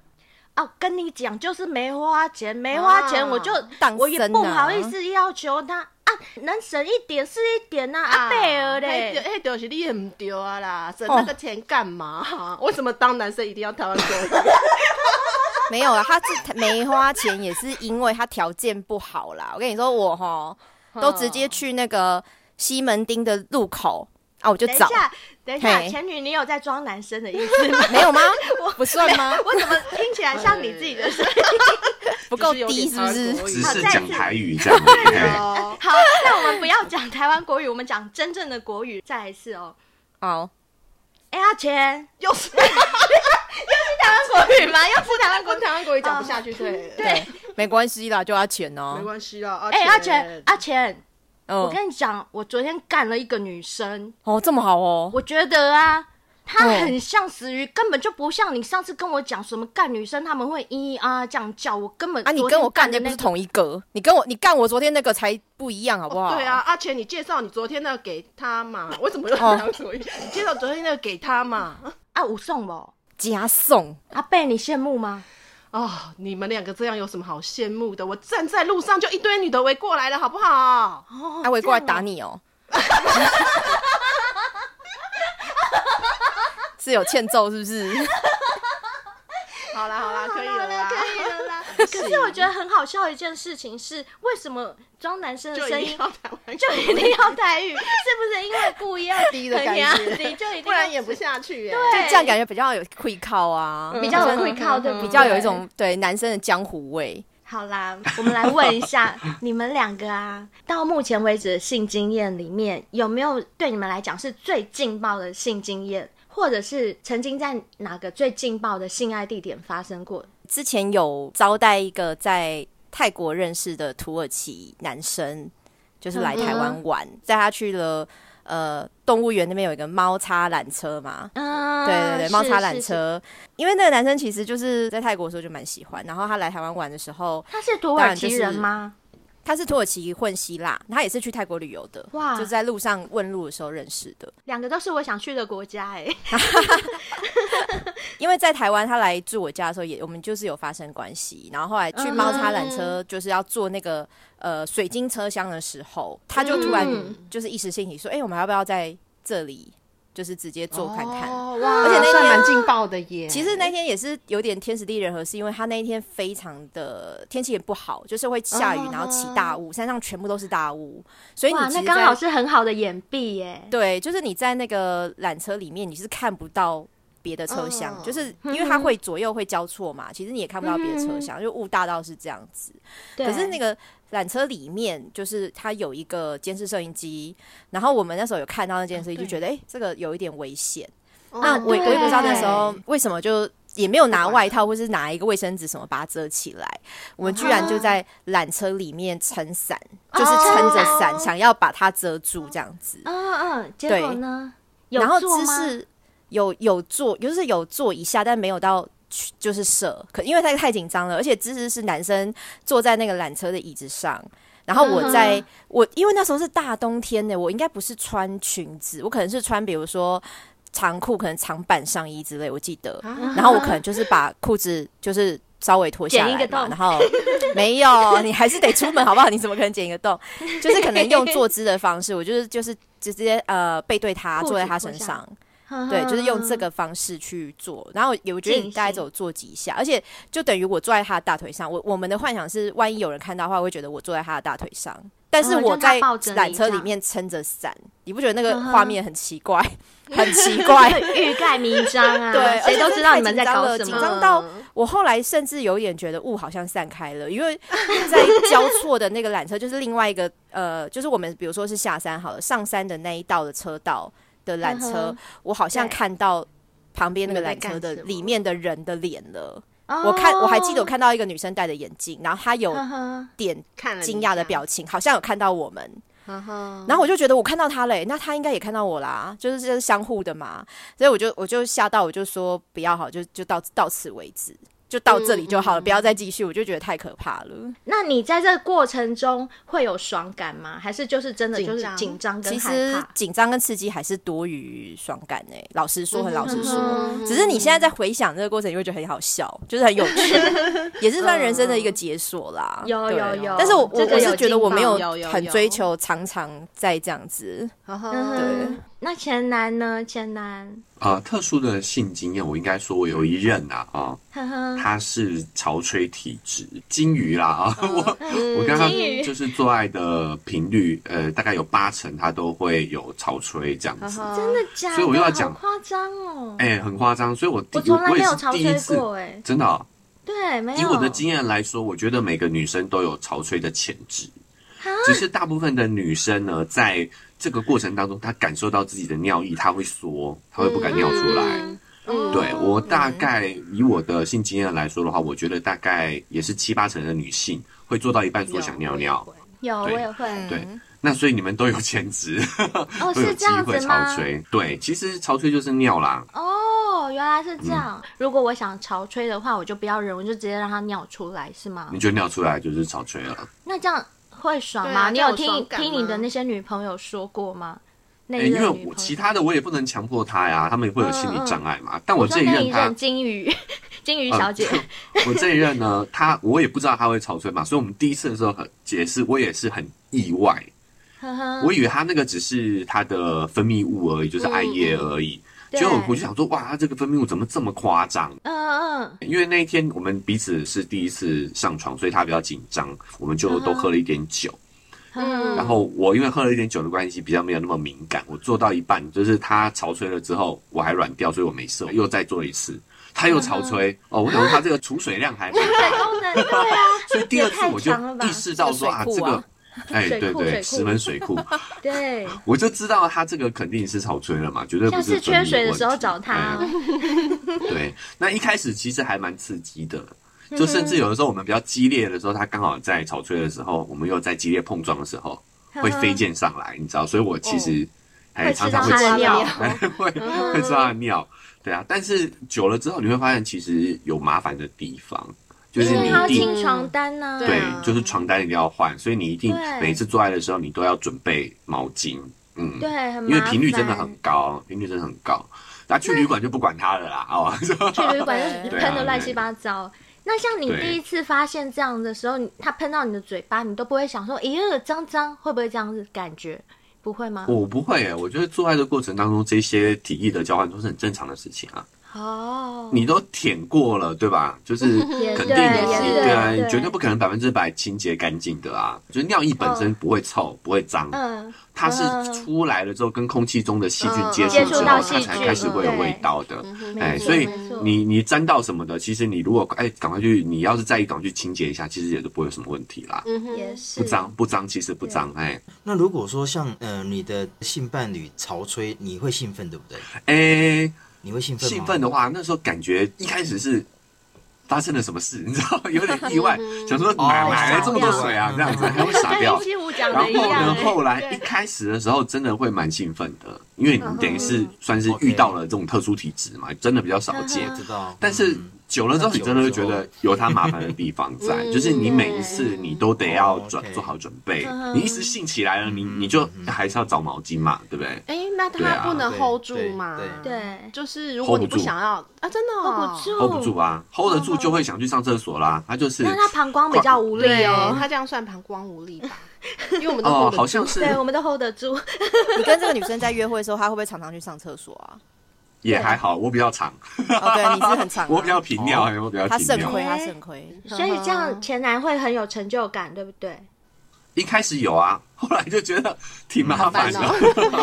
Speaker 3: 哦，跟你讲，就是没花钱，没花钱，
Speaker 2: 啊
Speaker 3: 我就
Speaker 5: 当
Speaker 3: 我也
Speaker 5: 生
Speaker 3: 不
Speaker 5: 啊
Speaker 3: 好意思要求他啊，能省一点是一点呐、
Speaker 2: 啊
Speaker 3: 阿贝
Speaker 2: 那
Speaker 3: 尔嘞，哦
Speaker 2: 那就是你也唔丢啊啦，省那个钱干嘛？ 为什么当男生一定要台湾国 语？
Speaker 5: 没有啊，他是没花钱，也是因为他条件不好啦。我跟你说，我哈都直接去那个西门町的路口啊，我就
Speaker 3: 等一
Speaker 5: 找，
Speaker 3: 下，等一下，
Speaker 5: 嘿
Speaker 3: 前女你有在装男生的意思吗？
Speaker 5: 没有吗？不算吗？
Speaker 3: 我怎么听起来像你自己的声音？
Speaker 5: 不够低是不是？
Speaker 6: 只
Speaker 3: 好
Speaker 6: 是
Speaker 3: 再
Speaker 6: 讲
Speaker 3: 次
Speaker 6: 台语这样哎而已。嘿
Speaker 2: 哦，
Speaker 3: 好，那我们不要讲台湾国语，我们讲真正的国语。再来一次哦，
Speaker 5: 好，
Speaker 3: 哎、阿钱，
Speaker 2: 又是
Speaker 3: 台湾国语吗？要
Speaker 2: 不台湾国台湾国语讲不下去，对
Speaker 3: 对
Speaker 5: 对，没关系啦，就要钱哦
Speaker 2: 没。关系啦。
Speaker 3: 哎、阿
Speaker 2: 阿
Speaker 3: 钱，阿钱，我
Speaker 5: 嗯，
Speaker 3: 跟你讲，我昨天干了一个女生，
Speaker 5: 哦，这么好哦。
Speaker 3: 我觉得啊，她
Speaker 5: 哦
Speaker 3: 很像死鱼，根本就不像你上次跟我讲什么干女生，他们会咿咿啊啊这样叫，我根本
Speaker 5: 啊，你
Speaker 3: 昨天
Speaker 5: 跟我干的不
Speaker 3: 那
Speaker 5: 是
Speaker 3: 个
Speaker 5: 同一个，你跟我你干我昨天那个才不一样，好不好？
Speaker 2: 对啊，，阿钱，你介绍你昨天那个给他嘛？ 为什么又是台湾国语？ 你介绍昨天那个给他嘛？
Speaker 3: 啊，我送不？
Speaker 5: 加送
Speaker 3: 阿贝，你羡慕吗？
Speaker 2: 哦，你们两个这样有什么好羡慕的？我站在路上就一堆女的围过来了，好不好？
Speaker 3: 哦，
Speaker 5: 还围过来
Speaker 3: 这样
Speaker 5: 打
Speaker 3: 哦。
Speaker 5: 你哦。 是有欠揍是不是？
Speaker 2: 好啦好啦，啊可以
Speaker 3: 好
Speaker 2: 了
Speaker 3: 了，
Speaker 2: 啦。
Speaker 3: 可以了啦。 可是我觉得很好笑的一件事情是，为什么装男生 的
Speaker 2: 就
Speaker 3: 声
Speaker 2: 一
Speaker 3: 音
Speaker 2: 定要台湾
Speaker 3: 就一定要台语？是不是因为故意要
Speaker 2: 低的
Speaker 3: 很
Speaker 2: 感
Speaker 3: 压
Speaker 2: 觉
Speaker 3: 低就一定
Speaker 2: 不然
Speaker 3: 要
Speaker 2: 演不下去耶、
Speaker 3: 对
Speaker 5: 这样感觉比较有会靠啊，
Speaker 3: 比较有会靠，嗯对不嗯对？
Speaker 5: 比较有一种对男生的江湖味。
Speaker 3: 好啦，我们来问一下你们两个啊，到目前为止的性经验里面，有没有对你们来讲是最劲爆的性经验，或者是曾经在哪个最劲爆的性爱地点发生过？
Speaker 5: 之前有招待一个在泰国认识的土耳其男生，就是来台湾玩，带他去了呃动物园那边有一个猫叉缆车嘛，
Speaker 3: 啊，
Speaker 5: 对对对，猫
Speaker 3: 是
Speaker 5: 叉缆，车。因为那个男生其实就是在泰国的时候就蛮喜欢，然后他来台湾玩的时候，
Speaker 3: 是是他是土耳其人吗？
Speaker 5: 他是土耳其混希腊，他也是去泰国旅游的，
Speaker 3: 哇
Speaker 5: 就在路上问路的时候认识的。
Speaker 3: 两个都是我想去的国家哎、
Speaker 5: 因为在台湾他来住我家的时候也，我们就是有发生关系，然后后来去
Speaker 3: 嗯
Speaker 5: 猫叉缆车就是要坐那个呃水晶车厢的时候，他就突然
Speaker 2: 嗯
Speaker 5: 就是一时兴起说，哎、我们要不要在这里就是直接坐看看？
Speaker 2: 哦
Speaker 5: 而且那天
Speaker 2: 算蛮劲爆的耶。
Speaker 5: 其
Speaker 3: 嗯
Speaker 5: 实那天也是有点天时地利人和，是因为他那一天非常的天气也不好，就是
Speaker 3: 啊
Speaker 5: 会下雨，然后起大雾，山上全部都是大雾，所以 你
Speaker 3: 哇，
Speaker 5: 其
Speaker 3: 那
Speaker 5: 实
Speaker 3: 刚
Speaker 5: 在
Speaker 3: 好是很好的掩蔽欸耶、
Speaker 5: 对，就是你在那个缆车里面，你是看不到别的车厢，
Speaker 2: 嗯
Speaker 5: 就是因为它会左右会交错嘛，其实你也看不到别的车厢，就雾大到是这样子。
Speaker 3: 嗯对，
Speaker 5: 可是那个缆车里面，就是它有一个监视摄影机，然后我们那时候有看到那件
Speaker 3: 哦
Speaker 5: 事情，就觉得哎、诶这个有一点危险。
Speaker 2: 哦
Speaker 3: 啊
Speaker 5: 那啊我我也不知道那时候为什么就也没有拿外套或是拿一个卫生纸什么把它遮起来，
Speaker 3: 哦
Speaker 5: 我们居然就在缆车里面撑伞，
Speaker 3: 啊
Speaker 5: 就是撑着伞想要把它遮住这样子。
Speaker 3: 嗯嗯，结果呢？有
Speaker 5: 然后
Speaker 3: 做
Speaker 5: 姿
Speaker 3: 吗
Speaker 5: 势有有做，就是有做一下，但没有到去就是射，可因为太太紧张了，而且姿势是男生坐在那个缆车的椅子上。然后我
Speaker 3: 嗯
Speaker 5: 在、我因为那时候是大冬天的，我应该不是穿裙子，我可能是穿比如说长裤，可能长版上衣之类，我记
Speaker 3: 啊
Speaker 5: 得。
Speaker 2: 啊
Speaker 5: 然后我可能就是把裤子就是稍微脱下
Speaker 3: 剪一
Speaker 5: 来
Speaker 3: 个
Speaker 5: 嘛，
Speaker 3: 洞
Speaker 5: 然后没有，你还是得出门好不好？你怎么可能剪一个 洞？就是可能用坐姿的方式，我就是就是直接呃背对他
Speaker 3: 裤子
Speaker 5: 坐在他
Speaker 3: 脱
Speaker 5: 身
Speaker 3: 下嗯
Speaker 5: 上，
Speaker 3: 呵呵
Speaker 5: 对，就是用这个方式去做。然后有我觉得
Speaker 3: 进
Speaker 5: 你大概只有做几下，而且就等于我坐在他的大腿上。我我们的幻想是，万一有人看到的话，会觉得我坐在他的大腿上，但是
Speaker 3: 嗯
Speaker 5: 我
Speaker 3: 就他
Speaker 5: 在
Speaker 3: 抱着你
Speaker 5: 缆车
Speaker 3: 这
Speaker 5: 里
Speaker 3: 样
Speaker 5: 面撑着伞，你不觉得那个
Speaker 3: 嗯哼
Speaker 5: 画面很奇怪， 很奇怪？
Speaker 3: 欲盖弥彰啊，
Speaker 5: 对
Speaker 3: 谁都知道你们在搞
Speaker 5: 而且
Speaker 3: 什
Speaker 5: 真
Speaker 3: 么
Speaker 5: 的太紧张了紧。张到
Speaker 2: 嗯
Speaker 5: 我后来甚至有点觉得雾好像散开了，因为 在交错的那个缆车，就是另外一个呃，就是我们比如说是下山好了，上山的那一道的车道的缆车，
Speaker 3: 嗯哼
Speaker 5: 我好像
Speaker 3: 对
Speaker 5: 看到旁边那个缆
Speaker 2: 你
Speaker 5: 车
Speaker 2: 们在
Speaker 5: 的
Speaker 2: 干什么
Speaker 5: 里面的人的脸了。我看我还记得我
Speaker 3: 哦嗯
Speaker 5: 看到一个女生戴着眼镜，然后她有
Speaker 2: 嗯
Speaker 3: 呵呵
Speaker 5: 点
Speaker 2: 看了你
Speaker 5: 惊讶的
Speaker 2: 一下
Speaker 5: 表情，好像有看到我们。
Speaker 2: 然后
Speaker 5: 然后我就觉得我看到他嘞、那他应该也看到我啦，就是这是相互的嘛，所以我就我就吓到，我就说不要好，就就到到此为止，就到这里就
Speaker 3: 嗯
Speaker 5: 好了，不要再继续，我就觉得太可怕了。
Speaker 3: 那你在这过程中会有爽感吗？还是就是真的就是紧
Speaker 2: 紧
Speaker 3: 张
Speaker 5: 其
Speaker 3: 跟害
Speaker 5: 实
Speaker 3: 怕？
Speaker 5: 紧张跟刺激还是多于爽感哎、老实说，很老实说。
Speaker 3: 嗯哼
Speaker 5: 只是你现在在回想这个过程，你会觉得很好笑，就是很有趣， 也是算人生的一个解锁啦。
Speaker 3: 嗯有
Speaker 5: 对啊
Speaker 3: 有有
Speaker 5: 但是我我
Speaker 3: 这个
Speaker 5: 我
Speaker 3: 有
Speaker 5: 是觉得我没
Speaker 2: 劲爆有有
Speaker 5: 很
Speaker 2: 有
Speaker 5: 追求常常在这样子，
Speaker 3: 嗯，那前男呢？前男，
Speaker 6: 啊、特殊的性经验，我应该说，我有一任啊啊、
Speaker 3: 呵呵，
Speaker 6: 他是潮吹体质金鱼啦啊，我我跟他
Speaker 3: 嗯金鱼
Speaker 6: 就是做爱的频率，呃，大概有八成他都会有潮吹这样子，
Speaker 3: 真的假
Speaker 6: 所以我
Speaker 3: 的？
Speaker 6: 又要
Speaker 3: 好
Speaker 6: 讲
Speaker 3: 夸张哦！
Speaker 6: 哎、很夸张，所以我第
Speaker 3: 我从来
Speaker 6: 我
Speaker 3: 没
Speaker 6: 也
Speaker 3: 有
Speaker 6: 是
Speaker 3: 潮
Speaker 6: 第一
Speaker 3: 吹
Speaker 6: 次，
Speaker 3: 过哎，
Speaker 6: 真的哦、
Speaker 3: 对，没
Speaker 6: 以
Speaker 3: 有。
Speaker 6: 我的经验来说，我觉得每个女生都有潮吹的潜质，
Speaker 3: 啊
Speaker 6: 只是大部分的女生呢，在这个过程当中，她感受到自己的尿意，她会缩，她会不敢尿出来。
Speaker 3: 嗯
Speaker 6: 对我大概以我的性经验来说的话，我觉得大概也是七八成的女性会做到一半说想尿尿。
Speaker 3: 嗯有，我
Speaker 6: 对
Speaker 3: 也会。
Speaker 6: 对，那所以你们都有潜质，
Speaker 3: 哦，
Speaker 6: 都有
Speaker 3: 是这
Speaker 6: 机
Speaker 3: 样
Speaker 6: 会
Speaker 3: 子
Speaker 6: 潮
Speaker 3: 吗？
Speaker 6: 吹。对，其实潮吹就是尿啦。
Speaker 3: 哦，原来
Speaker 6: 嗯
Speaker 3: 是这样。如果我想潮吹的话，我就不要忍，我就直接让它尿出来，是吗
Speaker 6: 你？就尿出来就是潮吹了。
Speaker 3: 那这样会爽
Speaker 2: 对
Speaker 3: 吗？
Speaker 2: 啊
Speaker 3: 你
Speaker 2: 这样
Speaker 3: 有
Speaker 2: 有
Speaker 3: 听
Speaker 2: 爽感
Speaker 3: 听你的
Speaker 2: 吗
Speaker 3: 那些女朋友说过吗？那一
Speaker 6: 诶哎因
Speaker 3: 任
Speaker 6: 为
Speaker 3: 女
Speaker 6: 我
Speaker 3: 朋
Speaker 6: 其
Speaker 3: 友嗯
Speaker 6: 他的我也不能强迫他呀，他们也会有心理障碍嘛。但我
Speaker 3: 说
Speaker 6: 这一
Speaker 3: 那
Speaker 6: 任
Speaker 3: 一
Speaker 6: 他
Speaker 3: 任，金鱼，金鱼
Speaker 6: 呃
Speaker 3: 小姐，
Speaker 6: 我这一任呢，他我也不知道他会潮吹嘛，所以我们第一次的时候很解释，我也是很意外。
Speaker 3: 呵呵
Speaker 6: 我以为他那个只是他的分泌物而已，就是艾叶而已。
Speaker 3: 对
Speaker 6: 结果我就想说，哇，他这个分泌物怎么这么夸张？
Speaker 3: 嗯嗯
Speaker 6: 因为那一天我们彼此是第一次上床，所以他比较紧张，我们就都喝了一点酒。
Speaker 3: 嗯，
Speaker 6: 然后我因为喝了一点酒的关系，比较没有那么敏感。我做到一半，就是他潮吹了之后，我还软掉，所以我没事，我又再做一次。他又潮吹哦，我想说他这个储水量还蛮大的，
Speaker 3: 功能对啊，
Speaker 6: 所以第二次
Speaker 3: 也太
Speaker 6: 我就
Speaker 3: 长了吧
Speaker 6: 意识到说啊，
Speaker 5: 这个水库啊
Speaker 6: 这个，哎，
Speaker 3: 水
Speaker 6: 对
Speaker 3: 库水
Speaker 6: 对，
Speaker 3: 库
Speaker 6: 石门水库，
Speaker 3: 对，
Speaker 6: 我就知道他这个肯定是潮吹了嘛，绝对不
Speaker 3: 下次
Speaker 6: 是
Speaker 3: 缺
Speaker 6: 分泌
Speaker 3: 水的
Speaker 6: 问
Speaker 3: 时候
Speaker 6: 题
Speaker 3: 找他
Speaker 6: 哎。对，那一开始其实还蛮刺激的，
Speaker 3: 嗯
Speaker 6: 就甚至有的时候我们比较激烈的时候，他刚好在潮吹的时候，我们又在激烈碰撞的时候，会飞溅上来，你知道，所以我其实
Speaker 3: 嗯哦会
Speaker 6: 还哎常
Speaker 3: 吃
Speaker 6: 常
Speaker 3: 到他
Speaker 6: 会
Speaker 3: 的
Speaker 6: 吃到
Speaker 3: 尿，嗯
Speaker 6: 会会吃到他的尿，对啊。但是久了之后，你会发现其实有麻烦的地方，就是
Speaker 3: 因
Speaker 6: 你
Speaker 3: 为他要
Speaker 6: 一定
Speaker 3: 清床单呢，
Speaker 2: 对
Speaker 6: 对
Speaker 2: 啊，
Speaker 6: 就是床单一定要换，所以你一定
Speaker 3: 对
Speaker 6: 每一次做爱的时候，你都要准备毛巾，嗯，
Speaker 3: 对，很麻
Speaker 6: 因为
Speaker 3: 烦。
Speaker 6: 频率真的很高，频率真的很高。那去旅馆就不管它了啦，哦，
Speaker 3: 去旅馆就是
Speaker 6: 对啊
Speaker 3: 喷的乱七八糟。那像你
Speaker 6: 对
Speaker 3: 第一次发现这样的时候，你它喷到你的嘴巴，你都不会想说，咦，呃脏脏，会不会这样子感觉？不会吗？
Speaker 6: 我不会耶，我觉得做爱的过程当中，这些体液的交换都是很正常的事情啊。
Speaker 3: 哦，
Speaker 6: 你都舔过了，对吧？ 就是
Speaker 3: 也
Speaker 6: 肯
Speaker 3: 对
Speaker 6: 定的
Speaker 3: 也
Speaker 6: 是，
Speaker 3: 对
Speaker 6: 对啊，
Speaker 3: 对
Speaker 6: 你绝对不可能百分之百清洁干净的啊。就是尿液本身不会臭，不会脏，
Speaker 3: 嗯，
Speaker 6: 它是
Speaker 3: 嗯
Speaker 6: 出来了之后跟空气中的细菌
Speaker 2: 嗯
Speaker 6: 接
Speaker 2: 接
Speaker 6: 触
Speaker 2: 触
Speaker 6: 之后，
Speaker 2: 到
Speaker 6: 它
Speaker 3: 细
Speaker 6: 才
Speaker 3: 菌
Speaker 6: 开始会有
Speaker 3: 嗯
Speaker 6: 味道的。哎，
Speaker 3: 没错
Speaker 6: 所以
Speaker 3: 没错
Speaker 6: 你你沾到什么的，其实你如果哎赶快去，你要是在意，赶快去清洁一下，其实也就不会有什么问题啦。
Speaker 3: 也嗯是啊
Speaker 6: 不脏不脏，其实不脏，哎
Speaker 4: 那如果说像呃你的性伴侣潮吹，你会兴奋对不对？
Speaker 6: 哎，
Speaker 4: 你会兴奋吗？
Speaker 6: 兴奋的话，那时候感觉一开始是发生了什么事，你知道， 有点意外，
Speaker 3: 嗯
Speaker 6: 想说哪哪来这么多水啊，这样子还会傻掉
Speaker 3: 跟一。七五讲
Speaker 6: 然
Speaker 3: 的
Speaker 6: 后
Speaker 3: 一样
Speaker 6: 呢，
Speaker 3: 欸，
Speaker 6: 后来一开始的时候真的会蛮兴奋的，因为你等于
Speaker 3: 嗯
Speaker 6: 是算是遇到了这种特殊体质嘛，真的比较少见。
Speaker 4: 知道，
Speaker 6: 啊但是
Speaker 4: 嗯
Speaker 6: 久了之后，你真的会觉得有它麻烦的地方 在，就是你每一次你都得要准
Speaker 4: 哦，OK
Speaker 6: 做好准备
Speaker 3: 嗯。
Speaker 6: 你一时兴起来了，你你就还是要找毛巾嘛，对不对？
Speaker 2: 哎，那
Speaker 6: 对
Speaker 2: 他
Speaker 6: 啊
Speaker 2: 不能
Speaker 4: 对
Speaker 2: hold 住
Speaker 4: 对
Speaker 2: 吗？
Speaker 4: 对
Speaker 2: 嗯
Speaker 3: 对
Speaker 2: 就是如果你不想要啊，真的
Speaker 3: hold
Speaker 2: 哦
Speaker 3: 不住
Speaker 6: hold 不住啊，hold 得住就会想去上厕所啦。他就是
Speaker 3: 那他膀胱比较无力
Speaker 2: 对哦，
Speaker 3: 哦。
Speaker 2: 他这样算膀胱无力 吧？因为我们都
Speaker 6: 哦，
Speaker 2: hold 得
Speaker 6: 好
Speaker 2: 住
Speaker 6: 像是
Speaker 3: 对，我们都 hold 得住。
Speaker 5: 你跟这个女生在约会的时候，她会不会常常去上厕所 啊？
Speaker 6: 也还好，我比较长，
Speaker 5: 哦，对，你是很常、啊，
Speaker 6: 我比较频尿，哎我比较
Speaker 5: 她
Speaker 6: 频
Speaker 5: 肾
Speaker 6: 尿。
Speaker 5: 亏，她肾亏。
Speaker 6: 嗯
Speaker 3: 所以这样前男会很有成就感，对不对？
Speaker 6: 一开始有啊，后来就觉得挺麻
Speaker 2: 烦
Speaker 6: 烦的。
Speaker 2: 哦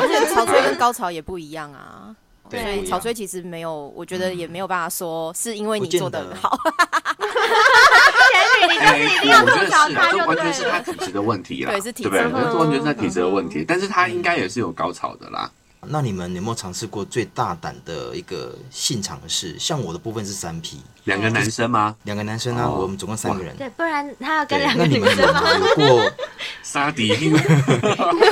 Speaker 5: 而且潮吹跟高潮也不一样啊。
Speaker 4: 对
Speaker 5: 所
Speaker 4: 不
Speaker 5: 以
Speaker 4: 一
Speaker 5: 潮
Speaker 4: 样
Speaker 5: 吹其实没有，我觉得也没有办法说是因为你
Speaker 4: 不见
Speaker 5: 做的
Speaker 4: 得
Speaker 5: 好，
Speaker 3: 前女
Speaker 6: 哎，
Speaker 3: 你就是一定要
Speaker 6: 我
Speaker 3: 吐
Speaker 6: 觉得
Speaker 3: 槽
Speaker 6: 是啊，
Speaker 3: 他
Speaker 6: 这
Speaker 3: 就
Speaker 6: 完
Speaker 3: 对
Speaker 6: 全是他
Speaker 3: 了。
Speaker 6: 体质的问题啦，嗯
Speaker 5: 对是体质
Speaker 6: 不对？
Speaker 5: 的
Speaker 6: 这完全是他体质的问题，但是他应该也是有高潮的啦。
Speaker 4: 那你们有没有尝试过最大胆的一个性尝试？像我的部分是三 P，
Speaker 6: 两
Speaker 3: 嗯
Speaker 6: 个男生吗？
Speaker 4: 两个男生啊，
Speaker 6: 哦
Speaker 4: 我们总共三个人。
Speaker 3: 对，不然他要跟
Speaker 4: 对
Speaker 3: 两，个
Speaker 4: 那你
Speaker 3: 女
Speaker 4: 们有
Speaker 3: 生吗？
Speaker 4: 有过
Speaker 6: 杀敌，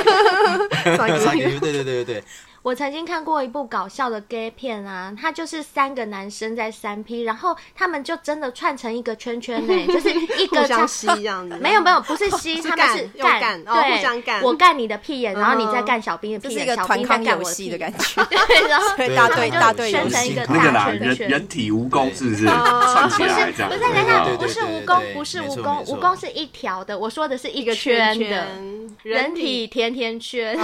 Speaker 4: 三 个？ 对对对对对，
Speaker 3: 我曾经看过一部搞笑的 gay 片啊，它就是三个男生在三 P，然后他们就真的串成一个圈圈呢、就是一
Speaker 2: 互
Speaker 3: 个
Speaker 2: 相
Speaker 3: 像
Speaker 2: 吸这样子，
Speaker 3: 没有没有，不是吸，
Speaker 2: 是
Speaker 3: 他们
Speaker 2: 干
Speaker 3: 是
Speaker 2: 用干哦
Speaker 3: 对，
Speaker 2: 互相干
Speaker 3: 我干你的屁眼，然后你再
Speaker 2: 嗯
Speaker 3: 干小兵的
Speaker 5: 这
Speaker 3: 屁
Speaker 5: 是一
Speaker 3: 眼，
Speaker 5: 个
Speaker 3: 小
Speaker 5: 团
Speaker 3: 兵再
Speaker 5: 康
Speaker 3: 干
Speaker 5: 游
Speaker 3: 我的
Speaker 5: 戏
Speaker 3: 屁
Speaker 5: 的
Speaker 3: 眼
Speaker 5: 感。觉，
Speaker 3: 对，然后
Speaker 5: 对
Speaker 4: 他
Speaker 5: 大
Speaker 4: 们
Speaker 5: 队
Speaker 4: 就
Speaker 5: 大队
Speaker 4: 生
Speaker 5: 游
Speaker 3: 成
Speaker 5: 戏
Speaker 3: 一个
Speaker 6: 那个啦，
Speaker 3: 大圈
Speaker 6: 人
Speaker 3: 圈
Speaker 6: 人体蜈蚣是不是
Speaker 2: 哦
Speaker 6: 串起
Speaker 3: 不
Speaker 6: 来
Speaker 3: 是
Speaker 6: 这样？
Speaker 3: 不是，
Speaker 6: 对
Speaker 3: 等一下，
Speaker 6: 对
Speaker 3: 不是蜈
Speaker 4: 对对对
Speaker 3: 蚣，
Speaker 4: 对
Speaker 3: 不是
Speaker 4: 没
Speaker 3: 蜈
Speaker 4: 错
Speaker 3: 蚣，
Speaker 4: 没错
Speaker 3: 蜈蚣是一条的，我说的是一
Speaker 2: 一个
Speaker 3: 圈的
Speaker 2: 圈，
Speaker 3: 人体甜甜圈。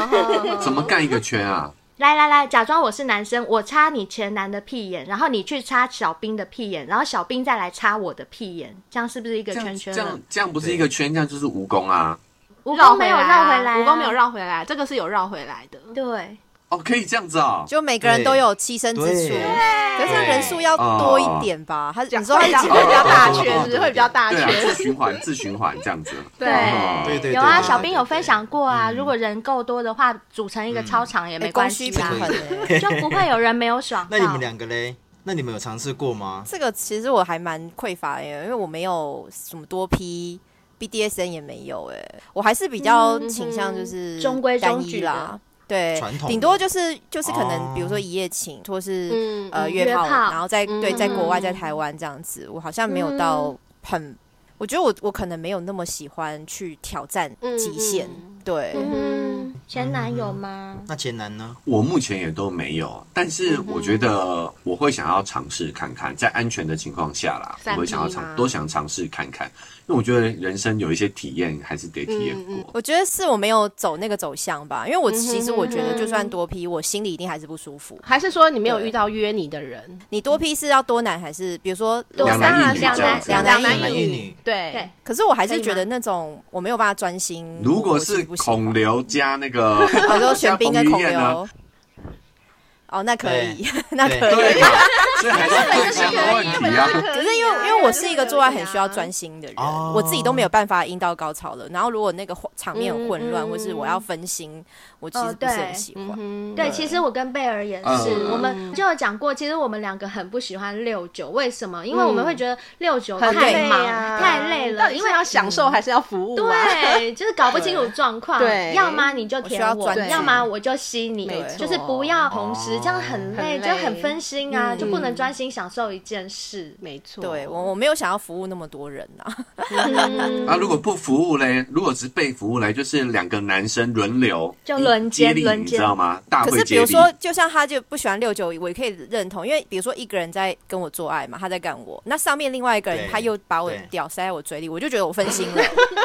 Speaker 6: 怎么干一个圈啊？
Speaker 3: 来来来，假装我是男生，我插你前男的屁眼，然后你去插小兵的屁眼，然后小兵再来插我的屁眼，这样是不是一个
Speaker 6: 这样
Speaker 3: 圈啊
Speaker 6: 这
Speaker 3: 圈了
Speaker 6: 样？这样不是一个圈，这样就是蜈蚣啊！
Speaker 3: 蜈
Speaker 2: 绕
Speaker 3: 蚣没有
Speaker 2: 啊
Speaker 3: 绕回来啊，
Speaker 2: 蜈蚣没有绕回来，这个是有绕回来的。
Speaker 3: 对，
Speaker 6: 哦，可以这样子哦。
Speaker 5: 就每个人都有栖身之处，
Speaker 4: 对
Speaker 5: 可是这样人数要多一点吧？他你说
Speaker 2: 会
Speaker 5: 他
Speaker 2: 比
Speaker 5: 一
Speaker 2: 较
Speaker 5: 起
Speaker 2: 会比较大
Speaker 6: 哦
Speaker 2: 圈，
Speaker 6: 哦
Speaker 2: 是不是会比较大
Speaker 6: 对啊，
Speaker 2: 圈
Speaker 6: 自。循环， 自循环这样子。
Speaker 2: 对
Speaker 6: 哦
Speaker 4: 对对
Speaker 3: 有啊，
Speaker 4: 对
Speaker 3: 小兵有
Speaker 4: 对对
Speaker 3: 分享过啊，如果人够多的话，组成一个操场也
Speaker 5: 哎
Speaker 3: 没
Speaker 5: 供
Speaker 3: 关
Speaker 5: 需
Speaker 3: 系
Speaker 5: 平
Speaker 3: 啊，
Speaker 5: 衡欸。
Speaker 3: 就不会有人没有爽到。
Speaker 4: 那你们两个嘞？那你们有尝试过吗？
Speaker 5: 这个其实我还蛮匮乏的，因为我没有什么多批 BDSN 也没有，哎，我还是比较倾向就是
Speaker 3: 嗯中规中
Speaker 5: 单一
Speaker 3: 矩的
Speaker 5: 啦。对
Speaker 4: 传，统的
Speaker 5: 顶多就是就是可能
Speaker 4: 哦
Speaker 5: 比如说一夜情，或是
Speaker 2: 嗯
Speaker 5: 呃
Speaker 3: 嗯
Speaker 5: 约
Speaker 3: 约
Speaker 5: 炮，
Speaker 3: 炮
Speaker 5: 然后在对在国外
Speaker 2: 嗯
Speaker 5: 在台湾这样子，我好像没有到
Speaker 3: 嗯
Speaker 5: 很，我觉得我我可能没有那么喜欢去挑战极限，对，
Speaker 3: 嗯，前男友吗？
Speaker 4: 那前男呢？
Speaker 6: 我目前也都没有，但是我觉得我会想要尝试看看，在安全的情况下啦，我
Speaker 2: 三 P
Speaker 6: 会想要尝
Speaker 2: 吗
Speaker 6: 多想尝试看看，因为我觉得人生有一些体验还是得体验
Speaker 2: 嗯
Speaker 6: 过。
Speaker 5: 我觉得是我没有走那个走向吧，因为我其实我觉得
Speaker 3: 嗯
Speaker 5: 就算多批，我心里一定还是不舒服。
Speaker 2: 还是说你没有遇到约你的人？
Speaker 5: 你多批是要多男还是比如说
Speaker 3: 多
Speaker 6: 两
Speaker 3: 当
Speaker 6: 男一
Speaker 3: 然两
Speaker 6: 女这样
Speaker 3: 男
Speaker 6: 子
Speaker 5: 两
Speaker 2: 男
Speaker 4: 男
Speaker 2: 一
Speaker 4: 一
Speaker 2: 女
Speaker 4: 女，
Speaker 2: 对
Speaker 3: 对，
Speaker 5: 可是我还是
Speaker 2: 可以
Speaker 5: 觉得
Speaker 2: 吗
Speaker 5: 那种我没有办法专心。
Speaker 6: 如果
Speaker 5: 我
Speaker 6: 是
Speaker 5: 是不喜欢，
Speaker 6: 孔，刘加那个
Speaker 5: 我就玄
Speaker 6: 加
Speaker 5: 彬
Speaker 6: 彭
Speaker 5: 跟
Speaker 6: 于
Speaker 5: 孔
Speaker 6: 晏啊，
Speaker 5: 刘。哦，那可以， 那可以。
Speaker 6: 对嘛？所以还是对象的问题啊。
Speaker 5: 可是因为因为我是一个做爱很需要专心的人，
Speaker 2: 啊
Speaker 4: 哦
Speaker 5: 我自己都没有办法阴道高潮了。然后如果那个画场面很混乱，
Speaker 2: 嗯嗯
Speaker 5: 或是我要分心，我其
Speaker 3: 哦
Speaker 5: 实不是
Speaker 3: 对
Speaker 5: 很喜欢。
Speaker 2: 嗯
Speaker 3: 对，其实我跟贝尔也是，
Speaker 6: 嗯
Speaker 3: 我们就有讲过，其实我们两个很不喜欢六九，为什么？因为我们会觉得六九太
Speaker 2: 很累
Speaker 3: 忙、
Speaker 2: 啊，
Speaker 3: 太累
Speaker 2: 到
Speaker 3: 了，
Speaker 2: 底
Speaker 3: 因
Speaker 2: 是
Speaker 3: 为
Speaker 2: 要享受还是要服务啊？
Speaker 3: 对，就是搞不清楚状况。
Speaker 2: 对
Speaker 3: 要么你就舔我，
Speaker 5: 我需要专
Speaker 2: 注
Speaker 3: 要么我就吸你
Speaker 2: 没，错
Speaker 3: 就是不要同时，
Speaker 4: 哦
Speaker 3: 这样很累，
Speaker 2: 很累
Speaker 3: 就很分心啊，
Speaker 2: 嗯
Speaker 3: 就不能专心享受一件事。
Speaker 2: 没错，
Speaker 5: 对我，我没有想要服务那么多人啊呐、
Speaker 3: 嗯
Speaker 6: 啊，如果不服务嘞，如果只是被服务嘞，就是两个男生轮流
Speaker 3: 就轮
Speaker 6: 接
Speaker 3: 奸
Speaker 6: 力，
Speaker 3: 轮
Speaker 6: 你
Speaker 3: 奸
Speaker 6: 知道吗？大
Speaker 5: 可
Speaker 6: 会
Speaker 5: 是比
Speaker 6: 接
Speaker 5: 如
Speaker 6: 力。
Speaker 5: 说，就像他就不喜欢六九，我也可以认同，因为比如说一个人在跟我做爱嘛，他在干我，那上面另外一个人
Speaker 4: 对
Speaker 5: 他又把我的
Speaker 4: 对
Speaker 5: 屌塞在我嘴里，我就觉得我分心了，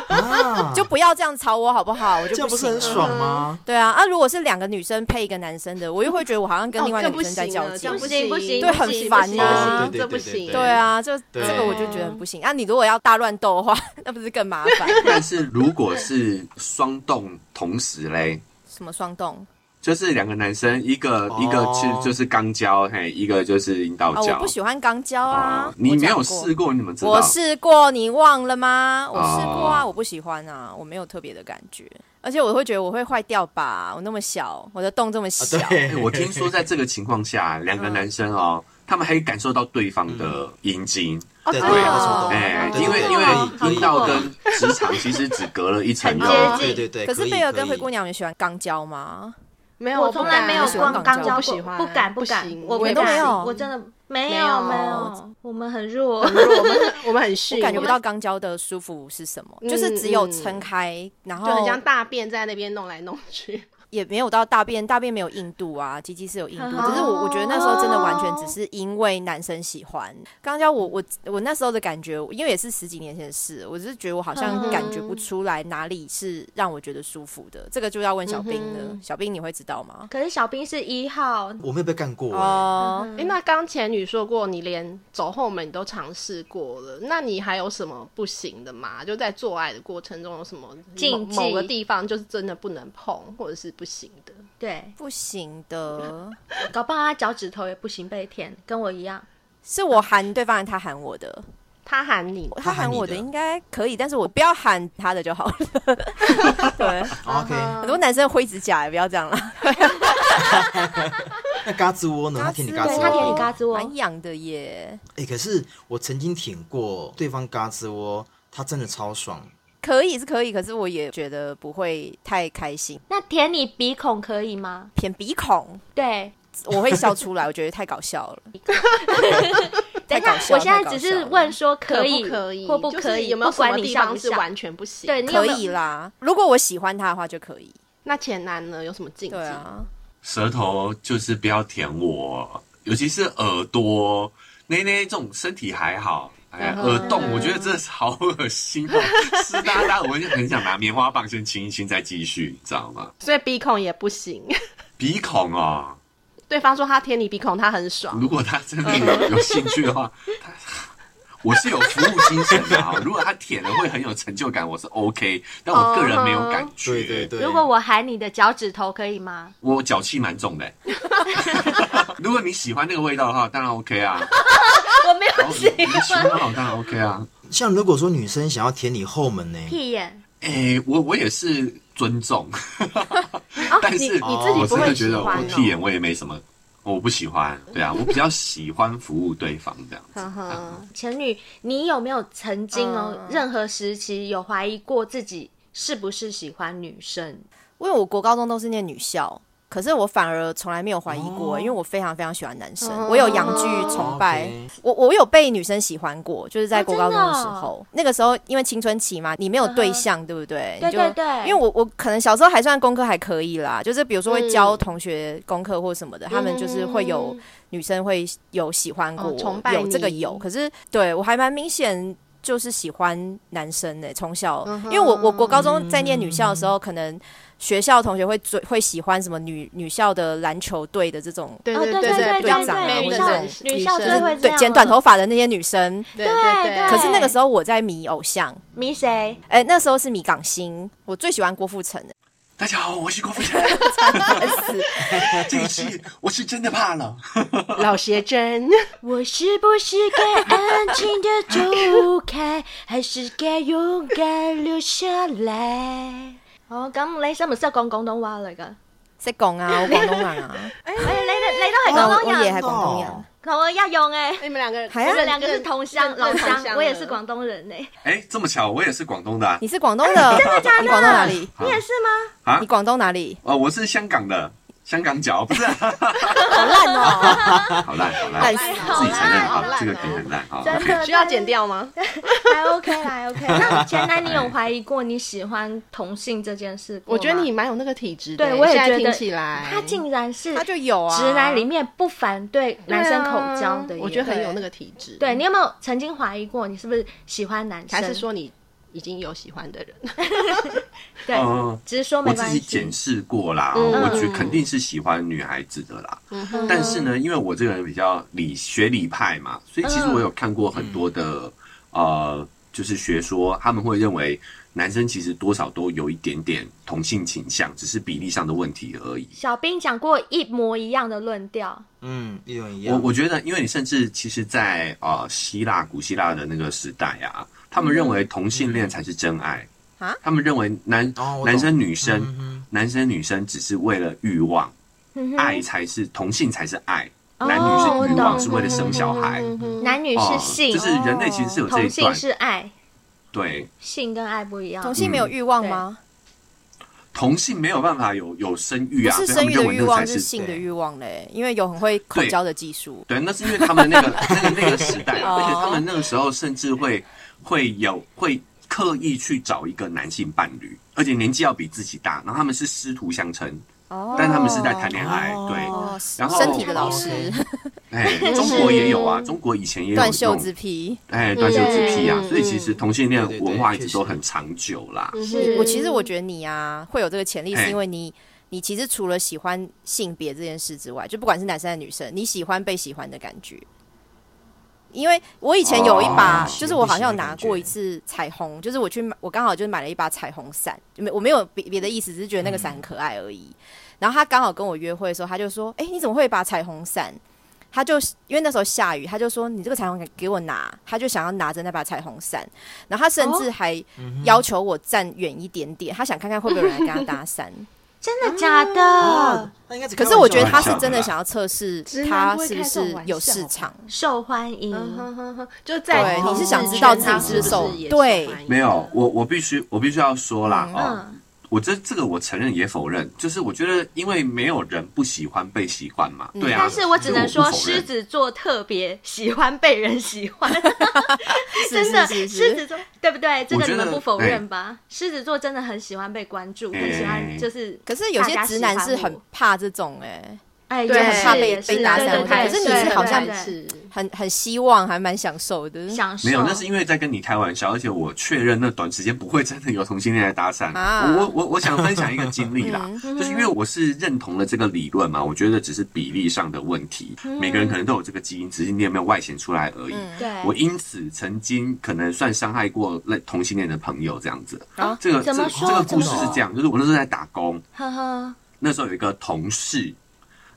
Speaker 4: 啊，
Speaker 5: 就不要这样吵我好不好？我
Speaker 4: 这
Speaker 5: 就
Speaker 4: 样不是
Speaker 5: 行
Speaker 4: 很
Speaker 5: 了。
Speaker 4: 爽吗？
Speaker 5: 对啊，啊，如果是两个女生配一个男生的，我又会觉得我好像跟
Speaker 2: 哦
Speaker 5: 另外一
Speaker 2: 这
Speaker 5: 个女
Speaker 2: 不
Speaker 5: 生在
Speaker 2: 行
Speaker 5: 较
Speaker 2: 了这
Speaker 5: 劲
Speaker 2: 样。不
Speaker 3: 行
Speaker 2: 行，
Speaker 3: 不行
Speaker 5: 对很烦啊
Speaker 2: 呐，这不
Speaker 4: 对对对
Speaker 2: 行，
Speaker 4: 对
Speaker 5: 对啊，就这
Speaker 4: 对
Speaker 5: 个我就觉得很不行啊！你如果要大乱斗的话，那不是更麻烦？
Speaker 6: 但是如果是双动同时嘞，
Speaker 5: 什么双动
Speaker 6: 就是两个男生，一个、
Speaker 4: 哦
Speaker 6: 一个是就是肛交，嘿，一个就是阴道
Speaker 5: 啊？
Speaker 6: 交。
Speaker 5: 我不喜欢肛交啊
Speaker 6: 哦！你
Speaker 5: 我
Speaker 6: 没
Speaker 5: 讲
Speaker 6: 有
Speaker 5: 过
Speaker 6: 试过，你们知道？
Speaker 5: 我试过，你忘了吗？我试过啊，
Speaker 6: 哦
Speaker 5: 我不喜欢啊，我没有特别的感觉，而且我会觉得我会坏掉吧，我那么小，我的洞这么小，
Speaker 6: 哎
Speaker 4: 啊对，
Speaker 6: 我听说在这个情况下，两
Speaker 5: 嗯
Speaker 6: 个男生哦，他们还可以感受到对方的阴茎，
Speaker 2: 哦，
Speaker 4: 对
Speaker 2: 真
Speaker 4: 对
Speaker 2: 的
Speaker 4: 对
Speaker 2: 哦，
Speaker 6: 哎、
Speaker 4: 对
Speaker 6: 因为
Speaker 4: 对
Speaker 6: 因
Speaker 4: 可
Speaker 6: 为
Speaker 4: 以
Speaker 6: 阴道
Speaker 4: 可以
Speaker 6: 跟直肠其实只隔了一层哦肉，
Speaker 3: 很接
Speaker 4: 对
Speaker 3: 近
Speaker 4: 对对，
Speaker 5: 可是
Speaker 4: 以
Speaker 5: 贝尔跟
Speaker 4: 以
Speaker 5: 灰姑娘，你喜欢肛交吗？
Speaker 2: 嗯没有，
Speaker 3: 我从来没有
Speaker 5: 喜
Speaker 3: 光
Speaker 2: 光
Speaker 5: 欢肛
Speaker 3: 刚
Speaker 2: 不
Speaker 3: 交
Speaker 5: 交
Speaker 3: 过，
Speaker 2: 喜欢，
Speaker 3: 不敢不敢
Speaker 2: 行，
Speaker 3: 我
Speaker 5: 们
Speaker 3: 没
Speaker 2: 也
Speaker 5: 都
Speaker 2: 不
Speaker 5: 没
Speaker 2: 行
Speaker 5: 有
Speaker 3: 我真的没
Speaker 2: 没有
Speaker 3: 有没有，我们很弱。
Speaker 2: 我们我们很
Speaker 5: 我
Speaker 2: 逊，
Speaker 5: 感觉不
Speaker 2: 我们嗯
Speaker 5: 到肛交的舒服是什么，就是只有撑开，然
Speaker 2: 就很
Speaker 5: 后
Speaker 2: 像大便在那边弄来弄去，
Speaker 5: 也没有到大便，大便没有硬度啊，鸡鸡是有硬度，
Speaker 3: 哦
Speaker 5: 只是我我觉得那时候真的完全只是因为男生喜欢肛交我，我我那时候的感觉，因为也是十几年前的事，我只是觉得我好像感觉不出来哪里是让我觉得舒服的，这个就要问小兵
Speaker 4: 嗯
Speaker 5: 了，小兵你会知道吗？
Speaker 3: 可是小兵是一号，
Speaker 4: 我没有被干过哎，
Speaker 5: 哦、
Speaker 3: 嗯
Speaker 2: 哎、那刚前女说过，你连走后门你都尝试过了，那你还有什么不行的吗？就在做爱的过程中有什么
Speaker 3: 禁忌
Speaker 2: 某某个地方就是真的不能碰，或者是不行的？
Speaker 3: 对，
Speaker 5: 不行的，
Speaker 3: 搞不好他脚趾头也不行被舔，跟我一样。
Speaker 5: 是我喊对方，还是他喊我的，
Speaker 2: 他喊你，
Speaker 5: 他
Speaker 4: 他
Speaker 5: 喊
Speaker 4: 喊你
Speaker 5: 我的
Speaker 4: 的
Speaker 5: 应该可以，但是我不要喊他的就好了。对，
Speaker 4: 哎 OK，
Speaker 5: 哦很多男生挥指甲，也不要这样啦。
Speaker 4: 那嘎吱哦窝呢？他舔你嘎吱窝，
Speaker 3: 对他舔你嘎吱窝
Speaker 5: 哦
Speaker 3: 哦
Speaker 5: 蛮痒的耶。
Speaker 4: 哎、可是我曾经舔过对方嘎吱窝，他真的超爽。
Speaker 5: 可以是可以，可是我也觉得不会太开心。
Speaker 3: 那舔你鼻孔可以吗？
Speaker 5: 舔鼻孔，
Speaker 3: 对，
Speaker 5: 我会笑出来，我觉得太搞笑 了。
Speaker 3: 等
Speaker 5: 太
Speaker 3: 一
Speaker 5: 搞
Speaker 3: 下，
Speaker 5: 笑
Speaker 3: 我现在
Speaker 5: 太搞
Speaker 3: 只
Speaker 5: 笑
Speaker 3: 是
Speaker 5: 了
Speaker 3: 问说
Speaker 2: 可
Speaker 3: 以
Speaker 2: 不可以
Speaker 3: 或不
Speaker 2: 就是
Speaker 3: 可以，
Speaker 2: 有没有
Speaker 3: 不
Speaker 2: 什么
Speaker 3: 管你
Speaker 2: 地
Speaker 3: 上
Speaker 2: 方
Speaker 3: 不
Speaker 2: 是
Speaker 3: 上
Speaker 2: 完全不行？
Speaker 3: 对，你有
Speaker 5: 可
Speaker 3: 没有
Speaker 5: 以啦，如果我喜欢他的话就可以。
Speaker 2: 那前男呢有什么禁忌？
Speaker 5: 对啊，
Speaker 6: 舌头就是不要舔我，尤其是耳朵、那那这种身体还好。哎呀，
Speaker 2: 嗯
Speaker 6: 耳洞我觉得真的是好恶心哦， 湿哒哒，我就很想拿棉花棒先清一清，再继续，你知道吗？
Speaker 2: 所以鼻孔也不行。
Speaker 6: 鼻孔哦，
Speaker 2: 对方说他舔你鼻孔，他很爽。
Speaker 3: 嗯
Speaker 6: 如果他真的有有兴趣的话，他我是有服务精神的啊。如果他舔了会很有成就感，我是 OK，但我个人没有感觉。
Speaker 4: 哦对对，对，
Speaker 3: 如果我喊你的脚趾头可 以吗？
Speaker 6: 我脚气蛮重的欸、如果你喜欢那个味道的话，当然 OK 啊。
Speaker 3: 我没有
Speaker 6: 然后你你喜欢好，当然 OK 啊。
Speaker 4: 像如果说女生想要舔你后门呢、
Speaker 3: 屁眼，
Speaker 6: 哎、我我也是尊重，
Speaker 2: 哦，
Speaker 6: 但
Speaker 2: 你
Speaker 6: 是
Speaker 2: 你自己
Speaker 6: 我
Speaker 2: 不
Speaker 6: 真
Speaker 2: 会
Speaker 6: 的
Speaker 2: 喜
Speaker 6: 觉得我
Speaker 2: 欢哦。
Speaker 6: 屁眼我也没什么，我不喜欢。对 啊，我比较喜欢服务对方这样子。
Speaker 2: 呵呵，
Speaker 3: 前女，你有没有曾经哦，
Speaker 5: 嗯
Speaker 3: 任何时期有怀疑过自己是不是喜欢女生？
Speaker 5: 因为我国高中都是念女校，可是我反而从来没有怀疑
Speaker 3: 哦
Speaker 5: 过，因为我非常非常喜欢男生，我有洋剧崇拜。
Speaker 4: 哦 OK
Speaker 5: 我我有被女生喜欢过，就是在国高中的时
Speaker 3: 哦真的
Speaker 5: 候，那个时候因为青春期嘛，你没有对象，对不对？
Speaker 3: 对
Speaker 5: 你就
Speaker 3: 对对
Speaker 5: 因为我我可能小时候还算功课还可以啦，就是比如说会
Speaker 2: 嗯
Speaker 5: 教同学功课或什么的，他们就是会有女生会有喜欢过我，
Speaker 2: 哦崇拜
Speaker 5: 有这个
Speaker 2: 你
Speaker 5: 有，可是对我还蛮明显。就是喜欢男生呢、从小，
Speaker 2: 嗯
Speaker 5: 因为我我国高中在念女校的时候，可能学校同学会追会喜欢什么女女校的篮球队的这种，
Speaker 2: 对
Speaker 3: 哦，
Speaker 2: 对
Speaker 3: 对
Speaker 5: 对
Speaker 3: 对
Speaker 5: 对
Speaker 3: 对
Speaker 5: 长
Speaker 3: 对，
Speaker 5: 辈
Speaker 3: 女
Speaker 5: 们
Speaker 3: 校
Speaker 5: 那种
Speaker 3: 女校
Speaker 2: 女
Speaker 3: 最
Speaker 2: 生
Speaker 3: 会这
Speaker 5: 对
Speaker 3: 样
Speaker 5: 剪
Speaker 3: 了
Speaker 5: 短头发的那些女生。
Speaker 2: 啊对
Speaker 3: 对
Speaker 2: 对
Speaker 5: 可是那
Speaker 3: 对
Speaker 5: 个时候我在迷偶像，
Speaker 3: 迷谁？
Speaker 5: 哎、那时候是迷港星，我最喜欢郭富城，欸
Speaker 6: 大家好，我是郭富城，
Speaker 5: 烦死
Speaker 6: 这一次我是真的怕了。
Speaker 2: 老邪真，
Speaker 3: 我是不是该安静的走开，还是该勇敢留 下来？哦，咁你識唔識講廣東話嚟㗎？
Speaker 5: 識講啊，我廣東人啊，
Speaker 3: 誒、
Speaker 2: 哦
Speaker 3: 你你都係廣
Speaker 5: 我我
Speaker 3: 東
Speaker 5: 爺
Speaker 3: 人，
Speaker 5: 係廣東人，
Speaker 3: 同我一哎樣誒、
Speaker 2: 你们两个
Speaker 5: 还
Speaker 3: 我
Speaker 5: 要
Speaker 3: 們兩個是同鄉老鄉，我也是。
Speaker 2: 認
Speaker 3: 廣東 人誒、
Speaker 6: 哎、这么巧，我也是广东的啊
Speaker 5: 你是廣東的，你廣東哪裡？
Speaker 3: 你也是嗎？
Speaker 6: 啊
Speaker 5: 你廣東哪裡？
Speaker 6: 哦，我是香港的，香港脚不是、 啊
Speaker 5: 好爛哦，
Speaker 6: 好烂，好烂
Speaker 5: 烂，死了！
Speaker 6: 自己承认好
Speaker 2: 好烂哦
Speaker 6: 了，这个可以很烂好
Speaker 3: 真
Speaker 6: OK
Speaker 3: 的
Speaker 2: 真需要剪掉吗？
Speaker 3: 还 OK 啦，OK。那前男你有怀疑過你喜歡同性这件事過
Speaker 2: 我
Speaker 3: 嗎？
Speaker 2: 觉得你蛮有那个体质的，欸
Speaker 3: 对我也
Speaker 2: 现在
Speaker 3: 觉得
Speaker 2: 听起来
Speaker 3: 他竟然是
Speaker 5: 他就有啊，
Speaker 3: 直男里面不反对男生口交的
Speaker 2: 对
Speaker 3: 耶、
Speaker 2: 啊啊我觉得很
Speaker 5: 对
Speaker 2: 有那个体质。
Speaker 3: 对你有没有曾经怀疑过你是不是喜欢男生？
Speaker 2: 还是说你已经有喜欢的人？
Speaker 3: 对，
Speaker 6: 嗯
Speaker 3: 只是说
Speaker 6: 我
Speaker 3: 没
Speaker 6: 自
Speaker 3: 关
Speaker 6: 己
Speaker 3: 系
Speaker 6: 检。视过啦，
Speaker 2: 嗯
Speaker 6: 我觉得肯定是喜欢女孩子的啦。但是呢，因为我这个人比较理学理派嘛，所以其实我有看过很多的、呃，就是学说，他们会认为男生其实多少都有一点点同性倾向，只是比例上的问题而已。
Speaker 3: 小兵讲过一模一样的论调，
Speaker 4: 嗯，一种一
Speaker 6: 我
Speaker 4: 样。
Speaker 6: 我觉得，因为你甚至其实在，呃希腊古希腊的那个时代啊，他们认为同性恋才是真爱
Speaker 5: 啊
Speaker 6: 他们认为男、
Speaker 4: 哦我懂
Speaker 6: 男生女生、
Speaker 4: 嗯哼
Speaker 6: 男生女生只是为了欲望，
Speaker 3: 嗯哼
Speaker 6: 爱才是同性才是爱，
Speaker 3: 哦
Speaker 6: 男女
Speaker 3: 我
Speaker 6: 是欲
Speaker 3: 懂
Speaker 6: 望是为了生小
Speaker 5: 嗯
Speaker 6: 孩。
Speaker 2: 嗯
Speaker 3: 男女
Speaker 6: 哦
Speaker 3: 是性，
Speaker 6: 就是人类其实是有这
Speaker 3: 同
Speaker 6: 一
Speaker 3: 性
Speaker 6: 段，
Speaker 3: 是爱，
Speaker 6: 对
Speaker 3: 性跟爱不一样
Speaker 5: 同。性没有欲望吗？
Speaker 6: 嗯同性没有办法有有生育
Speaker 5: 不
Speaker 6: 啊，
Speaker 5: 是
Speaker 6: 所以
Speaker 5: 生
Speaker 6: 他们
Speaker 5: 育的
Speaker 6: 认为
Speaker 5: 欲
Speaker 6: 那
Speaker 5: 望，
Speaker 6: 才
Speaker 5: 是
Speaker 6: 是
Speaker 5: 性的欲望嘞，因为有很会口交的技术。
Speaker 6: 对，那是因为他们那个 那个那个时代，
Speaker 5: 哦
Speaker 6: 而且他们那个时候甚至会会有会刻意去找一个男性伴侣，而且年纪要比自己大，然后他们是师徒相称，
Speaker 5: 哦
Speaker 6: 但他们是在谈恋爱，
Speaker 4: 哦
Speaker 6: 对，
Speaker 5: 哦，
Speaker 6: 然后
Speaker 5: 身体的老师，
Speaker 6: 哎，中国也有啊，中国以前也有
Speaker 5: 断
Speaker 6: 这
Speaker 5: 袖
Speaker 6: 种
Speaker 5: 之癖。
Speaker 6: 哎，断袖之癖啊
Speaker 2: 嗯，
Speaker 6: 所以其实同性恋
Speaker 4: 对对对
Speaker 6: 文化一
Speaker 4: 确
Speaker 6: 直
Speaker 4: 实
Speaker 6: 都很长久啦。
Speaker 3: 是
Speaker 5: 我其实我觉得你啊会有这个潜力，
Speaker 6: 哎
Speaker 5: 是因为你你其实除了喜欢性别这件事之外，就不管是男生还是女生，你喜欢被喜欢的感觉。因为我以前有一把，
Speaker 4: 哦
Speaker 5: 就是我好像有拿过一次彩虹，就是我去买，我刚好就是买了一把彩虹伞，没我没有别别的意思，只是觉得那个伞很可爱而已。然后他刚好跟我约会的时候，他就说：“哎、你怎么会有一把彩虹伞？”他就因为那时候下雨，他就说：“你这个彩虹给给我拿。”他就想要拿着那把彩虹伞，然后他甚至还要求我站远一点点，他想看看会不会有人来跟他搭讪。
Speaker 3: 真的假的？
Speaker 4: 啊，那应该
Speaker 5: 可是我觉得
Speaker 4: 他
Speaker 5: 他是真的想要测试
Speaker 2: 直男
Speaker 5: 他
Speaker 2: 会
Speaker 5: 是
Speaker 2: 开
Speaker 5: 不
Speaker 2: 这种
Speaker 5: 是
Speaker 2: 玩
Speaker 5: 有
Speaker 2: 笑
Speaker 5: 市
Speaker 2: 吧
Speaker 5: 场，
Speaker 3: 受欢迎，
Speaker 2: 嗯哼哼哼，就在
Speaker 5: 对
Speaker 3: 哦
Speaker 5: 你
Speaker 2: 同
Speaker 5: 是想
Speaker 2: 志
Speaker 5: 知道
Speaker 2: 圈
Speaker 5: 自己
Speaker 2: 他不
Speaker 5: 是不
Speaker 2: 是
Speaker 5: 是受
Speaker 2: 也
Speaker 5: 对
Speaker 2: 受欢迎
Speaker 6: 没有，我我必须我必须要说啦哦，
Speaker 3: 嗯，
Speaker 6: 我这这个我承认也否认，就是我觉得因为没有人不喜欢被喜欢嘛，对
Speaker 3: 嗯
Speaker 6: 啊。
Speaker 3: 但是我只能
Speaker 6: 所
Speaker 3: 说
Speaker 6: 以我不否认
Speaker 3: 狮子座特别喜欢被人喜欢，真的，
Speaker 5: 是是
Speaker 3: 狮
Speaker 5: 是
Speaker 3: 子座对不对？这
Speaker 6: 我
Speaker 3: 个
Speaker 6: 觉
Speaker 3: 你
Speaker 6: 得
Speaker 3: 们不否认吧？狮子座真的很喜欢被关注，很喜欢
Speaker 6: 哎
Speaker 3: 就是大
Speaker 5: 可
Speaker 3: 家喜欢我，
Speaker 5: 是有些直男是很怕这种哎，
Speaker 3: 哎，
Speaker 2: 对
Speaker 3: 也
Speaker 2: 很
Speaker 3: 是
Speaker 2: 怕
Speaker 5: 被
Speaker 3: 也是
Speaker 5: 被搭
Speaker 3: 对
Speaker 5: 讪
Speaker 3: 对
Speaker 5: 可
Speaker 3: 对
Speaker 5: 是你
Speaker 3: 对
Speaker 5: 是好像
Speaker 3: 对对
Speaker 2: 是
Speaker 5: 很很希望，还蛮享受的
Speaker 3: 对享受，
Speaker 6: 没有，那是因为在跟你开玩笑，而且我确认那短时间不会真的有同性恋来搭讪。
Speaker 5: 啊
Speaker 6: 我我我我想分享一个经历啦，
Speaker 3: 嗯
Speaker 6: 就是因为我是认同了这个理论嘛，我觉得只是比例上的问题，
Speaker 3: 嗯
Speaker 6: 每个人可能都有这个基因，只是你有没有外显出来而已。
Speaker 3: 对
Speaker 6: 我因此曾经可能算伤害过类同性恋的朋友这样子。
Speaker 5: 啊
Speaker 6: 这个这
Speaker 3: 哦怎么
Speaker 6: 个
Speaker 3: 说
Speaker 6: 这个故事
Speaker 3: 怎么
Speaker 6: 是
Speaker 3: 说
Speaker 6: 这样，就是我那时候在打工，
Speaker 3: 呵呵，
Speaker 6: 那时候有一个同事，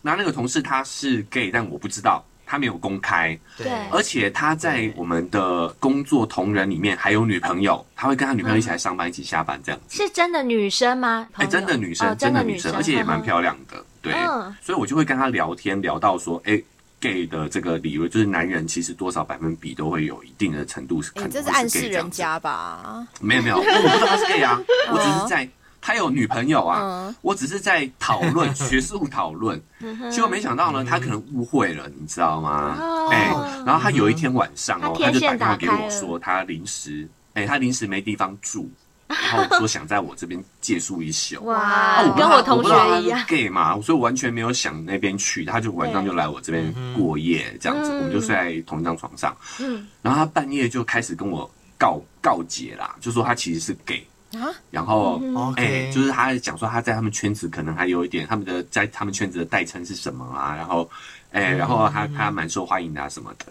Speaker 6: 那那个同事他是 gay，但我不知道，他没有公开。
Speaker 3: 对
Speaker 6: 而且他在我们的工作同仁里面还有女朋友，他会跟他女朋友一起来上班，一起下班这样子。
Speaker 3: 是真的女生吗？
Speaker 6: 哎、
Speaker 3: 朋友
Speaker 6: 真的女生，
Speaker 3: 哦
Speaker 6: 真
Speaker 3: 的
Speaker 6: 女生，而且也蛮
Speaker 3: 亮。
Speaker 6: 漂亮的。对，
Speaker 3: 嗯
Speaker 6: 所以我就会跟他聊天，聊到说，哎、gay 的这个理论就是男人其实多少百分比都会有一定的程度是可
Speaker 5: 哎，
Speaker 6: 能
Speaker 5: 这是
Speaker 6: 会
Speaker 5: 暗
Speaker 6: gay
Speaker 5: 示
Speaker 6: 这样
Speaker 5: 人
Speaker 6: 子
Speaker 5: 家吧？
Speaker 6: 没有没有，因为我不知道他是 gay 啊，我只是在他有女朋友啊
Speaker 5: 嗯，
Speaker 6: 我只是在讨论学术讨论，结果没想到呢，他可能误会了，你知道吗
Speaker 3: 嗯哦？
Speaker 6: 哎，然后他有一天晚上哦，
Speaker 3: 他
Speaker 6: 他
Speaker 3: 天
Speaker 6: 就打
Speaker 3: 线
Speaker 6: 电话给
Speaker 3: 打开
Speaker 6: 我
Speaker 3: 了
Speaker 6: 说他临时，哎，他临时没地方住，然后说想在我这边借宿一宿。
Speaker 3: 哇
Speaker 6: 啊我不知
Speaker 3: 跟
Speaker 6: 道
Speaker 3: 我同
Speaker 6: 不知道他
Speaker 3: 学一
Speaker 6: 是
Speaker 3: 样，
Speaker 6: ，gay 嘛，所以我完全没有想那边去，他就晚上就来我这边过夜，这样子，
Speaker 3: 嗯
Speaker 6: 我们就睡在同一张床上。
Speaker 3: 嗯，
Speaker 6: 然后他半夜就开始跟我告告解啦，就说他其实是 gay
Speaker 5: 啊，
Speaker 6: 然后
Speaker 3: 嗯
Speaker 6: 哎、
Speaker 4: OK，
Speaker 6: 就是他讲说他在他们圈子可能还有一点他们的在他们圈子的代称是什么啊，然后哎、然后他他蛮受欢迎的、啊、什么的，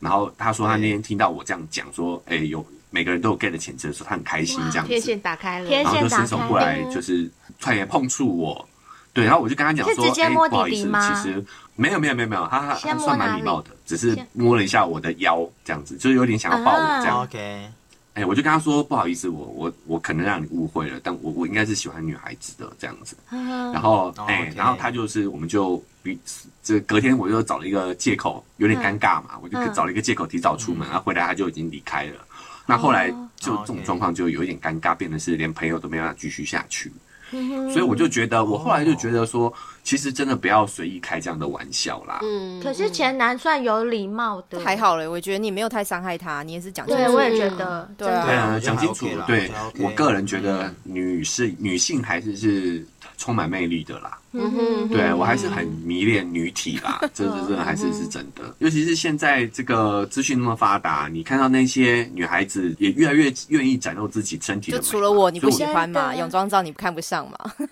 Speaker 6: 然后他说他那天听到我这样讲说，哎、有每个人都有 gay 的潜质的时候，他很开心这样
Speaker 2: 天
Speaker 6: 子，
Speaker 2: 线打开了，
Speaker 3: 天
Speaker 6: 然后
Speaker 3: 线
Speaker 6: 就
Speaker 3: 打
Speaker 6: 伸手过来
Speaker 3: 开嗯
Speaker 6: 就是差点碰触我。对，然后我就跟他讲说，
Speaker 3: 是直接
Speaker 6: 哎、
Speaker 3: 摸
Speaker 6: 不好意
Speaker 3: 弟弟
Speaker 6: 思，
Speaker 3: 吗
Speaker 6: 其实没有没有没有没有，他他
Speaker 3: 先
Speaker 6: 他
Speaker 3: 摸
Speaker 6: 算
Speaker 3: 哪
Speaker 6: 蛮礼
Speaker 3: 里
Speaker 6: 貌的，只是
Speaker 3: 先
Speaker 6: 摸了一下我的腰这样子，就是有点想要抱我这样。
Speaker 3: 啊
Speaker 4: OK，
Speaker 6: 哎、我就跟他说不好意思，我我我可能让你误会了，但我我应该是喜欢女孩子的这样子。
Speaker 3: 嗯
Speaker 6: 然后
Speaker 4: 哦
Speaker 6: 哎、
Speaker 4: OK
Speaker 6: 然后他就是我们就比这隔天我就找了一个借口，有点尴尬嘛，我就
Speaker 3: 嗯
Speaker 6: 找了一个借口提早出门，
Speaker 4: 嗯
Speaker 6: 然后回来他就已经离开了。那后来就
Speaker 4: 哦
Speaker 6: 这种
Speaker 4: OK
Speaker 6: 状况就有一点尴尬，变得是连朋友都没办法继续下去。
Speaker 3: 嗯
Speaker 6: 所以我就觉得，我后来
Speaker 4: 哦
Speaker 6: 就觉得说，其实真的不要随意开这样的玩笑啦。
Speaker 2: 嗯，
Speaker 3: 可是前男算有礼貌的，
Speaker 5: 还。好嘞，我觉得你没有太伤害他，你也是讲清
Speaker 3: 对，
Speaker 5: 楚
Speaker 3: 我也觉得，
Speaker 5: 对
Speaker 3: 真的
Speaker 5: 啊
Speaker 6: 对
Speaker 4: 哎我
Speaker 6: 啊，
Speaker 4: 觉得
Speaker 6: 讲
Speaker 4: 还
Speaker 6: 清楚
Speaker 4: OK 啦。我
Speaker 6: 对
Speaker 4: 觉得 OK 嗯
Speaker 6: 我个人觉得女是女性还是是充满魅力的啦。
Speaker 2: 嗯哼，
Speaker 6: 对我还是很迷恋女体啦，这这这还是是真的。尤其是现在这个资讯那么发达，你看到那些女孩子也越来越愿意展露自己身体的
Speaker 5: 就
Speaker 6: 美嘛。
Speaker 5: 除了我，你不
Speaker 6: 所
Speaker 5: 喜
Speaker 6: 以我
Speaker 5: 欢嘛？
Speaker 3: 真的
Speaker 5: 泳装照你看 不上嘛？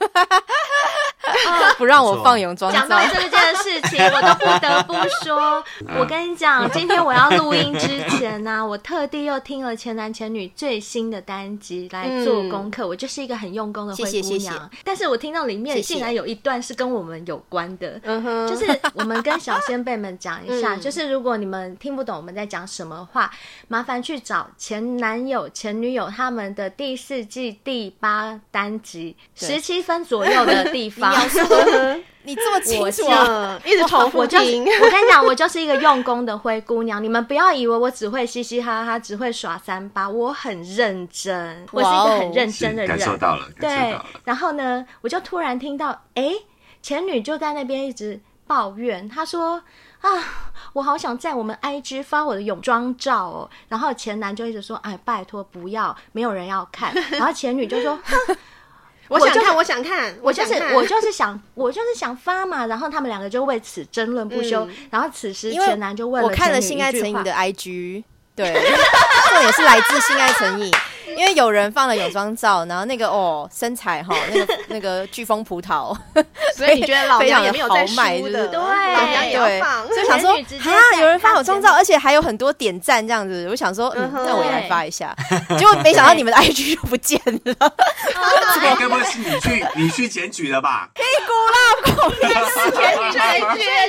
Speaker 5: 不让我放泳装
Speaker 3: 讲
Speaker 5: 照
Speaker 3: 到，这件事情，我都不得不说，
Speaker 5: 嗯
Speaker 3: 我跟你讲，今天我要录音之前呢、我特地又听了前男前女最新的单集来做功课，我就是一个很用功的灰姑娘。
Speaker 5: 嗯谢谢谢谢
Speaker 3: 但是我听到里面
Speaker 5: 谢谢
Speaker 3: 竟然有一段是跟我们有关的。
Speaker 2: 嗯哼，
Speaker 3: 就是我们跟小先辈们讲一下，
Speaker 2: 嗯
Speaker 3: 就是如果你们听不懂我们在讲什么话，麻烦去找前男友、前女友他们的第四季第八单集，
Speaker 5: 对
Speaker 3: 十七分左右的地 方。
Speaker 5: 你这么清楚啊？
Speaker 2: 嗯，一直重复
Speaker 3: 哦我就是，
Speaker 2: 听，
Speaker 3: 我跟你讲，我就是一个用功的灰姑娘。你们不要以为我只会嘻嘻哈哈，只会耍三八，我很认真，我是一个很认
Speaker 6: 哦是
Speaker 3: 真的人
Speaker 6: 感。受到了，感受
Speaker 3: 对
Speaker 6: 到了。，
Speaker 3: 然后呢，我就突然听到，哎，前女就在那边一直抱怨，她说啊，我好想在我们 IG 发我的泳装照哦。然后前男就一直说，哎，拜托不要，没有人要看。然后前女就说， 哼
Speaker 2: 我想
Speaker 3: 我就是
Speaker 2: 看，我想看，
Speaker 3: 我就
Speaker 2: 想
Speaker 3: 是
Speaker 2: 看
Speaker 3: 我就是想我就是想发嘛，然后他们两个就为此争论不休。
Speaker 2: 嗯
Speaker 3: 然后此时
Speaker 5: 因为
Speaker 3: 前男就问
Speaker 5: 我看了
Speaker 3: 了
Speaker 5: 性爱成瘾
Speaker 3: 瘾
Speaker 5: 的 IG，对， 这也是来自性爱成瘾，因为有人放了泳装照，然后那个哦身材哈，那个那个飓风葡萄，
Speaker 2: 所以你觉得老
Speaker 5: 非
Speaker 2: 娘
Speaker 5: 常
Speaker 2: 也
Speaker 5: 的
Speaker 2: 没有在
Speaker 5: 豪迈
Speaker 2: 输
Speaker 5: 就
Speaker 2: 的，
Speaker 5: 是
Speaker 2: 老娘也要
Speaker 5: 对
Speaker 2: 放，，
Speaker 5: 所以想说
Speaker 3: 男女之间在
Speaker 5: 啊，有人发
Speaker 3: 看
Speaker 5: 泳装照，而且还有很多点赞这样子，我想说，嗯，
Speaker 2: 哼
Speaker 5: 那我也来发一 下，结果没想到你们的 IG 就不见 了，
Speaker 6: 这个该不会是你去你去检举的吧？
Speaker 2: 全女全女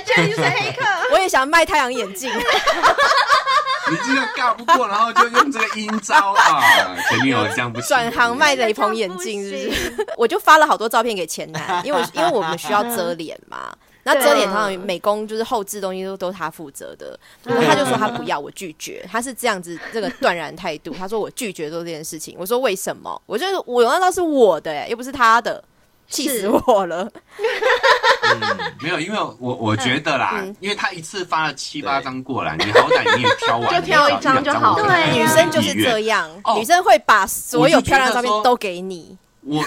Speaker 2: 全女是黑客，
Speaker 5: 我也想卖太阳眼镜，
Speaker 6: 你这个尬不过，然后就用这个阴招啊！前女友这样不行，
Speaker 5: 转行卖雷朋眼镜是不是？我就发了好多照片给前 男，因为我因为我们需要遮脸 嘛。那遮脸通常美工就是后置东西都都他负责的，然后他就说他不要，我拒绝，他是这样子这个断然态度，他说我拒绝做这件事情，我说为什么？我就是我那张是我的、欸，又不是他的，气死我了！
Speaker 6: 没有，因为我我
Speaker 5: 嗯
Speaker 6: 觉得啦，因为他一次发了七八张过来，你好歹你也挑完，
Speaker 2: 就挑一张就好
Speaker 6: 了。
Speaker 3: 对啊
Speaker 5: 女生就是这样，
Speaker 6: 哦
Speaker 5: 女生会把所有漂亮的照片都给你，
Speaker 6: 我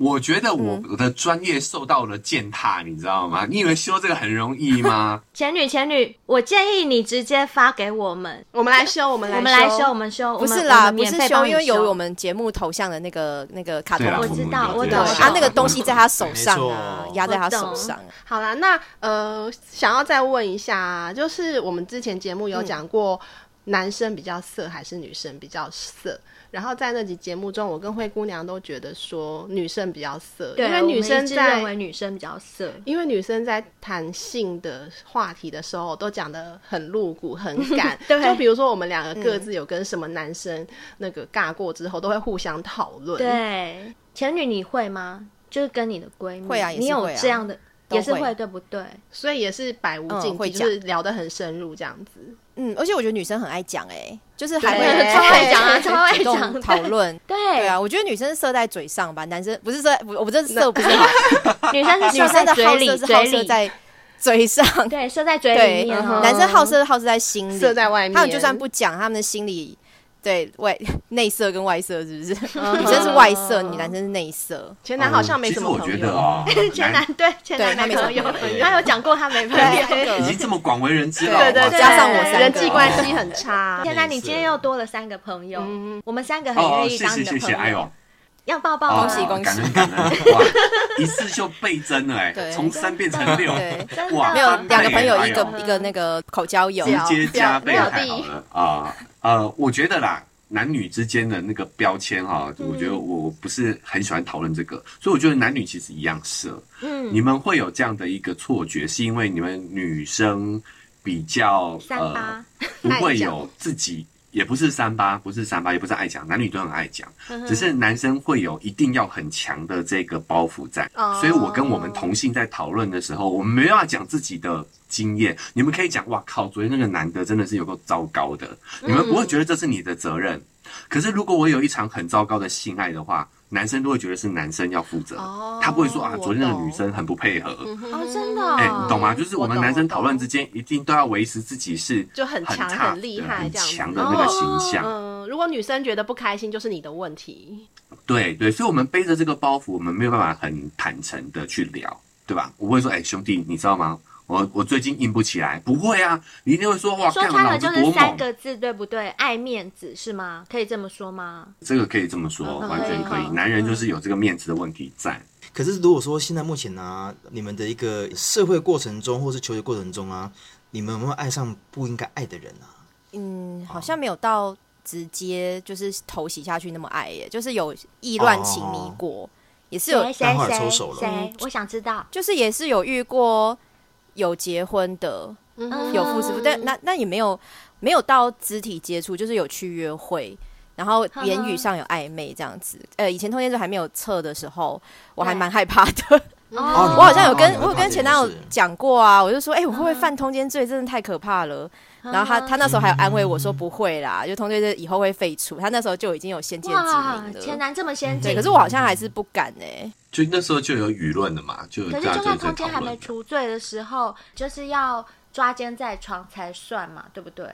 Speaker 6: 我觉得我我的专业受到了践踏，你知道吗？你以为修这个很容易 吗？
Speaker 3: 前女前女，我建议你直接发给我们，
Speaker 2: 我们来 修，我们来
Speaker 3: 我们来修，我们修，
Speaker 5: 不
Speaker 3: 我
Speaker 5: 是
Speaker 3: 们
Speaker 5: 啦，
Speaker 3: 我们
Speaker 5: 不
Speaker 3: 免
Speaker 5: 是
Speaker 3: 费
Speaker 5: 修，
Speaker 3: 帮你
Speaker 5: 因为有我
Speaker 3: 修。
Speaker 5: 们节目头像的那个那个卡通
Speaker 6: 对啦，
Speaker 3: 我
Speaker 5: 图
Speaker 3: 知
Speaker 6: 们
Speaker 3: 道
Speaker 6: 有
Speaker 3: 我
Speaker 5: 对
Speaker 6: 这个
Speaker 3: 懂
Speaker 6: 想法
Speaker 5: 啊，那个东西在他手上啊
Speaker 4: 没，错
Speaker 5: 压在他
Speaker 3: 我懂
Speaker 5: 手上啊。
Speaker 2: 好啦，那呃，想要再问一下，就是我们之前节目有讲过，
Speaker 3: 嗯
Speaker 2: 男生比较色还是女生比较色？然后在那集节目中，我跟灰姑娘都觉得说女生比较色，
Speaker 3: 对，
Speaker 2: 因为女
Speaker 3: 我们
Speaker 2: 生
Speaker 3: 一致认
Speaker 2: 在
Speaker 3: 为女生比较色，。
Speaker 2: 因为女生在谈性的话题的时候，都讲的很露骨、很敢
Speaker 3: 对
Speaker 2: 就比如说我们两个各自有跟什么男生那个尬过之后，都会互相讨论。，
Speaker 3: 对，前女你会吗？就是跟你的闺蜜，
Speaker 5: 会啊也是
Speaker 3: 你有
Speaker 5: 会啊
Speaker 3: 这样的
Speaker 5: 都
Speaker 3: 也是
Speaker 5: 会
Speaker 3: 会，对不对？
Speaker 2: 所以也是百无
Speaker 5: 嗯
Speaker 2: 禁忌，
Speaker 5: 会
Speaker 2: 就
Speaker 5: 讲
Speaker 2: 是聊得很深入这样子。
Speaker 5: 嗯，而且我觉得女生很爱讲，哎，就是还
Speaker 3: 对
Speaker 5: 会
Speaker 3: 超爱讲 啊
Speaker 5: 主
Speaker 3: 超爱
Speaker 5: 动
Speaker 3: 讲 对
Speaker 5: 讨论。
Speaker 3: 对，
Speaker 5: 对啊，我觉得女生射在嘴上吧，男生不是射，不我不这射不是 好，
Speaker 3: 女生是
Speaker 5: 女
Speaker 3: 射
Speaker 5: 生
Speaker 3: 在
Speaker 5: 的
Speaker 3: 嘴
Speaker 5: 好
Speaker 3: 里，
Speaker 5: 色是好
Speaker 3: 嘴
Speaker 5: 色
Speaker 3: 里，
Speaker 5: 在嘴上，
Speaker 3: 对，射在嘴
Speaker 5: 对，
Speaker 3: 里面哦。
Speaker 5: 嗯男生好色的好色在心里，
Speaker 2: 色在外面
Speaker 5: 他们就算不讲，他们的心里对外内色跟外色是不是？
Speaker 2: 嗯
Speaker 5: 女生是外色，你男生是内色。
Speaker 2: 前男好像没什么
Speaker 6: 嗯其实我
Speaker 2: 朋
Speaker 6: 觉 得
Speaker 2: 友。
Speaker 6: 啊，
Speaker 3: 前
Speaker 6: 男
Speaker 3: 男对前
Speaker 5: 对
Speaker 3: 男
Speaker 5: 他
Speaker 3: 没
Speaker 5: 没
Speaker 3: 朋
Speaker 5: 什
Speaker 3: 友
Speaker 5: 么
Speaker 4: 朋，友
Speaker 3: 他有讲过他没朋友。
Speaker 6: 已经这么广为人知了，哦
Speaker 5: 对对
Speaker 6: 哇
Speaker 5: 对
Speaker 6: 塞
Speaker 5: 加上我三个
Speaker 2: 人际关系很差。
Speaker 3: 现在你今天又多了三个朋友，我们三个很
Speaker 6: 哦，
Speaker 3: 愿意
Speaker 6: 谢
Speaker 3: 当
Speaker 6: 谢
Speaker 3: 你的
Speaker 6: 谢
Speaker 3: 朋
Speaker 6: 谢，哎
Speaker 3: 友
Speaker 6: 呦，，
Speaker 3: 要抱抱吗
Speaker 5: 哦
Speaker 6: 哦
Speaker 5: 恭喜恭喜
Speaker 6: 感恩感恩， 哇，一次就倍增了哎，
Speaker 5: 对
Speaker 6: 从三变成六
Speaker 5: 对，
Speaker 3: 真的
Speaker 6: 哇
Speaker 5: 没有两个朋友，一
Speaker 6: 哎
Speaker 5: 个
Speaker 6: 呦
Speaker 5: 一个那个口交友，
Speaker 6: 直接加倍
Speaker 2: 表表
Speaker 6: 太好了啊、呃，我觉得啦，男女之间的那个标签哈、我觉得
Speaker 3: 嗯
Speaker 6: 我不是很喜欢讨论这个，所以我觉得男女其实一样色。嗯，你们会有这样的一个错觉，是因为你们女生比较
Speaker 3: 三
Speaker 6: 呃
Speaker 3: 八
Speaker 6: 不
Speaker 2: 爱
Speaker 6: 会
Speaker 2: 讲
Speaker 6: 有自己。也不是三八，不是三八，也不是爱讲，男女都很爱讲，
Speaker 2: 嗯
Speaker 6: 只是男生会有一定要很强的这个包袱在，
Speaker 2: 哦
Speaker 6: 所以我跟我们同性在讨论的时候，我们没有要讲自己的经验，你们可以讲，哇靠，昨天那个男的真的是有够糟糕的，你们不
Speaker 2: 嗯
Speaker 6: 会觉得这是你的责任，可是如果我有一场很糟糕的性爱的话，男生都会觉得是男生要负责，
Speaker 2: 哦
Speaker 6: 他不会说啊，
Speaker 2: 我
Speaker 6: 昨天那个
Speaker 2: 懂
Speaker 6: 女生很不配合，
Speaker 3: 哦，真的
Speaker 6: 哎、
Speaker 3: 哦，
Speaker 6: 你懂吗？就是我们
Speaker 2: 我懂
Speaker 6: 男生
Speaker 2: 我懂
Speaker 6: 讨论之间，一定都要维持自己是
Speaker 2: 就很强
Speaker 6: 差
Speaker 2: 很厉害
Speaker 6: 很
Speaker 2: 这样子
Speaker 6: 强的那个形象。
Speaker 2: 嗯，如果女生觉得不开心，就是你的问题。
Speaker 6: 对对，所以我们背着这个包袱，我们没有办法很坦诚的去聊，对吧？我不会说，哎、兄弟，你知道吗？我我最近硬不起来，不会啊，你一定会说，哇，
Speaker 3: 说
Speaker 6: 看我
Speaker 3: 穿
Speaker 6: 脑
Speaker 3: 了
Speaker 6: 子
Speaker 3: 就是
Speaker 6: 多
Speaker 3: 三
Speaker 6: 猛，
Speaker 3: 个字，对不对？爱面子是吗？可以这么说吗？
Speaker 6: 这个可以这么
Speaker 2: 嗯
Speaker 6: 说，完全可以。男人就是有这个面子的问题在。
Speaker 4: 可是如果说现在目前呢、啊你们的一个社会过程中，或是求学过程中啊，你们有没有爱上不应该爱的人啊？
Speaker 5: 嗯，好像没有到直接就是头洗下去那么爱耶，就是有意乱情迷过，也是有
Speaker 3: 谁谁
Speaker 4: 但后来
Speaker 3: 谁
Speaker 4: 抽手了
Speaker 3: 谁？我想知道。
Speaker 5: 就是也是有遇过有结婚的，
Speaker 2: 嗯
Speaker 5: 有妇之夫，
Speaker 3: 哦
Speaker 5: 但那那也没有没有到肢体接触，就是有去约会，然后言语上有暧昧这样子。呃，以前通奸罪还没有测的时候，我还
Speaker 3: 对
Speaker 5: 蛮害怕的。
Speaker 4: 哦
Speaker 5: 嗯我好像有跟、
Speaker 4: 哦
Speaker 5: 我有跟前男友讲过啊，我就说，哎、我会不会犯通奸罪？真的太可怕了。然后他他那时候还有安慰我说不会啦，就通奸罪以后会废除。他那时候就已经有先见
Speaker 3: 哇，
Speaker 5: 之
Speaker 3: 前
Speaker 5: 明了。
Speaker 3: 男这么先
Speaker 5: 对，
Speaker 3: 进，
Speaker 5: 可是我好像还是不敢哎、
Speaker 6: 就那时候就有舆论了嘛，就有
Speaker 3: 可
Speaker 6: 这
Speaker 3: 是
Speaker 6: 样
Speaker 3: 就算
Speaker 6: 在
Speaker 3: 通奸
Speaker 6: 讨
Speaker 3: 还没
Speaker 6: 论。
Speaker 3: 除罪的时候，就是要抓奸在床才算嘛，对不对？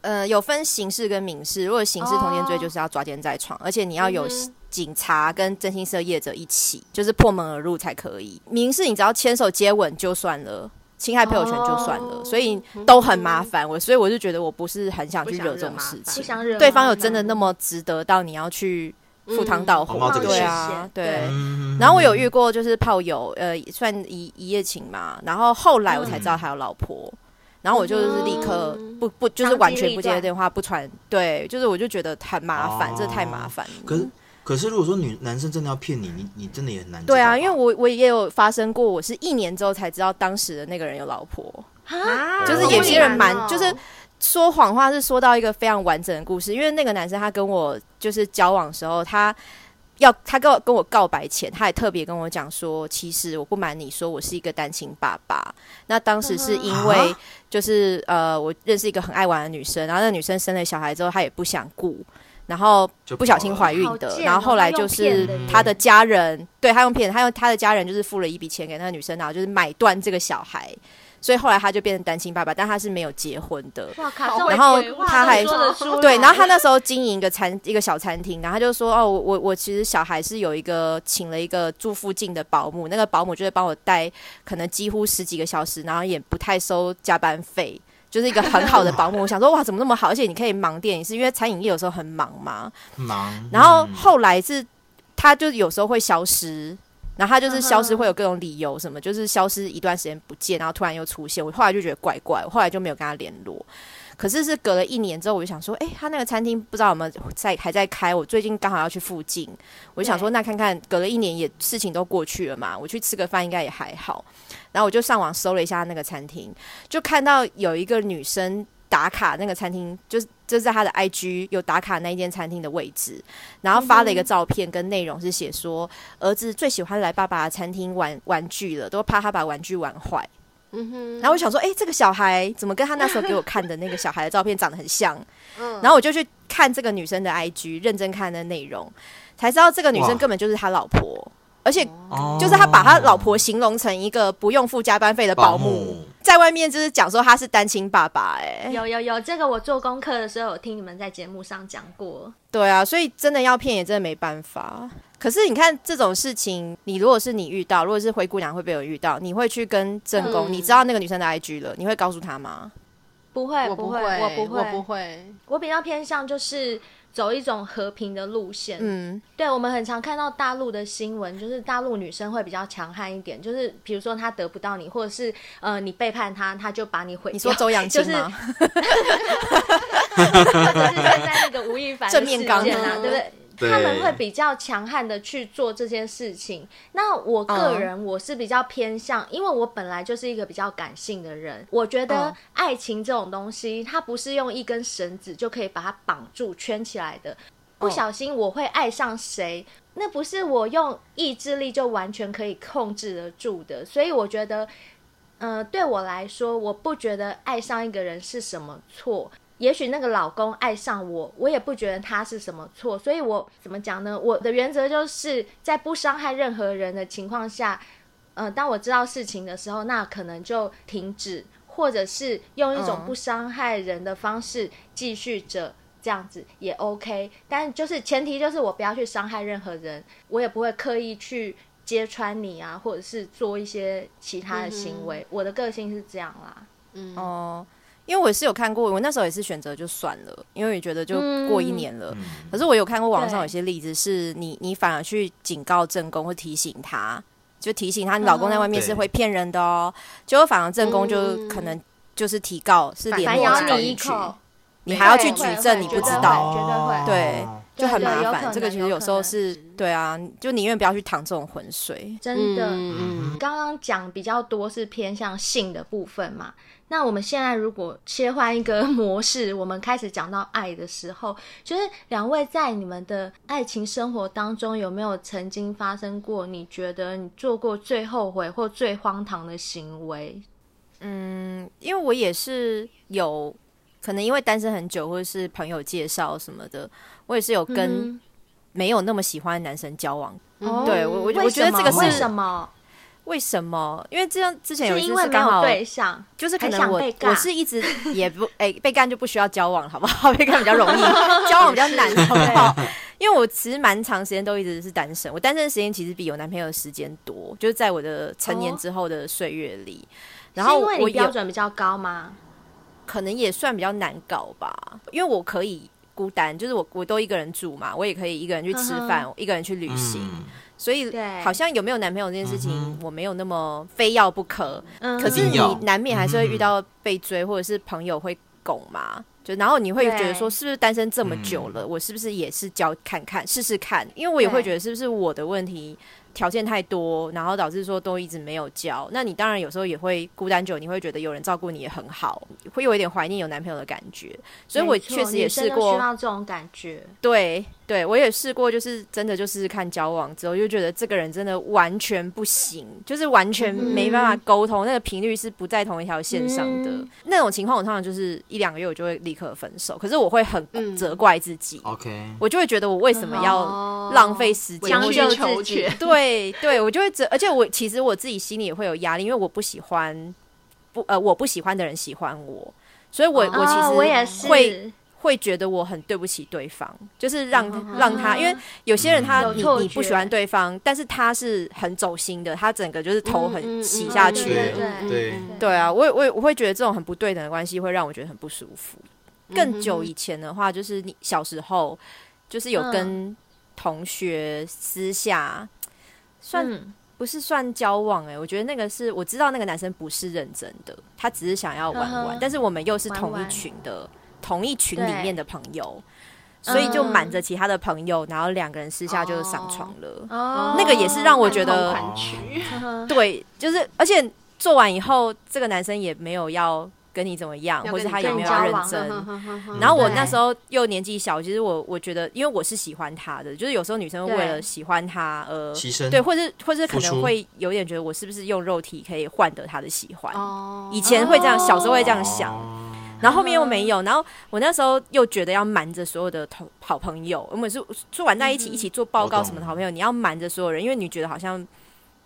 Speaker 5: 呃，有分刑事跟民事。如果刑事通奸罪，
Speaker 3: 哦
Speaker 5: 就是要抓奸在床，而且你要
Speaker 2: 嗯
Speaker 5: 有警察跟征信社业者一起，就是破门而入才可以。民事你只要牵手接吻就算了。侵害配偶权就算了，
Speaker 2: 哦
Speaker 5: 所以都很麻烦。我所以我就觉得我不是很想去惹这种事
Speaker 2: 不想惹麻烦
Speaker 5: 情
Speaker 3: 不。想惹
Speaker 5: 对方有真的
Speaker 3: 麻烦
Speaker 5: 那么值得到你要去赴汤蹈火？
Speaker 4: 嗯冒这个
Speaker 5: 对
Speaker 4: 险
Speaker 5: 啊，
Speaker 3: 对
Speaker 5: 对。
Speaker 4: 嗯，
Speaker 5: 然后我有遇过就是炮友，呃，算一一夜情嘛。然后后来我才知道他有老婆，然后我就是立
Speaker 4: 哦
Speaker 5: 刻不不就是完全不接电话，不传，对，就是我就觉得很麻烦，
Speaker 4: 哦
Speaker 5: 这太麻烦了。
Speaker 4: 可是可是如果说女男生真的要骗你，你你真的也很难知道吧。
Speaker 5: 对啊，因为我我也有发生过，我是一年之后才知道当时的那个人有老婆，
Speaker 2: 啊
Speaker 5: 就是
Speaker 6: 有些。
Speaker 3: 哦
Speaker 5: 人蛮就是说谎话是说到一个非常完整的故事，因为那个男生他跟我就是交往的时候，他要他跟我跟我告白前，他也特别跟我讲说，其实我不瞒你说，我是一个单亲爸爸。那当时是因
Speaker 3: 嗯
Speaker 5: 为就是呃，我认识一个很爱玩的女生，然后那女生生了小孩之后，她也不想顾。然后
Speaker 4: 就
Speaker 5: 不小心怀孕
Speaker 3: 好
Speaker 5: 的，
Speaker 3: 贱
Speaker 5: 然后
Speaker 3: 哦
Speaker 5: 后来
Speaker 3: 他
Speaker 5: 就
Speaker 3: 用骗
Speaker 5: 是
Speaker 3: 的耶
Speaker 5: 他的家人，对他用骗，他用他的家人就是付了一笔钱给那个女生，然后就是买断这个小孩，所以后来他就变成单亲爸爸，但他是没有结婚的。
Speaker 2: 好
Speaker 3: 哇靠，这种
Speaker 2: 会
Speaker 5: 然后
Speaker 3: 鬼话
Speaker 5: 他
Speaker 3: 都
Speaker 5: 还
Speaker 3: 说得出来
Speaker 5: 对，然后他那时候经营一个餐一个小餐厅，然后他就说哦，我我我其实小孩是有一个请了一个住附近的保姆，那个保姆就会帮我带，可能几乎十几个小时，然后也不太收加班费。就是一个很好的保姆，我想说哇，怎么那么好？而且你可以忙店，也是因为餐饮业有时候很忙嘛。
Speaker 4: 忙。嗯
Speaker 5: 然后后来是，他就有时候会消失，然后他就是消失会有各种理由，什么就是消失一段时间不见，然后突然又出现。我后来就觉得怪怪，我后来就没有跟他联络。可是是隔了一年之后，我就想说，哎、他那个餐厅不知道有没有在还在开？我最近刚好要去附近，我就想说，那看看隔了一年也事情都过去了嘛，我去吃个饭应该也还好。然后我就上网搜了一下那个餐厅，就看到有一个女生打卡那个餐厅，就是就是在她的 IG 有打卡那一间餐厅的位置，然后发了一
Speaker 2: 嗯
Speaker 5: 个照片，跟内容是写说儿子最喜欢来爸爸的餐厅玩玩具了，都怕他把玩具玩坏。
Speaker 2: 嗯哼，
Speaker 5: 然后我想说，哎、这个小孩怎么跟他那时候给我看的那个小孩的照片长得很像？
Speaker 2: 嗯
Speaker 5: 然后我就去看这个女生的 IG，认真看的内容，才知道这个女生
Speaker 4: 哇
Speaker 5: 根本就是他老婆，而且
Speaker 4: 哦
Speaker 5: 就是他把他老婆形容成一个不用付加班费的保姆，
Speaker 4: 保姆
Speaker 5: 在外面就是讲说他是单亲爸爸、哎，
Speaker 3: 有有有，这个我做功课的时候有听你们在节目上讲过。
Speaker 5: 对啊，所以真的要骗也真的没办法。可是你看这种事情，你如果是你遇到，如果是灰姑娘会被我遇到，你会去跟正宫，
Speaker 2: 嗯
Speaker 5: 你知道那个女生的 IG 了，你会告诉她吗？
Speaker 3: 不会，
Speaker 2: 我
Speaker 3: 不
Speaker 2: 会，
Speaker 3: 我
Speaker 2: 我
Speaker 3: 不会，
Speaker 2: 不会，
Speaker 3: 我比较偏向就是走一种和平的路线。
Speaker 5: 嗯，
Speaker 3: 对，我们很常看到大陆的新闻，就是大陆女生会比较强悍一点，就是比如说她得不到你，或者是呃你背叛她，她就把你毁掉。
Speaker 5: 你说周扬
Speaker 3: 就
Speaker 5: 青
Speaker 3: 是
Speaker 5: 吗？
Speaker 3: 就是 现在那个吴亦凡的
Speaker 5: 正面刚
Speaker 3: 事件啊，对不对？
Speaker 4: 对
Speaker 3: 他们会比较强悍的去做这件事情。那我个人我是比较偏向，因为我本来就是一个比较感性的人，我觉得
Speaker 5: 嗯
Speaker 3: 爱情这种东西，它不是用一根绳子就可以把它绑住圈起来的。不小心我会爱上谁，那不是我用意志力就完全可以控制得住的。所以我觉得呃，对我来说，我不觉得爱上一个人是什么错。也许那个老公爱上我，我也不觉得他是什么错。所以我怎么讲呢？我的原则就是在不伤害任何人的情况下，呃，当我知道事情的时候，那可能就停止，或者是用一种
Speaker 5: 嗯
Speaker 3: 不伤害人的方式继续着。这样子也 OK，但就是前提就是我不要去伤害任何人，我也不会刻意去揭穿你啊，或者是做一些其他的行为。我的个性是这样啦，
Speaker 5: 哦、因为我是有看过，我那时候也是选择就算了，因为也觉得就过一年了。可是我有看过网上有些例子，是你你反而去警告正宫或提醒他，就提醒他你老公在外面
Speaker 4: 对
Speaker 5: 是会骗人的哦，结果反而正宫就
Speaker 2: 嗯
Speaker 5: 可能就是提告，是
Speaker 2: 反
Speaker 5: 联
Speaker 3: 反
Speaker 5: 络
Speaker 2: 咬
Speaker 5: 去
Speaker 3: 咬
Speaker 5: 告
Speaker 3: 你
Speaker 5: 警
Speaker 3: 一
Speaker 5: 局，
Speaker 3: 口，
Speaker 5: 你还要去
Speaker 2: 会
Speaker 5: 举
Speaker 2: 会
Speaker 5: 证，
Speaker 2: 会
Speaker 5: 你
Speaker 2: 绝
Speaker 5: 不
Speaker 2: 对
Speaker 5: 知道。
Speaker 3: 绝对会
Speaker 5: 对就很
Speaker 3: 对
Speaker 5: 麻
Speaker 3: 有可
Speaker 5: 烦，
Speaker 3: 能
Speaker 5: 这个其实有时候是对啊，就宁愿不要去趟这种浑水。
Speaker 3: 真的。
Speaker 2: 嗯
Speaker 3: 刚刚讲比较多是偏向性的部分嘛，那我们现在如果切换一个模式，我们开始讲到爱的时候，就是两位在你们的爱情生活当中有没有曾经发生过你觉得你做过最后悔或最荒唐的行为？
Speaker 5: 因为我也是有可能因为单身很久，或者是朋友介绍什么的，我也是有跟没有那么喜欢的男生交往。
Speaker 3: 哦
Speaker 5: 嗯对我我
Speaker 3: 为
Speaker 5: 我觉得
Speaker 3: 什么
Speaker 5: 这个是
Speaker 3: 为什么？
Speaker 5: 为什么？因为这样之前有
Speaker 3: 是
Speaker 5: 一
Speaker 3: 因
Speaker 5: 次
Speaker 3: 为
Speaker 5: 是
Speaker 3: 没
Speaker 5: 刚
Speaker 3: 有
Speaker 5: 好
Speaker 3: 对象，
Speaker 5: 就是可
Speaker 3: 还
Speaker 5: 能
Speaker 3: 想
Speaker 5: 我
Speaker 3: 被尬
Speaker 5: 我是一直也不哎、被干就不需要交往了好不好？ 被干比较容 易，交往比较难好不好？因为我其实蛮长时间都一直是单身，我单身的时间其实比有男朋友的时间多，就是在我的成年
Speaker 3: 哦
Speaker 5: 之后的岁月里。然
Speaker 3: 是
Speaker 5: 后
Speaker 3: 因为
Speaker 5: 我
Speaker 3: 你
Speaker 5: 有
Speaker 3: 标准比较高吗？
Speaker 5: 可能也算比较难搞吧，因为我可以孤单，就是我我都一个人住嘛，我也可以一个人去吃
Speaker 3: 嗯
Speaker 5: 饭，一个人去旅行，
Speaker 4: 嗯
Speaker 5: 所以
Speaker 3: 对
Speaker 5: 好像有没有男朋友这件事情，我没有那么非要不可。
Speaker 3: 嗯，
Speaker 5: 可是
Speaker 4: 一定
Speaker 5: 你
Speaker 4: 要
Speaker 5: 难免还是会遇到被追，或者是朋友会拱嘛。就然后你会觉得说，
Speaker 3: 对
Speaker 5: 是不是单身
Speaker 4: 嗯
Speaker 5: 这么久了，我是不是也是交看看试试看？因为我也会觉得是不是我的问题条件太多，然后导致说都一直没有交。那你当然有时候也会孤单久，你会觉得有人照顾你也很好，会有一点怀念有男朋友的感觉。所以我
Speaker 3: 没错
Speaker 5: 确实也
Speaker 3: 女生
Speaker 5: 试
Speaker 3: 都
Speaker 5: 过
Speaker 3: 需，要这种感觉。
Speaker 5: 对对，我也试过，就是真的就是看交往之后，就觉得这个人真的完全不行，就是完
Speaker 3: 嗯
Speaker 5: 全没办法沟通，那个频率是不在同一条线上的。
Speaker 3: 嗯
Speaker 5: 那种情况，我通常就是一两个月我就会立刻分手，可是我会很
Speaker 2: 嗯
Speaker 5: 责怪自己，
Speaker 4: OK，
Speaker 5: 我就会觉得我为什么要
Speaker 2: 哦
Speaker 5: 浪费时间
Speaker 2: 将
Speaker 5: 或
Speaker 2: 就
Speaker 5: 者
Speaker 2: 求
Speaker 3: 自己
Speaker 2: 全，
Speaker 5: 对对，我就会这，而且我其实我自己心里也会有压力，因为我不喜欢不呃我不喜欢的人喜欢我，所以我、
Speaker 2: 哦
Speaker 5: 我其
Speaker 3: 哦
Speaker 5: 实
Speaker 3: 我也是
Speaker 5: 会会觉得我很对不起对方，就是让、
Speaker 2: 嗯
Speaker 5: 让他，因为有些人
Speaker 3: 嗯
Speaker 5: 他、
Speaker 3: 有
Speaker 5: 你
Speaker 3: 错
Speaker 5: 你不喜
Speaker 3: 觉
Speaker 5: 欢对方，但是他是很走心的，他整个就是头
Speaker 3: 嗯
Speaker 5: 很
Speaker 2: 挤
Speaker 5: 洗下去。
Speaker 3: 对对嗯对
Speaker 4: 对
Speaker 5: 对啊，我也我也我会觉得这种很不对等的关系会让我觉得很不舒服。
Speaker 3: 嗯
Speaker 5: 更久以前的话，就是你小时候就
Speaker 3: 嗯
Speaker 5: 是有跟同学私下、算
Speaker 3: 嗯
Speaker 5: 不是算交往哎、我觉得那个是我知道那个男生不是认真的，他只是想要玩玩，
Speaker 3: 呵呵
Speaker 5: 但是我们又是
Speaker 3: 玩
Speaker 5: 同
Speaker 3: 嗯
Speaker 5: 一
Speaker 3: 玩嗯
Speaker 5: 群的同一群里
Speaker 3: 对
Speaker 5: 面的朋友，所以就
Speaker 3: 嗯
Speaker 5: 瞒着其他的朋友，然后两个人私下就上床了。
Speaker 3: 哦嗯
Speaker 5: 那个也是让我觉得
Speaker 2: 款曲，
Speaker 5: 对，就是而且做完以后，这个男生也没有要跟你怎么样，
Speaker 2: 要
Speaker 5: 或
Speaker 2: 跟
Speaker 5: 者
Speaker 2: 你
Speaker 5: 他也
Speaker 3: 交
Speaker 5: 没
Speaker 3: 往嗯
Speaker 5: 有要认真。然后我那时候又年纪小，其实我我觉得，因为我是喜欢他的，就是有时候女生会为了
Speaker 3: 对
Speaker 5: 喜欢他而
Speaker 4: 牺牲
Speaker 5: 对，或是或是可
Speaker 4: 付出
Speaker 5: 能会有点觉得我是不是用肉体可以换得他的喜欢？
Speaker 2: 哦
Speaker 5: 以前会这样，小时候会这样想。
Speaker 4: 哦
Speaker 5: 然后后面又没有，然后我那时候又觉得要瞒着所有的同好朋友，我们是做玩在一起、一起做报告什么的好朋友，你要瞒着所有人，因为你觉得好像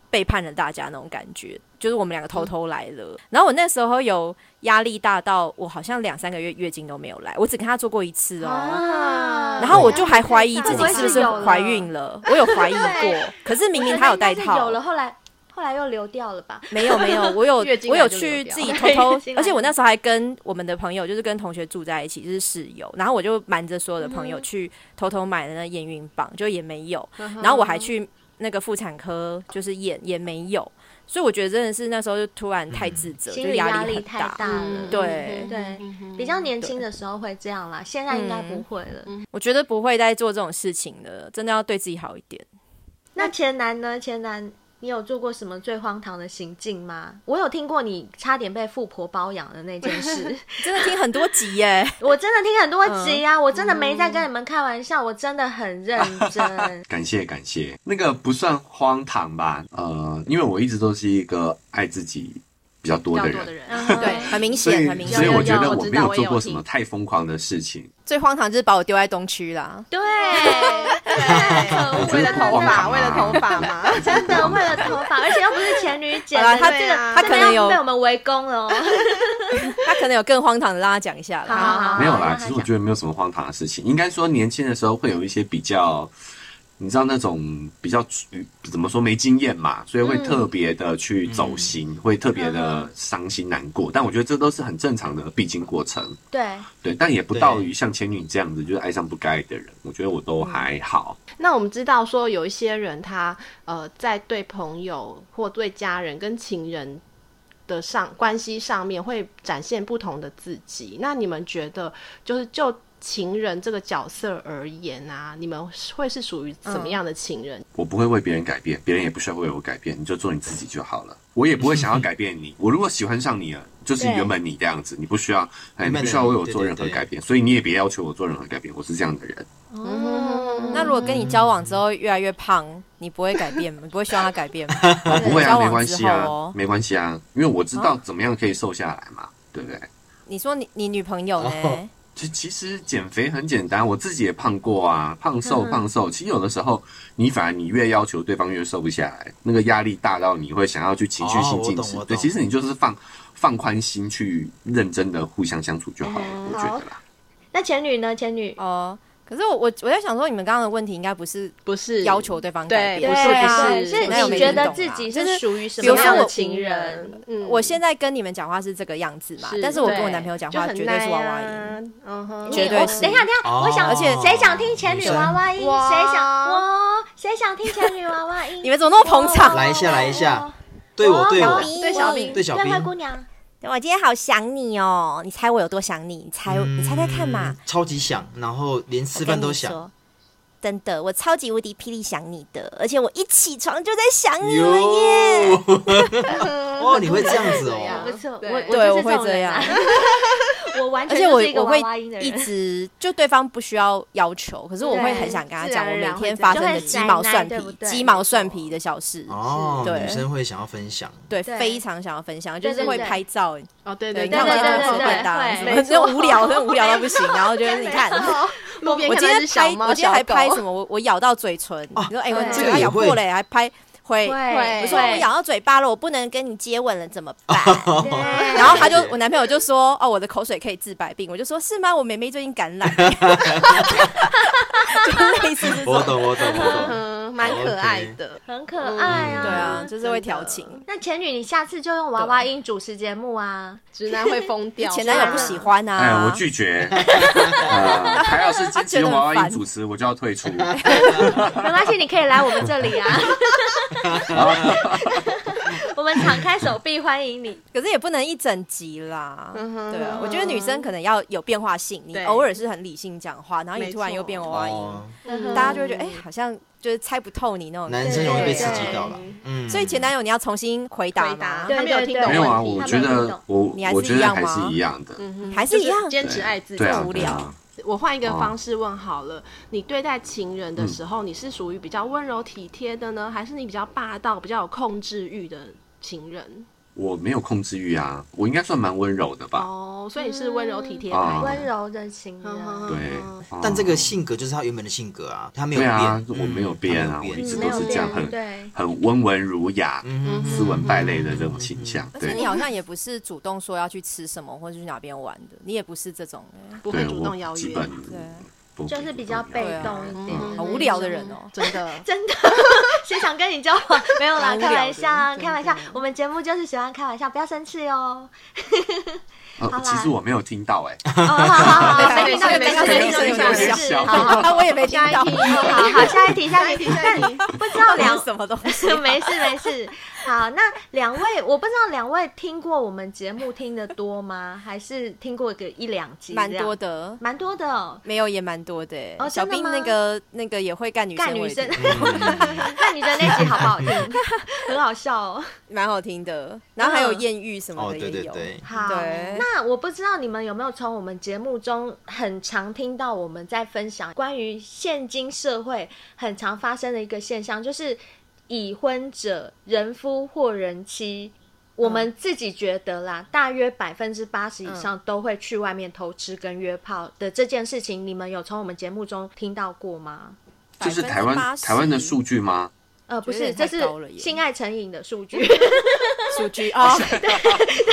Speaker 5: 背叛了大家那种感觉，就是我们两个偷偷来了。然后我那时候有压力大到我好像两三个月月经都没有来，我只跟他做过一次哦。
Speaker 3: 啊
Speaker 5: 然后我就还怀疑自己
Speaker 3: 会不
Speaker 5: 是
Speaker 3: 会
Speaker 5: 不
Speaker 3: 是
Speaker 5: 是
Speaker 3: 有了
Speaker 5: 怀孕了，我有怀疑过
Speaker 3: 对，
Speaker 5: 可是明明他有戴
Speaker 3: 但是
Speaker 5: 套
Speaker 3: 有，了，后来后来又流掉了吧？
Speaker 5: 没有没有，我有
Speaker 2: 月经
Speaker 5: 我
Speaker 2: 来
Speaker 5: 有
Speaker 2: 就
Speaker 5: 去
Speaker 2: 流掉
Speaker 5: 自己偷偷
Speaker 3: 月经，来
Speaker 5: 而且我那时候还跟我们的朋友，就是跟同学住在一起，就是室友，然后我就瞒着所有的朋
Speaker 3: 嗯
Speaker 5: 友去偷偷买了那验孕棒，就也没有，然后我还去那个妇产科就是验也没有，所以我觉得真的是那时候就突然太自责，
Speaker 3: 嗯心
Speaker 5: 就
Speaker 3: 理压
Speaker 5: 力
Speaker 3: 力
Speaker 5: 很
Speaker 3: 太大
Speaker 2: 嗯
Speaker 3: 了。
Speaker 5: 对
Speaker 3: 对，
Speaker 5: 嗯
Speaker 3: 比较年轻的时候会这样啦，现在应该不会了。
Speaker 5: 我觉得不会再做这种事情了，真的要对自己好一点。
Speaker 3: 那前男呢？前男，你有做过什么最荒唐的行径吗？我有听过你差点被富婆包养的那件 事，
Speaker 5: 真的听很多 集耶，
Speaker 3: 我真的听很多集啊，我真的
Speaker 5: 嗯
Speaker 3: 没在跟你们开玩笑，我真的很 认真
Speaker 6: 感谢感谢，那个不算荒唐吧？呃，因为我一直都是一个爱自己比较多
Speaker 2: 比较
Speaker 6: 的
Speaker 2: 多
Speaker 6: 人
Speaker 2: 的，人，
Speaker 5: 对，很明
Speaker 6: 所以
Speaker 5: 显，很明
Speaker 6: 所以
Speaker 5: 显。
Speaker 6: 我觉
Speaker 2: 有有
Speaker 6: 得
Speaker 2: 有
Speaker 6: 我
Speaker 2: 我知
Speaker 6: 没
Speaker 2: 道
Speaker 6: 有
Speaker 2: 我也
Speaker 6: 做
Speaker 2: 有
Speaker 6: 过什么
Speaker 2: 听
Speaker 6: 太疯狂的事情。
Speaker 5: 最荒唐就是把我丢在东区啦，
Speaker 3: 对，
Speaker 2: 对，为了头发，为了头发嘛，
Speaker 3: 真的啊为了头发，而且又不是前女姐
Speaker 5: 好啦
Speaker 3: 的，
Speaker 5: 他
Speaker 3: 这
Speaker 2: 对
Speaker 3: 个
Speaker 2: 啊
Speaker 5: 他
Speaker 3: 这
Speaker 5: 可
Speaker 3: 个
Speaker 5: 能有
Speaker 3: 要被我们围攻了哦。
Speaker 5: 他可能有更荒唐的，让他讲一下啦。
Speaker 3: 好好好
Speaker 6: 没有
Speaker 3: 让
Speaker 6: 啦，
Speaker 3: 他
Speaker 6: 其实我
Speaker 3: 讲
Speaker 6: 觉得没有什么荒唐的事情。应该说，年轻的时候会有一些比较，你知道那种比较怎么说没经验嘛，所以会特别的去
Speaker 2: 嗯
Speaker 6: 走心，会特别的伤心难过。但我觉得这都是很正常的必经过程，
Speaker 3: 对，
Speaker 6: 对。但也不到于像前女这样子，就是爱上不该爱的人。我觉得我都
Speaker 4: 嗯
Speaker 6: 还好。
Speaker 2: 那我们知道说有一些人他呃在对朋友或对家人跟情人的上关系上面会展现不同的自己。那你们觉得就是就情人这个角色而言啊，你们会是属于怎么样的情人？
Speaker 6: 我不会为别人改变，别人也不需要为我改变，你就做你自己就好了。我也不会想要改变你。我如果喜欢上你了，就是原本你的样子，你不需要，哎，
Speaker 4: 原本
Speaker 6: 你
Speaker 4: 的
Speaker 6: 不需要为我
Speaker 4: 你
Speaker 6: 做
Speaker 4: 对对
Speaker 6: 任何
Speaker 4: 对
Speaker 6: 改变，所以你也别要求我做任何改变。我是这样的人，
Speaker 5: 那如果跟你交往之后越来越胖，你不会改变吗？你不会希望他改变吗？
Speaker 6: 啊，不会啊，
Speaker 5: 交
Speaker 6: 没
Speaker 5: 往
Speaker 6: 关
Speaker 5: 之
Speaker 6: 系
Speaker 5: 后
Speaker 6: 啊
Speaker 5: 哦，，
Speaker 6: 没关系啊，因为我知
Speaker 4: 嗯
Speaker 6: 道怎么样可以瘦下来嘛，对不对？
Speaker 5: 你说你你女朋友呢
Speaker 4: 哦？
Speaker 6: 其其实减肥很简单，我自己也胖过啊，胖瘦
Speaker 5: 嗯
Speaker 6: 胖瘦。其实有的时候，你反而你越要求对方越瘦不下来，那个压力大到你会想要去情绪性
Speaker 4: 哦
Speaker 6: 进食。
Speaker 4: 我懂我懂
Speaker 6: 对，其实你就是放放宽心去认真的互相相处就好了，
Speaker 5: 嗯
Speaker 6: 我觉得啦。
Speaker 3: 那前女呢？前女
Speaker 5: 哦，可是我我我在想说，你们刚刚的问题应该不是
Speaker 2: 不是
Speaker 5: 要求对方改
Speaker 2: 对，
Speaker 5: 变，
Speaker 2: 不
Speaker 3: 对啊
Speaker 2: 是不
Speaker 3: 是
Speaker 5: 那有
Speaker 3: 你
Speaker 5: 没
Speaker 3: 觉
Speaker 5: 听
Speaker 3: 得
Speaker 5: 懂
Speaker 3: 自
Speaker 5: 啊
Speaker 3: 己
Speaker 5: 就是
Speaker 3: 属于什
Speaker 5: 比如
Speaker 3: 么
Speaker 5: 说
Speaker 3: 样的
Speaker 5: 我
Speaker 3: 情人？？
Speaker 2: 嗯
Speaker 5: 我现在跟你们讲话是这个样子嘛，嗯但是我跟我男朋友讲话绝对是娃娃
Speaker 3: 啊
Speaker 5: 音。，
Speaker 2: 嗯哼，
Speaker 5: 绝对
Speaker 3: 我
Speaker 5: 是
Speaker 3: 等一下，等一下，
Speaker 4: 哦
Speaker 3: 我想，
Speaker 4: 而且
Speaker 3: 谁想听前女娃娃音？谁想
Speaker 2: 哇
Speaker 3: 我？谁想听前女娃娃音？
Speaker 5: 你们怎么那么捧场？
Speaker 3: 哦
Speaker 4: 来一下，来一下，对我，对我，
Speaker 2: 对小兵
Speaker 4: 对小
Speaker 3: 对灰
Speaker 4: 兵，
Speaker 3: 姑娘，
Speaker 5: 我今天好想你哦，你猜我有多想你？你猜你猜猜看嘛哎
Speaker 4: 嗯，，超级想，然后连吃饭都
Speaker 5: 我跟你
Speaker 4: 想，
Speaker 5: 说。真的，我超级无敌霹雳想你的，而且我一起床就在想你们耶。
Speaker 4: 哟， 哦，你会这样子
Speaker 2: 对呀
Speaker 4: 哦，
Speaker 3: 不错，我
Speaker 2: 对
Speaker 5: 对
Speaker 3: 我就是
Speaker 5: 我会
Speaker 3: 这种人啊， 我完
Speaker 5: 而
Speaker 3: 全
Speaker 5: 且
Speaker 3: 就
Speaker 5: 我
Speaker 3: 是一个
Speaker 5: 我
Speaker 3: 娃
Speaker 5: 会
Speaker 3: 娃音的人，
Speaker 5: 一 直就对方不需要要求，可是我会
Speaker 3: 对
Speaker 5: 很想跟他
Speaker 2: 自
Speaker 5: 讲
Speaker 2: 然
Speaker 5: 我
Speaker 2: 而
Speaker 5: 每
Speaker 2: 然会
Speaker 5: 天
Speaker 2: 这样
Speaker 5: 发生
Speaker 3: 就
Speaker 5: 的
Speaker 3: 会
Speaker 5: 鸡
Speaker 3: 宅
Speaker 5: 毛
Speaker 3: 男
Speaker 5: 蒜
Speaker 3: 对不
Speaker 5: 皮、
Speaker 3: 对
Speaker 5: 鸡毛蒜皮的小事，
Speaker 4: 哦，
Speaker 5: 对
Speaker 4: 女生会想要分 享，
Speaker 5: 对，
Speaker 3: 对
Speaker 5: 非常想要分享，
Speaker 3: 对
Speaker 5: 就是
Speaker 3: 对
Speaker 5: 会
Speaker 3: 对
Speaker 5: 拍照，
Speaker 2: 哦，对
Speaker 5: 对，你
Speaker 2: 对，
Speaker 5: 看我
Speaker 3: 对
Speaker 5: 今
Speaker 3: 对
Speaker 5: 天
Speaker 3: 对
Speaker 5: 做
Speaker 3: 对
Speaker 5: 便当，
Speaker 3: 会
Speaker 5: 什
Speaker 2: 没
Speaker 5: 么就
Speaker 2: 错
Speaker 5: 无聊，真的无聊到不行，然后就是
Speaker 2: 没
Speaker 5: 你看。
Speaker 2: 错哦路边
Speaker 5: 我
Speaker 2: 看
Speaker 5: 今
Speaker 2: 到一只
Speaker 5: 天
Speaker 2: 小
Speaker 5: 拍，
Speaker 2: 猫，
Speaker 5: 我今天
Speaker 2: 小
Speaker 5: 还拍
Speaker 2: 狗
Speaker 5: 什么？我我咬到嘴唇，你说哎，我
Speaker 3: 对这
Speaker 5: 嘴巴
Speaker 4: 哦个也
Speaker 5: 咬
Speaker 4: 会
Speaker 5: 破了，还拍会。
Speaker 3: 会，
Speaker 5: 我说我
Speaker 3: 会
Speaker 5: 咬到嘴巴了，我不能跟你接吻了，怎么 办？
Speaker 3: 对
Speaker 5: 然后他就我男朋友就说哦，我的口水可以治百病，我就说是吗？我妹妹最近感染，
Speaker 2: 嗯
Speaker 5: 就类似这
Speaker 4: 我
Speaker 5: 种，
Speaker 4: 懂，我懂，我 懂。
Speaker 2: 嗯，蛮可爱的。
Speaker 3: 很可爱啊。
Speaker 5: 对啊，就是会调情。
Speaker 3: 那前女，你下次就用娃娃音主持节目啊！
Speaker 2: 直男会疯 掉，
Speaker 5: 前男友不喜欢
Speaker 6: 哎，我
Speaker 5: 啊，
Speaker 6: 拒绝。 呃，还要是坚持用娃
Speaker 5: 他觉得很
Speaker 6: 娃
Speaker 5: 烦
Speaker 6: 音主持，我就要 退出。
Speaker 3: 没关系，你可以来我们这里啊， 我们敞开手臂欢迎你。
Speaker 5: 可是也不能一整集啦。
Speaker 2: 嗯哼
Speaker 5: 对啊，我觉得女生可能要有变化性，你
Speaker 2: 对
Speaker 5: 偶尔是很理性讲话，然后
Speaker 2: 没
Speaker 5: 你突然
Speaker 2: 错
Speaker 5: 又变娃娃音，
Speaker 4: 哦，
Speaker 5: 大家就会觉得哎，好像就是猜不透你那种。
Speaker 4: 男生容易被刺激到了，嗯，
Speaker 5: 所以前男友你要重新回答
Speaker 2: 回答
Speaker 5: 吗
Speaker 3: 对
Speaker 2: 他没有听懂
Speaker 6: 没有啊，
Speaker 2: 问题
Speaker 6: 我
Speaker 3: 他
Speaker 6: 觉
Speaker 3: 没有
Speaker 6: 得
Speaker 3: 懂
Speaker 6: 我
Speaker 5: 你还是
Speaker 6: 我觉得还
Speaker 5: 一样吗
Speaker 6: 是一样的，
Speaker 5: 还是一样
Speaker 2: 就是坚持
Speaker 6: 对
Speaker 2: 爱自己
Speaker 6: 对。啊，
Speaker 5: 无
Speaker 6: 对啊
Speaker 5: 聊
Speaker 2: 我换一个方式问好了，你对待情人
Speaker 6: 嗯
Speaker 2: 的时候，你是属于比较温柔体贴的呢，还是你比较霸道、比较有控制欲的情人？
Speaker 6: 我没有控制欲啊，我应该算蛮温柔的吧？
Speaker 2: 哦，所以你是温柔体贴派。
Speaker 6: 啊
Speaker 3: 温柔的情
Speaker 5: 嗯
Speaker 3: 人，
Speaker 6: 对，啊
Speaker 4: 但这个性格就是他原本的性格啊，他没有
Speaker 6: 对
Speaker 4: 变，
Speaker 6: 啊，
Speaker 4: 嗯
Speaker 6: 我没有变啊，
Speaker 4: 他没有
Speaker 6: 我一
Speaker 4: 变
Speaker 6: 直
Speaker 3: 没
Speaker 6: 都
Speaker 3: 有
Speaker 6: 是这样
Speaker 3: 变，
Speaker 6: 很
Speaker 3: 对，
Speaker 6: 很温文儒雅、
Speaker 4: 嗯
Speaker 6: 斯文败类的这种形象。
Speaker 5: 而且
Speaker 6: 对
Speaker 5: 你，好像也不是主动说要去吃什么或者去哪边玩的，你也不是 这种、欸，
Speaker 2: 不会
Speaker 6: 对
Speaker 2: 主动邀
Speaker 6: 我基
Speaker 2: 约，嗯
Speaker 6: 本
Speaker 5: 对，
Speaker 6: 不
Speaker 3: 就是比较被动一点，。
Speaker 5: 好无聊的人 哦、
Speaker 2: 真的
Speaker 3: 真的，谁想跟你交往？没有啦，
Speaker 5: 蛮无聊
Speaker 3: 开
Speaker 5: 的
Speaker 3: 玩笑啊，
Speaker 5: 真的
Speaker 3: 开玩笑。我们节目就是喜欢开玩笑，不要生气哦。
Speaker 6: 呃，其实我没有听到哎，
Speaker 3: 哦，好好好，
Speaker 5: 对
Speaker 3: 没听到就没听到，
Speaker 5: 对
Speaker 3: 没听到就没
Speaker 5: 对
Speaker 3: 听到
Speaker 6: 对
Speaker 3: 是
Speaker 6: 对
Speaker 3: 好好好，
Speaker 5: 啊，我也没听 到，
Speaker 3: 好好，下一题，下一题，
Speaker 2: 下一题，
Speaker 3: 不知道两
Speaker 5: 聊什么东 西？
Speaker 3: 没事没事，好，那两位，我不知道两位听过我们节目听得多吗？还是听过个一两集？
Speaker 5: 蛮多，的，
Speaker 3: 蛮多的哦。
Speaker 5: 没有也蛮多的、欸
Speaker 3: 哦
Speaker 5: 小
Speaker 3: 真的
Speaker 5: 兵
Speaker 3: 吗
Speaker 5: 那个那个也会干女生，
Speaker 3: 干女生
Speaker 5: 我也，
Speaker 4: 嗯
Speaker 3: 干女生那集好不好听？很好笑哦。
Speaker 5: 蛮好听的，然后还有
Speaker 3: 嗯
Speaker 5: 艳遇什么
Speaker 4: 哦，
Speaker 5: 的
Speaker 4: 对
Speaker 5: 也
Speaker 4: 对
Speaker 5: 有，
Speaker 4: 对，
Speaker 3: 好
Speaker 5: 对，
Speaker 3: 那我不知道你们有没有从我们节目中很常听到我们在分享关于现今社会很常发生的一个现象，就是已婚者、人夫或人妻。我们
Speaker 5: 嗯
Speaker 3: 自己觉得啦，大约百分之八十以上都会去外面偷吃跟约炮的这件事情，你们有从我们节目中听到过吗？
Speaker 6: 就是台湾
Speaker 5: 80%
Speaker 6: 台湾的数据吗？
Speaker 3: 呃，不
Speaker 5: 觉得
Speaker 3: 是，
Speaker 5: 也
Speaker 3: 这
Speaker 5: 太
Speaker 3: 是
Speaker 5: 高了耶
Speaker 3: 性爱成瘾的数据。
Speaker 5: 数据哦，
Speaker 2: 啊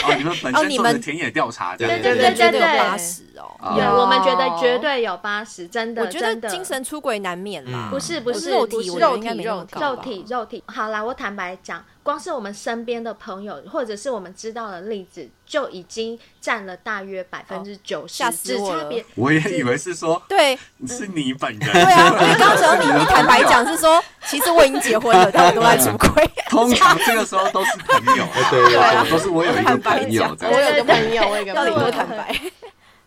Speaker 6: 哦，你们本
Speaker 5: 哦
Speaker 6: 身
Speaker 5: 你
Speaker 6: 做的
Speaker 5: 们
Speaker 6: 田野调查这样
Speaker 4: 对
Speaker 6: 子，
Speaker 4: 对
Speaker 3: 对对
Speaker 5: 有
Speaker 3: 对
Speaker 5: 八十哦，
Speaker 6: 啊
Speaker 3: 对，我们觉得绝
Speaker 5: 有
Speaker 3: 对有八十，真的，
Speaker 5: 我觉
Speaker 3: 真的
Speaker 5: 得精神出轨难免啦，
Speaker 4: 嗯
Speaker 3: 不是不
Speaker 5: 不
Speaker 3: 是
Speaker 5: 是肉
Speaker 3: 不
Speaker 5: 体
Speaker 3: 是
Speaker 5: 我觉得
Speaker 3: 肉
Speaker 5: 应该
Speaker 2: 没
Speaker 3: 体
Speaker 2: 那么
Speaker 3: 肉体
Speaker 5: 高
Speaker 3: 肉
Speaker 5: 吧
Speaker 3: 体肉体。好啦，我坦白讲，光是我们身边的朋友或者是我们知道的例子，就已经占了大约百分之九十
Speaker 5: 哦吓，死
Speaker 3: 只
Speaker 5: 我
Speaker 3: 差
Speaker 5: 了
Speaker 3: 别。
Speaker 6: 我也以为是说
Speaker 5: 对，
Speaker 6: 是你本人，
Speaker 5: 对啊，我刚想你，你坦白讲是说，其实我已经结婚了，但我都在出轨。
Speaker 6: 通常这个时候都是朋友，
Speaker 4: 对对
Speaker 6: 啊，都是我有一个朋友这
Speaker 5: 我
Speaker 6: 样
Speaker 5: 有
Speaker 6: 子。
Speaker 5: 个朋友，
Speaker 2: 我有一个
Speaker 5: 到底
Speaker 2: 朋
Speaker 5: 多
Speaker 2: 友
Speaker 5: 坦白？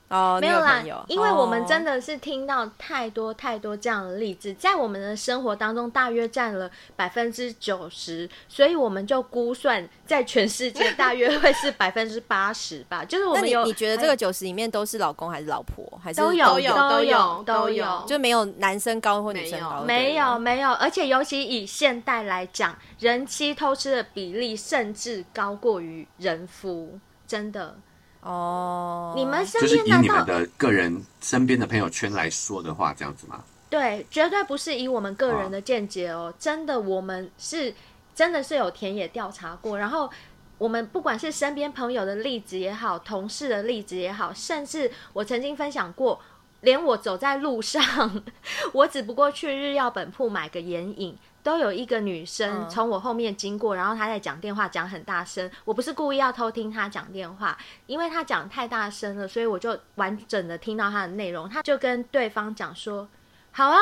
Speaker 5: 哦，
Speaker 3: 没有啦，因为我们真
Speaker 5: 的
Speaker 3: 的是听到太多太多这样的例子，在我们的生活当中，大约占了百分之九十，所以我们就估算在全世界大约会是百分之八十吧。就是我
Speaker 5: 那
Speaker 3: 们
Speaker 5: 你
Speaker 3: 有哎
Speaker 5: 你觉得这个九十里面都是老公还是老婆，还是
Speaker 3: 都有
Speaker 2: 都有
Speaker 3: 都
Speaker 2: 都
Speaker 3: 有
Speaker 2: 有
Speaker 3: 都
Speaker 2: 都
Speaker 3: 有
Speaker 2: 有，
Speaker 5: 就没有男生高或女生
Speaker 6: 哦
Speaker 5: 高？
Speaker 3: 没
Speaker 6: 嗯
Speaker 3: 有没有，而且尤其以现代来讲，人妻偷吃的比例甚至高过于人夫，真的。
Speaker 5: 哦，
Speaker 3: 你们身
Speaker 6: 就是
Speaker 3: 边
Speaker 6: 以
Speaker 3: 难
Speaker 6: 你们
Speaker 3: 道
Speaker 6: 的个人身边的朋友圈来说的话，这样子吗？
Speaker 3: 对？绝对不是以我们个
Speaker 6: 啊
Speaker 3: 人的见解哦，真的，我们是真的是有田野调查过，然后。我们不管是身边朋友的例子也好，同事的例子也好，甚至我曾经分享过，连我走在路上， 我只不过去日药本铺买个眼影，都有一个女生
Speaker 5: 嗯
Speaker 3: 从我后面经过，然后她在讲电话，讲很大声。我不是故意要偷听她讲电话，因为她讲太大声了，所以我就完整的听到她的内容。她就跟对方讲说：“好啊，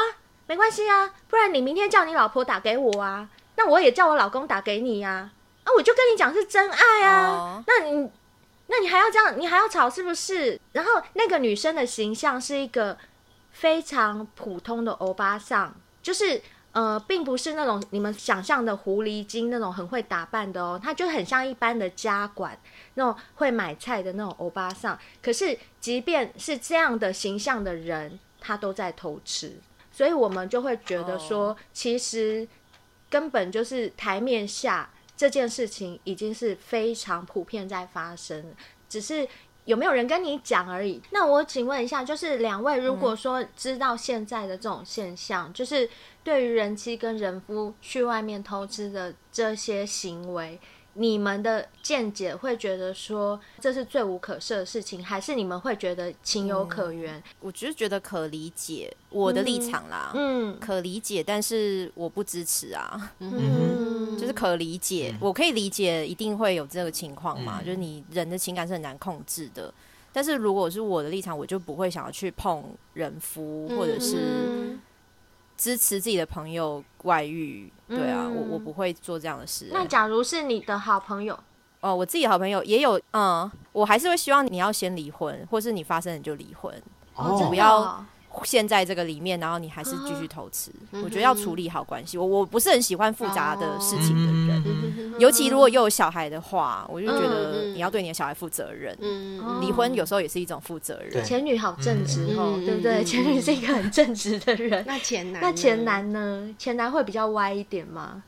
Speaker 3: 没关系啊，不然你明天叫你老婆打给我啊，那我也叫我老公打给你呀、啊，我就跟你讲是真爱啊，
Speaker 5: 哦
Speaker 3: 那你那你还要这样，你还要吵是不是？然后那个女生的形象是一个非常普通的欧巴桑，就是呃，并不是那种你们想象的狐狸精那种很会打扮的哦，他就很像一般的家管那种会买菜的那种欧巴桑。可是，即便是这样的形象的人，他都在偷吃，所以我们就会觉得说，其实根本就是台面下这件事情已经是非常普遍在发生了，只是有没有人跟你讲而已。那我请问一下，就是两位如果说知道现在的这种现象，就是对于人妻跟人夫去外面偷吃的这些行为。你们的见解会觉得说这是罪无可赦的事情，还是你们会觉得情有可原？
Speaker 5: 我只是觉得可理解我的立场啦，
Speaker 3: 嗯
Speaker 5: 可理解，但是我不支持啊，
Speaker 3: 嗯，
Speaker 5: 就是可理解，我可以理解，一定会有这个情况嘛，就是你人的情感是很难控制的。但是如果是我的立场，我就不会想要去碰人夫，或者是
Speaker 3: 嗯
Speaker 5: 支持自己的朋友外遇。对啊，
Speaker 3: 嗯
Speaker 5: 我我不会做这样的事、欸
Speaker 3: 那假如是你的好朋友，
Speaker 5: 哦，我自己的好朋友也有，嗯，我还是会希望你要先离婚，或是你发生你就离婚，
Speaker 3: 真
Speaker 5: 不
Speaker 3: 的
Speaker 5: 要
Speaker 3: 哦
Speaker 5: 陷在这个里面，然后你还是
Speaker 2: 啊
Speaker 5: 继续偷吃。
Speaker 2: 嗯
Speaker 5: 我觉得要处理好关系，我我不是很喜欢复杂的事情的
Speaker 6: 哦嗯
Speaker 5: 人，
Speaker 2: 嗯
Speaker 4: 嗯
Speaker 5: 尤其如果又有小孩的话，我就觉得
Speaker 2: 嗯嗯
Speaker 5: 你要对你的小孩负责任。
Speaker 2: 嗯，
Speaker 5: 离婚有时候也是一种负责任
Speaker 4: 对，
Speaker 3: 前女好正直哦，
Speaker 2: 嗯
Speaker 3: 对不对？
Speaker 2: 嗯
Speaker 3: 前女是一个很正直的人。
Speaker 2: 那前男呢，
Speaker 3: 那 前男呢？前男会比较歪一点吗？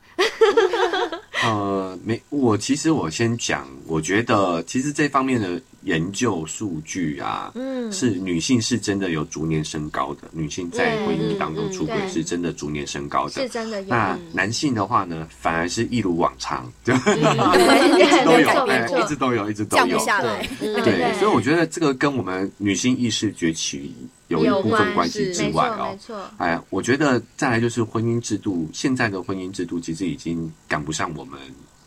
Speaker 6: 呃，没，我其实我先讲，我觉得其实这方面的研究数据啊，
Speaker 3: 嗯
Speaker 6: 是女性是真的有逐年升高的，女性在
Speaker 3: 对
Speaker 6: 婚姻当中出轨
Speaker 3: 嗯对
Speaker 6: 是真的逐年升高
Speaker 3: 是
Speaker 6: 的。
Speaker 3: 真的有，嗯
Speaker 6: 那男性的话呢，反而是一如往常，就
Speaker 3: 对
Speaker 6: 都
Speaker 3: 没
Speaker 6: 有，
Speaker 3: 错
Speaker 6: 哎
Speaker 3: 没
Speaker 6: 一直
Speaker 3: 错，
Speaker 6: 都有，一直都
Speaker 5: 降不
Speaker 6: 有。
Speaker 5: 下来。
Speaker 2: 嗯
Speaker 3: 对
Speaker 6: 对，所以我觉得这个跟我们女性意识崛起有一
Speaker 3: 有
Speaker 6: 部分关
Speaker 3: 关
Speaker 6: 系之
Speaker 3: 没
Speaker 6: 外
Speaker 3: 错
Speaker 6: 哦
Speaker 3: 没。错，
Speaker 6: 哎，我觉得再来就是婚姻制度，现在的婚姻制度其实已经赶不上我们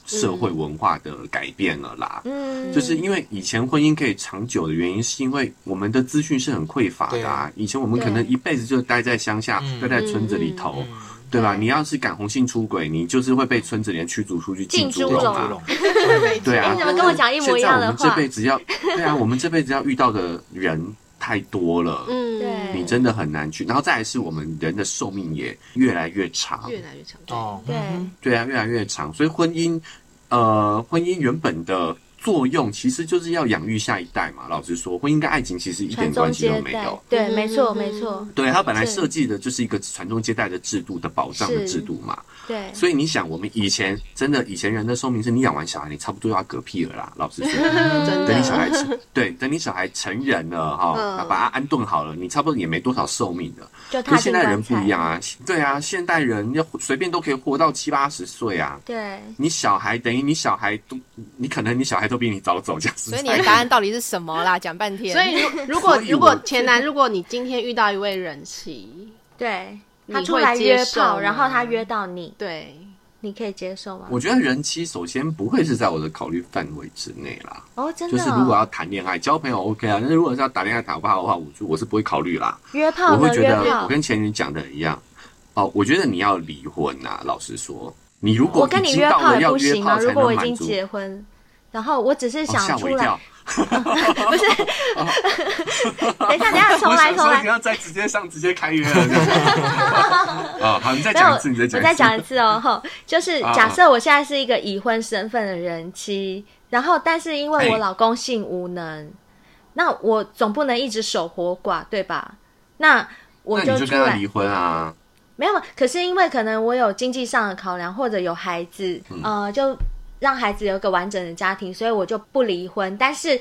Speaker 6: 社会文化的改变了啦。
Speaker 3: 嗯，
Speaker 6: 就是因为以前婚姻可以长久的原因，是因为我们的资讯是很匮乏的、啊。以前我们可能一辈子就待在乡下，
Speaker 4: 嗯
Speaker 6: 待在村子里头，
Speaker 4: 嗯
Speaker 6: 对吧？
Speaker 3: 对
Speaker 6: 你要是敢红杏出轨，你就是会被村子里人驱逐出去
Speaker 3: 进
Speaker 6: 进
Speaker 3: 猪
Speaker 6: 猪
Speaker 3: 笼哎
Speaker 6: 笼
Speaker 4: 猪
Speaker 6: 啊
Speaker 4: 笼。
Speaker 6: 对啊，
Speaker 3: 你怎么跟我讲一模一样的
Speaker 6: 现在我们这
Speaker 3: 话？
Speaker 6: 辈子要，对啊，我们这辈子要遇到的人太多了，
Speaker 2: 嗯，
Speaker 3: 对
Speaker 6: 你真的很难去。然后再来是我们人的寿命也越来越长，
Speaker 2: 越来越强壮。
Speaker 4: 哦，
Speaker 3: 对，
Speaker 6: 对啊，越来越长。所以婚姻，呃，婚姻原本的作用其实就是要养育下一代嘛。老实说，婚姻跟爱情其实一
Speaker 3: 传
Speaker 6: 点
Speaker 3: 宗
Speaker 6: 关系都
Speaker 3: 接
Speaker 6: 没
Speaker 3: 代
Speaker 6: 有。，
Speaker 3: 对，没错
Speaker 2: 嗯
Speaker 3: 没错，
Speaker 6: 对，它本来
Speaker 3: 是
Speaker 6: 设计的就是一个传宗接代的制度的保障的
Speaker 3: 是
Speaker 6: 制度嘛。
Speaker 3: 对，
Speaker 6: 所以你想，我们以前真的以前人的寿命是你养完小孩，你差不多要嗝屁 了啦。老实说，
Speaker 2: 真
Speaker 6: 等你
Speaker 2: 的，
Speaker 6: 小孩成对，等你小孩成人了哈，
Speaker 3: 嗯
Speaker 6: 那把他安顿好了，你差不多也没多少寿命了。
Speaker 3: 就
Speaker 6: 可
Speaker 3: 踏
Speaker 6: 是
Speaker 3: 进
Speaker 6: 现代
Speaker 3: 棺
Speaker 6: 人不一
Speaker 3: 材，
Speaker 6: 样啊，对啊，现代人要随便都可以活到七八十岁啊。
Speaker 3: 对，
Speaker 6: 你小孩等于你小孩都，你可能你小孩都比你早走，这样子。
Speaker 5: 所以你的答案到底是什么啦？讲半 天，
Speaker 2: 所以如 如果
Speaker 6: 所以我
Speaker 2: 如果前男，如果你今天遇到一位人妻，
Speaker 3: 对
Speaker 2: 你
Speaker 3: 他
Speaker 2: 会
Speaker 3: 出来约
Speaker 2: 接受
Speaker 3: 炮，然后
Speaker 2: 吗
Speaker 3: 他约到你，
Speaker 2: 对，
Speaker 3: 你可以接受吗？
Speaker 6: 我觉得人妻首先不会是在我的考虑范围之内啦。
Speaker 3: 哦，真
Speaker 6: 就
Speaker 3: 的
Speaker 6: 是如果
Speaker 3: 哦，
Speaker 6: 要谈恋爱、交朋友 OK 啊，但是如果是要打恋爱、打炮的话，我就我是不会考虑啦。
Speaker 3: 约
Speaker 6: 我
Speaker 3: 炮
Speaker 6: 会
Speaker 3: 呢？
Speaker 6: 觉
Speaker 3: 约
Speaker 6: 得我
Speaker 3: 炮，
Speaker 6: 跟前女讲的一样。哦，我觉得你要离婚呐、老实说，你如果
Speaker 3: 我跟
Speaker 6: 已
Speaker 3: 你
Speaker 6: 经
Speaker 3: 约
Speaker 6: 到
Speaker 3: 炮
Speaker 6: 了
Speaker 3: 也
Speaker 6: 要
Speaker 3: 不
Speaker 6: 约
Speaker 3: 行
Speaker 6: 炮
Speaker 3: 吗？
Speaker 6: 才
Speaker 3: 如果我
Speaker 6: 能
Speaker 3: 已
Speaker 6: 满
Speaker 3: 经
Speaker 6: 足，
Speaker 3: 结婚，然后我只是
Speaker 6: 哦吓
Speaker 3: 想
Speaker 6: 我
Speaker 3: 出
Speaker 6: 一
Speaker 3: 来，
Speaker 6: 跳。
Speaker 3: 不是， 等一下，等一下，重
Speaker 6: 我
Speaker 3: 来，
Speaker 6: 想
Speaker 3: 重
Speaker 6: 说
Speaker 3: 来
Speaker 6: 你。要再直接上，直接开约了。 啊，好，你再
Speaker 3: 没有，
Speaker 6: 讲一次，你再讲一次。
Speaker 3: 我再讲一次哦，吼， 就是
Speaker 6: 啊
Speaker 3: 假设我现在是一个已婚身份的人妻，然后但是因为我
Speaker 6: 哎
Speaker 3: 老公性无能，那我总不能一直守活寡，对吧？那我
Speaker 6: 那你就
Speaker 3: 出
Speaker 6: 跟他
Speaker 3: 来
Speaker 6: 离婚啊。
Speaker 3: 没有，可是因为可能我有经济上的考量，或者有孩子，
Speaker 6: 嗯
Speaker 3: 呃，就让孩子有一个完整的家庭，所以我就不离婚。但是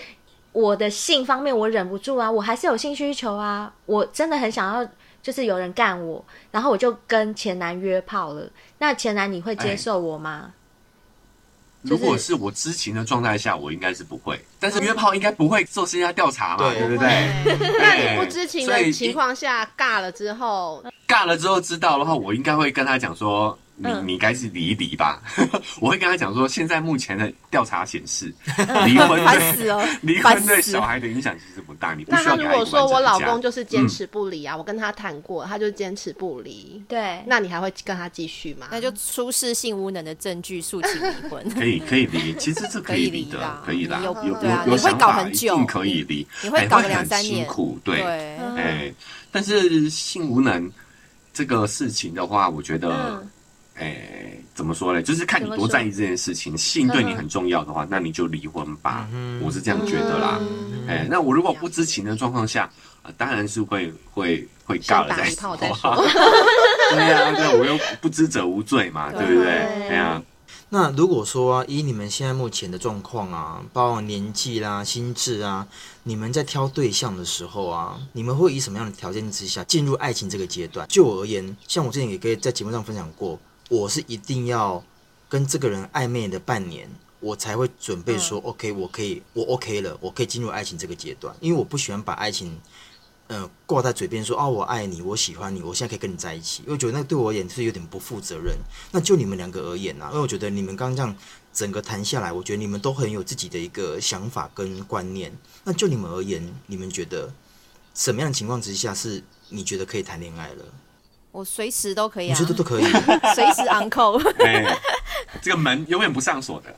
Speaker 3: 我的性方面我忍不住啊，我还是有性需求啊，我真的很想要，就是有人干我，然后我就跟前男约炮了。那前男你会
Speaker 6: 哎
Speaker 3: 接受我吗？
Speaker 6: 如果是我知情的状态下，我应该是不会。但是约炮应该不会做私下调查嘛，
Speaker 4: 对
Speaker 6: 对不对？
Speaker 2: 那你不知情
Speaker 6: 所
Speaker 2: 的
Speaker 6: 以
Speaker 2: 情况下尬了之后，
Speaker 6: 尬了之后知道的话，我应该会跟他讲说，你
Speaker 3: 嗯
Speaker 6: 你该是离一离吧。 我会跟他讲说，现在目前的调查显示，
Speaker 3: 嗯
Speaker 6: 离婚
Speaker 5: 烦死
Speaker 6: 对，
Speaker 5: 了
Speaker 6: 离
Speaker 5: 烦
Speaker 6: 婚对
Speaker 5: 死
Speaker 6: 小
Speaker 5: 了。
Speaker 6: 孩的影响其实不大，你不
Speaker 2: 那
Speaker 6: 需要
Speaker 2: 他
Speaker 6: 给
Speaker 2: 如
Speaker 6: 他一
Speaker 2: 果
Speaker 6: 个
Speaker 2: 说我
Speaker 6: 完整
Speaker 2: 老
Speaker 6: 的家
Speaker 2: 公就是
Speaker 6: 嗯
Speaker 2: 坚持不离啊，我跟他谈过，他就坚持不离，
Speaker 3: 对，
Speaker 2: 那你还会跟他继续吗？
Speaker 5: 那就出示性无能的证据诉请离婚。
Speaker 6: 可以可以离，其实是可以离
Speaker 5: 可以离
Speaker 6: 的
Speaker 5: 啦，
Speaker 6: 可以啦，
Speaker 5: 你
Speaker 6: 有
Speaker 5: 有
Speaker 6: 有
Speaker 5: 对啊你
Speaker 6: 有
Speaker 5: 会
Speaker 6: 想
Speaker 5: 搞
Speaker 6: 法
Speaker 5: 很
Speaker 6: 一
Speaker 5: 久
Speaker 6: 定可以离，
Speaker 5: 你会
Speaker 6: 哎
Speaker 5: 搞个两
Speaker 6: 很
Speaker 5: 三
Speaker 6: 辛
Speaker 5: 年
Speaker 6: 苦，对，
Speaker 5: 对，
Speaker 2: 嗯
Speaker 6: 哎，但是性无能这个事情的话，我觉得
Speaker 3: 嗯，
Speaker 6: 哎，怎么说呢？就是看你
Speaker 3: 怎么
Speaker 6: 多
Speaker 3: 说
Speaker 6: 在意这件事情，性对你
Speaker 3: 嗯
Speaker 6: 很重要的话，那你就离婚吧，
Speaker 4: 嗯
Speaker 6: 我是这样觉得啦。
Speaker 3: 嗯
Speaker 5: 嗯
Speaker 6: 哎，那我如果不知情的状况下，呃当然是会会会
Speaker 2: 先
Speaker 6: 告了
Speaker 2: 打
Speaker 6: 再
Speaker 2: 一炮
Speaker 6: 说
Speaker 2: 再
Speaker 6: 啊。 对呀，对，我又不知者无罪嘛，对不对？
Speaker 3: 对
Speaker 6: 哎呀，
Speaker 4: 那如果说啊，以你们现在目前的状况啊，包括年纪啦、心智啊，你们在挑对象的时候啊，你们会以什么样的条件之下进入爱情这个阶段？就我而言，像我之前也跟在节目上分享过，我是一定要跟这个人暧昧的半年，我才会准备说、OK，我可以，我 OK 了，我可以进入爱情这个阶段，因为我不喜欢把爱情。呃，挂在嘴边说啊，我爱你，我喜欢你，我现在可以跟你在一起，因为我觉得那对我而言是有点不负责任。那就你们两个而言啊，因为我觉得你们刚刚这样整个谈下来，我觉得你们都很有自己的一个想法跟观念。那就你们而言，你们觉得什么样的情况之下是你觉得可以谈恋爱了？
Speaker 5: 我随时都可以
Speaker 4: 你
Speaker 5: 啊
Speaker 4: 觉，得都 可以？
Speaker 5: 随时 uncle。
Speaker 6: 哎，这个门永远不上锁的。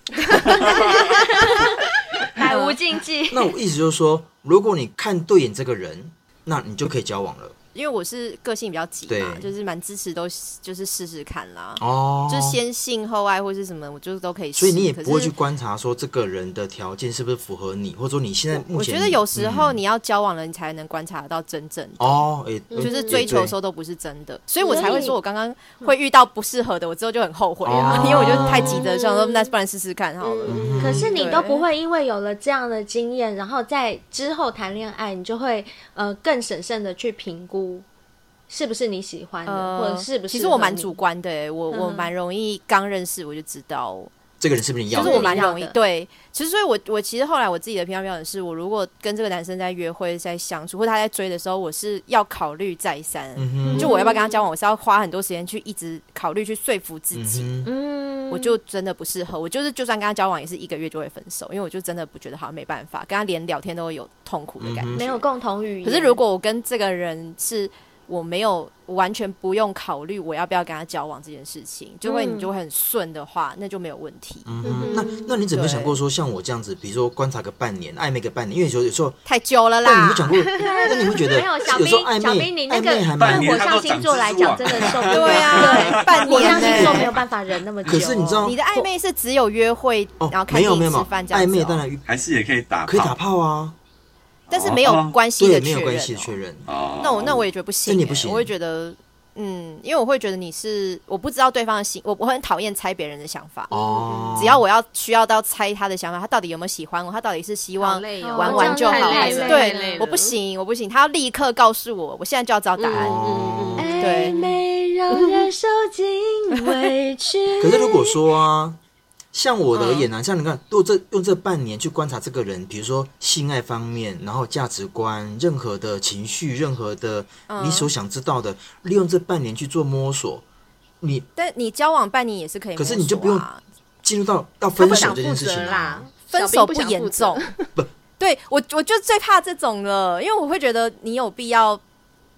Speaker 3: 百无禁忌。
Speaker 4: 那我意思就是说，如果你看对眼这个人，那你就可以交往了。
Speaker 5: 因为我是个性比较急嘛，
Speaker 4: 对
Speaker 5: 就是蛮支持都就是试试看啦，
Speaker 4: 哦
Speaker 5: 就先性后爱或是什么，我就是都可以试。
Speaker 4: 所以你也不会
Speaker 5: 可是
Speaker 4: 去观察说这个人的条件是不是符合你，或者说你现在目
Speaker 5: 我
Speaker 4: 前
Speaker 5: 觉得有时候
Speaker 4: 嗯
Speaker 5: 你要交往了，你才能观察得到真正的。
Speaker 4: 哦，诶、诶
Speaker 5: 就是追求的时
Speaker 4: 对
Speaker 5: 候都不是真的，所以我才会说，我刚刚会遇到不适合的，我之后就很后悔啊，
Speaker 4: 哦 嗯
Speaker 5: 因为我就太急着想说，那不然试试看好了。
Speaker 3: 可是你
Speaker 5: 嗯对
Speaker 3: 都不会因为有了这样的经验，然后在之后谈恋爱，你就会呃更审慎的去评估是不是你喜欢的，嗯
Speaker 5: 呃，
Speaker 3: 或者是不是。
Speaker 5: 其实我蛮主，观的、欸，我我
Speaker 3: 嗯
Speaker 5: 蛮容易刚认识我就知道，
Speaker 4: 这个人是不是你要
Speaker 5: 就
Speaker 4: 的？
Speaker 5: 是我蛮容易
Speaker 3: 要的
Speaker 5: 对。其实所以我，我其实后来我自己的评判标准是，我如果跟这个男生在约会、在相处，或他在追的时候，我是要考虑再三，
Speaker 4: 嗯
Speaker 5: 就我要不要跟他交往，我是要花很多时间去一直考虑去说服自
Speaker 4: 哼，
Speaker 5: 己。
Speaker 4: 嗯哼，
Speaker 3: 嗯，
Speaker 5: 我就真的不适合，我就是就算跟他交往也是一个月就会分手，因为我就真的不觉得好像没办法，跟他连聊天都会有痛苦的
Speaker 4: 嗯
Speaker 5: 感觉。
Speaker 3: 没有共同语言。
Speaker 5: 可是如果我跟这个人是我没有我完全不用考虑我要不要跟他交往这件事情，就会
Speaker 3: 嗯
Speaker 5: 你就会很顺的话，那就没有问题。
Speaker 4: 嗯那那你怎么想过说像我这样子，比如说观察个半年，暧昧个半年？因为有时候有时候，
Speaker 5: 太久了
Speaker 4: 但你
Speaker 5: 啦
Speaker 4: 们，讲过， 那你会觉得
Speaker 3: 没有小
Speaker 4: 有
Speaker 3: 兵
Speaker 4: 时候暧，
Speaker 3: 小兵你
Speaker 4: 昧
Speaker 3: 那
Speaker 4: 暧
Speaker 3: 个
Speaker 4: 昧还
Speaker 6: 半
Speaker 4: 蛮
Speaker 3: 跟
Speaker 6: 年
Speaker 3: 火
Speaker 6: 他都
Speaker 3: 象
Speaker 6: 长
Speaker 3: 星座
Speaker 6: 蜘
Speaker 3: 来
Speaker 6: 蛛
Speaker 3: 讲，
Speaker 6: 啊
Speaker 3: 真的受不了。
Speaker 5: 对啊，半
Speaker 3: 火象
Speaker 5: 年
Speaker 3: 星座没有
Speaker 5: 呢、
Speaker 3: 办法忍那么久。哦
Speaker 4: 可是你知道
Speaker 5: 你的暧昧是只有约会，
Speaker 4: 哦
Speaker 5: 然后，看
Speaker 4: 没有
Speaker 5: 电
Speaker 4: 没有
Speaker 5: 影、
Speaker 4: 没
Speaker 5: 吃
Speaker 4: 有，
Speaker 5: 饭这样
Speaker 4: 暧
Speaker 5: 子
Speaker 4: 昧
Speaker 5: 哦
Speaker 4: 当然
Speaker 6: 还是也可以打炮，
Speaker 4: 可以打炮啊，
Speaker 5: 但是没有
Speaker 6: 哦
Speaker 5: 关系
Speaker 4: 对，没
Speaker 5: 的确
Speaker 4: 有
Speaker 5: 认、
Speaker 4: 关系
Speaker 5: 哦
Speaker 4: 确认。
Speaker 6: 哦
Speaker 5: 那我那我也觉得不行、欸，
Speaker 4: 真的不行
Speaker 5: 我会觉得，嗯，因为我会觉得你是我不知道对方的心，我我很讨厌猜别人的想法。
Speaker 4: 哦，
Speaker 5: 嗯只要我要需要到猜他的想法，他到底有没有喜欢我，他到底是希
Speaker 2: 好
Speaker 5: 望
Speaker 2: 累哦
Speaker 5: 玩玩就好，
Speaker 3: 这样太累
Speaker 5: 还是
Speaker 3: 了
Speaker 2: 太累
Speaker 5: 对
Speaker 2: 了
Speaker 5: 我不行，我不行，他要立刻告诉我，我现在就要找
Speaker 2: 嗯
Speaker 5: 答案。
Speaker 4: 哦
Speaker 2: 哎
Speaker 5: 对
Speaker 3: 暧昧让人受尽 委屈。
Speaker 4: 可是如果说啊，像我的而言
Speaker 5: 嗯
Speaker 4: 啊，像你看，如果这用这半年去观察这个人，比如说性爱方面，然后价值观，任何的情绪，任何的
Speaker 5: 嗯
Speaker 4: 你所想知道的，利用这半年去做摸索，你
Speaker 5: 但你交往半年也是可以摸
Speaker 4: 可
Speaker 5: 索啊，
Speaker 4: 是你就不用进入到要
Speaker 2: 他
Speaker 4: 分
Speaker 2: 不
Speaker 4: 手
Speaker 2: 想
Speaker 4: 这
Speaker 2: 负
Speaker 4: 件事情
Speaker 2: 责啦
Speaker 4: 啊。，
Speaker 5: 分
Speaker 2: 小兵
Speaker 5: 手
Speaker 2: 不
Speaker 5: 不
Speaker 2: 想负
Speaker 5: 严
Speaker 2: 责
Speaker 5: 重， 对我我就最怕这种了，因为我会觉得你有必要，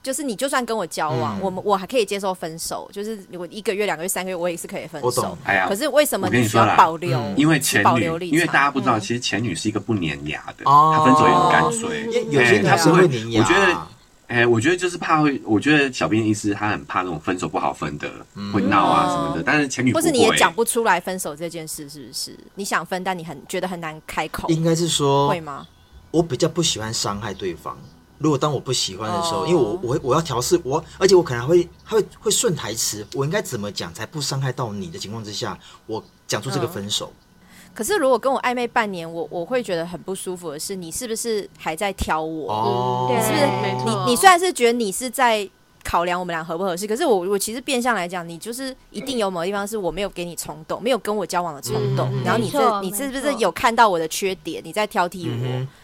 Speaker 5: 就是你就算跟我交往，
Speaker 4: 嗯
Speaker 5: 我们我还可以接受分手，就是我一个月、两个月、三个月，我也是可以分
Speaker 4: 我
Speaker 5: 手
Speaker 4: 懂。
Speaker 6: 哎呀
Speaker 5: 可是为什么
Speaker 6: 我跟你
Speaker 5: 需
Speaker 6: 说啦
Speaker 5: 要保留
Speaker 4: 嗯？
Speaker 6: 因为前
Speaker 5: 保
Speaker 6: 女
Speaker 5: 留，立场嗯
Speaker 6: 因为大家不知道，其实前女是一个不粘牙的，
Speaker 4: 哦
Speaker 6: 她分手也很干脆。
Speaker 4: 因为有些
Speaker 6: 哎她
Speaker 4: 男
Speaker 6: 不
Speaker 4: 生
Speaker 6: 会
Speaker 4: 会啊粘牙，
Speaker 6: 我觉得，哎，我觉得就是怕会，我觉得小编的意思，他很怕那种分手不好分的，
Speaker 4: 嗯
Speaker 6: 会闹啊什么的。但是前女
Speaker 5: 或
Speaker 6: 不
Speaker 5: 是你也
Speaker 6: 会
Speaker 5: 哦讲不出来分手这件事，是不是？你想分，但你很觉得很难开口，
Speaker 4: 应该是说
Speaker 6: 哦
Speaker 5: 会，吗？
Speaker 4: 我比较不喜欢伤害对方。如果当我不喜欢的时候，
Speaker 5: 哦
Speaker 4: 因为我我会我要调试我，而且我可能还会还会会顺台词，我应该怎么讲才不伤害到你的情况之下，我讲出这个分手。
Speaker 5: 可是如果跟我暧昧半年，我我会觉得很不舒服的是，你是不是还在挑我？
Speaker 4: 哦，
Speaker 3: 对
Speaker 5: 是不是
Speaker 2: 没
Speaker 5: 你
Speaker 2: 错，
Speaker 5: 你虽然是觉得你是在考量我们俩合不合适，可是我我其实变相来讲，你就是一定有某个地方是我没有给你冲动，没有跟我交往的冲动，
Speaker 2: 嗯
Speaker 5: 然后你
Speaker 3: 没
Speaker 5: 这
Speaker 3: 错
Speaker 5: 你是不
Speaker 3: 没错
Speaker 5: 是有看到我的缺点，你在挑剔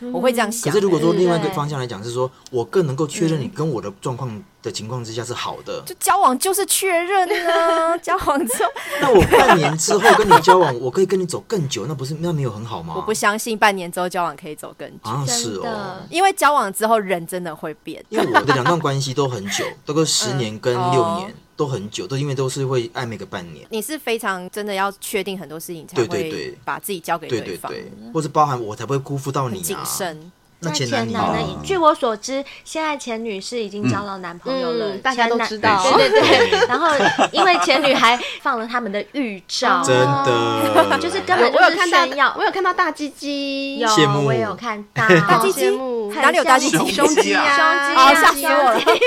Speaker 5: 我？我会这样
Speaker 4: 嗯
Speaker 5: 想、
Speaker 4: 可是如果说
Speaker 5: 欸
Speaker 4: 另外一个
Speaker 3: 对
Speaker 4: 方向来讲，是说我更能够确认你跟我的状况的的情况之下是好的。
Speaker 5: 就交往就是确认啊， 交往之后
Speaker 4: 那我半年之后跟你交往，我可以跟你走更久，那不是那没有很好吗？
Speaker 5: 我不相信半年之后交往可以走更久，
Speaker 4: 好像
Speaker 3: 真
Speaker 4: 是哦
Speaker 3: 的，
Speaker 5: 因为交往之后人真的会变。
Speaker 4: 因为我的两段关系都很久，都跟十年跟
Speaker 5: 嗯
Speaker 4: 六年
Speaker 5: 哦
Speaker 4: 都很久，都因为都是会暧昧个半年。
Speaker 5: 你是非常真的要确定很多事情才
Speaker 4: 对对
Speaker 5: 会
Speaker 4: 对
Speaker 5: 把自己交给
Speaker 4: 对对
Speaker 5: 方，
Speaker 4: 对，或者包含我才不会辜负到你
Speaker 5: 很谨
Speaker 4: 啊。
Speaker 5: 慎。
Speaker 4: 那前
Speaker 3: 前
Speaker 4: 你
Speaker 3: 男
Speaker 4: 呢？
Speaker 3: 呢？据我所知，现在前女是已经交到男朋友了，
Speaker 2: 嗯大家都
Speaker 3: 前男
Speaker 2: 知道
Speaker 3: 对对 对。然后因为前女还放了他们的预照，
Speaker 4: 哦真 的，
Speaker 3: 哦就是根
Speaker 2: 我
Speaker 3: 本
Speaker 2: 有
Speaker 3: 就
Speaker 2: 我有
Speaker 3: 是
Speaker 2: 看
Speaker 3: 炫
Speaker 2: 到，
Speaker 3: 耀
Speaker 2: 我。有看到大鸡鸡，
Speaker 3: 有
Speaker 4: 羡慕
Speaker 3: 我也有看 到
Speaker 2: 大
Speaker 5: 鸡鸡
Speaker 2: 羡慕
Speaker 3: 很
Speaker 5: 哪里有大鸡鸡
Speaker 3: 像
Speaker 6: 胸肌啊
Speaker 3: 胸肌
Speaker 5: 啊，
Speaker 3: 啊，
Speaker 5: 吓死我了！
Speaker 3: 胸 肌！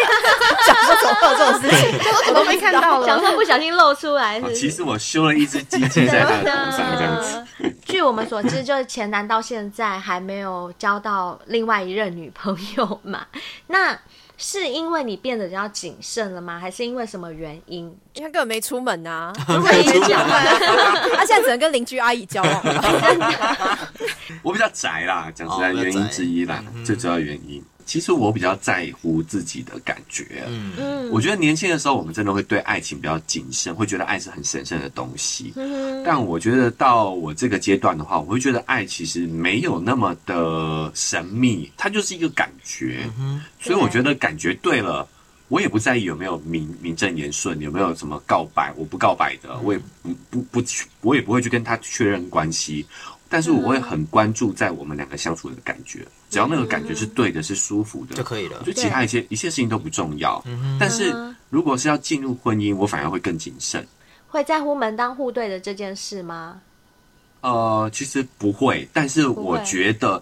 Speaker 5: 想说怎么会有这种事情？
Speaker 2: 我怎么被看到
Speaker 3: 想
Speaker 2: 了？
Speaker 3: 说不小心露出来，是
Speaker 6: 哦
Speaker 3: 不是
Speaker 6: 其实我修了一只鸡鸡 在他 的头上，这样子。
Speaker 3: 真的 据我们所知，就是前男到现在还没有交到另外一任女朋友嘛？ 那是因为你变得比较谨慎了吗？还是因为什么原 因？
Speaker 5: 因为他根本没出门啊，
Speaker 3: 如果你讲，
Speaker 5: 他现在只能跟邻居阿姨交往 吧。
Speaker 6: 我比较宅啦，讲实在，
Speaker 4: 哦比
Speaker 6: 原
Speaker 4: 较
Speaker 6: 因之一啦，最主要原因。其实我比较在乎自己的感觉。
Speaker 3: 嗯，
Speaker 6: 我觉得年轻的时候，我们真的会对爱情比较谨慎，会觉得爱是很神圣的东西。
Speaker 3: 嗯
Speaker 6: 但我觉得到我这个阶段的话，我会觉得爱其实没有那么的神秘，它就是一个感觉。
Speaker 4: 嗯
Speaker 6: 所以我觉得感觉对了，我也不在意有没有名名正言顺，有没有什么告白，我不告白的，我也不不不去，我也不会去跟他确认关系。但是我会很关注在我们两个相处的感觉，只要那个感觉是对的，是舒服的
Speaker 4: 就可以 了嗯
Speaker 6: 就其他一些一切事情都不重要。但是如果是要进入婚姻，我反而会更谨慎。
Speaker 3: 会在乎门当户对的这件事吗？
Speaker 6: 呃，其实不会，但是我
Speaker 3: 会
Speaker 6: 觉得，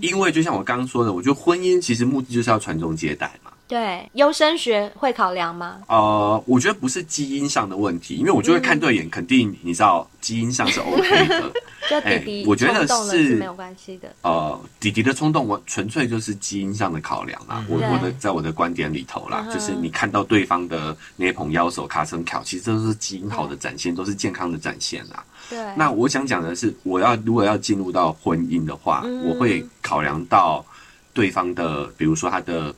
Speaker 6: 因为就像我刚刚说的，我觉得婚姻其实目的就是要传宗接代嘛。
Speaker 3: 对，优生学会考量吗？
Speaker 6: 呃，我觉得不是基因上的问题，因为我就会看对眼，肯定你知道基因上是 OK 的。
Speaker 3: 就弟弟
Speaker 6: 哎我觉得
Speaker 3: 冲动了
Speaker 6: 是
Speaker 3: 没有关系的。
Speaker 6: 呃，弟弟的冲动，我纯粹就是基因上的考量啦。我
Speaker 3: 对
Speaker 6: 我的在我的观点里头啦，
Speaker 3: 嗯
Speaker 6: 就是你看到对方的那捧腰手、卡森巧，其实都是基因好的展现，都是健康的展现啦。
Speaker 3: 对，
Speaker 6: 那我想讲的是，我要如果要进入到婚姻的话，
Speaker 3: 嗯
Speaker 6: 我会考量到对方的，比如说他的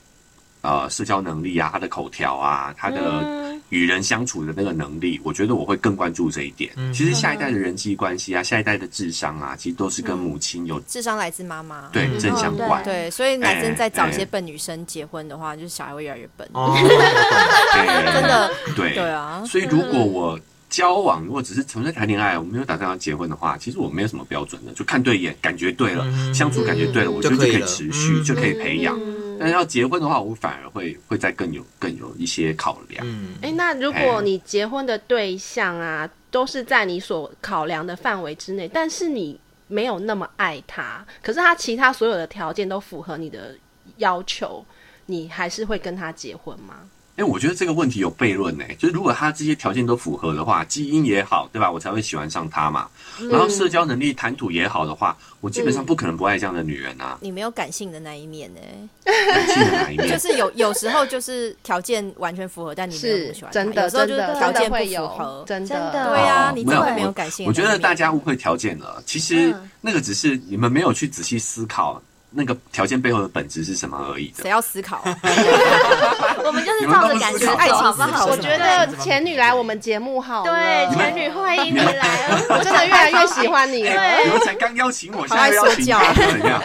Speaker 6: 呃社交能力啊，他的口条啊，他
Speaker 3: 嗯
Speaker 6: 的与人相处的那个能力，我觉得我会更关注这一点。其实
Speaker 3: 嗯
Speaker 6: 下一代的人际关系啊，下一代的智商啊，其实都是跟母亲有、
Speaker 5: 智商来自妈妈，
Speaker 6: 对正相关。
Speaker 5: 对，所以男生在找一些笨女生结婚的话，就是小孩会越来越笨。
Speaker 4: 哦，我懂了
Speaker 6: 哎
Speaker 5: 真的，
Speaker 6: 对
Speaker 5: 对啊
Speaker 6: 所以如果我交往，如果只是纯粹谈恋爱，我没有打算要结婚的话，其实我没有什么标准的，就看对眼，感觉对了，相处感觉对了，
Speaker 5: 嗯
Speaker 6: 我觉得
Speaker 4: 就可以
Speaker 6: 可以
Speaker 4: 了
Speaker 6: 持续，
Speaker 4: 嗯
Speaker 6: 就可以培养。
Speaker 2: 嗯
Speaker 6: 但是要结婚的话，我反而会会再更有更有一些考量。
Speaker 4: 嗯，
Speaker 2: 哎、那如果你结婚的对象啊，都是在你所考量的范围之内，但是你没有那么爱他，可是他其他所有的条件都符合你的要求，你还是会跟他结婚吗？
Speaker 6: 哎、我觉得这个问题有悖论呢、就是如果他这些条件都符合的话，基因也好，对吧？我才会喜欢上他嘛。然
Speaker 5: 嗯
Speaker 6: 后社交能力、谈吐也好的话，我基本上不可能不爱这样的女人啊。
Speaker 5: 你没有感性的那一面呢、
Speaker 6: 感性的哪一面？
Speaker 5: 就是 有有时候就是条件完全符合，但你没有那么喜欢他
Speaker 2: 真的，
Speaker 5: 有时候
Speaker 2: 真
Speaker 5: 就
Speaker 2: 的
Speaker 5: 是条
Speaker 2: 真的
Speaker 5: 件不
Speaker 2: 会
Speaker 5: 符
Speaker 2: 有
Speaker 5: 合，。
Speaker 2: 真
Speaker 3: 真
Speaker 2: 的，
Speaker 3: 的
Speaker 5: 对啊
Speaker 6: 哦
Speaker 5: 你
Speaker 6: 没有
Speaker 5: 真的没有
Speaker 6: 我
Speaker 5: 感性的
Speaker 6: 我觉
Speaker 5: 那
Speaker 6: 得
Speaker 5: 一面
Speaker 6: 大家误会条件了，其实
Speaker 3: 嗯
Speaker 6: 那个只是你们没有去仔细思考那个条件背后的本质是什么而已 的
Speaker 5: 谁。要思考？
Speaker 3: 我们就是照着感觉走，好不好？
Speaker 2: 我
Speaker 5: 我
Speaker 2: 觉
Speaker 5: 觉
Speaker 2: 得
Speaker 4: 得
Speaker 2: 前
Speaker 4: 前
Speaker 2: 女
Speaker 4: 女
Speaker 2: 来
Speaker 4: 来
Speaker 2: 我
Speaker 4: 我
Speaker 2: 们
Speaker 4: 们
Speaker 2: 节目好，
Speaker 3: 对，前女欢迎你来哦，
Speaker 2: 我真的越来越喜欢你了。
Speaker 6: 哎你们才刚邀请我，现在邀请你
Speaker 5: 好爱
Speaker 6: 们怎 么样？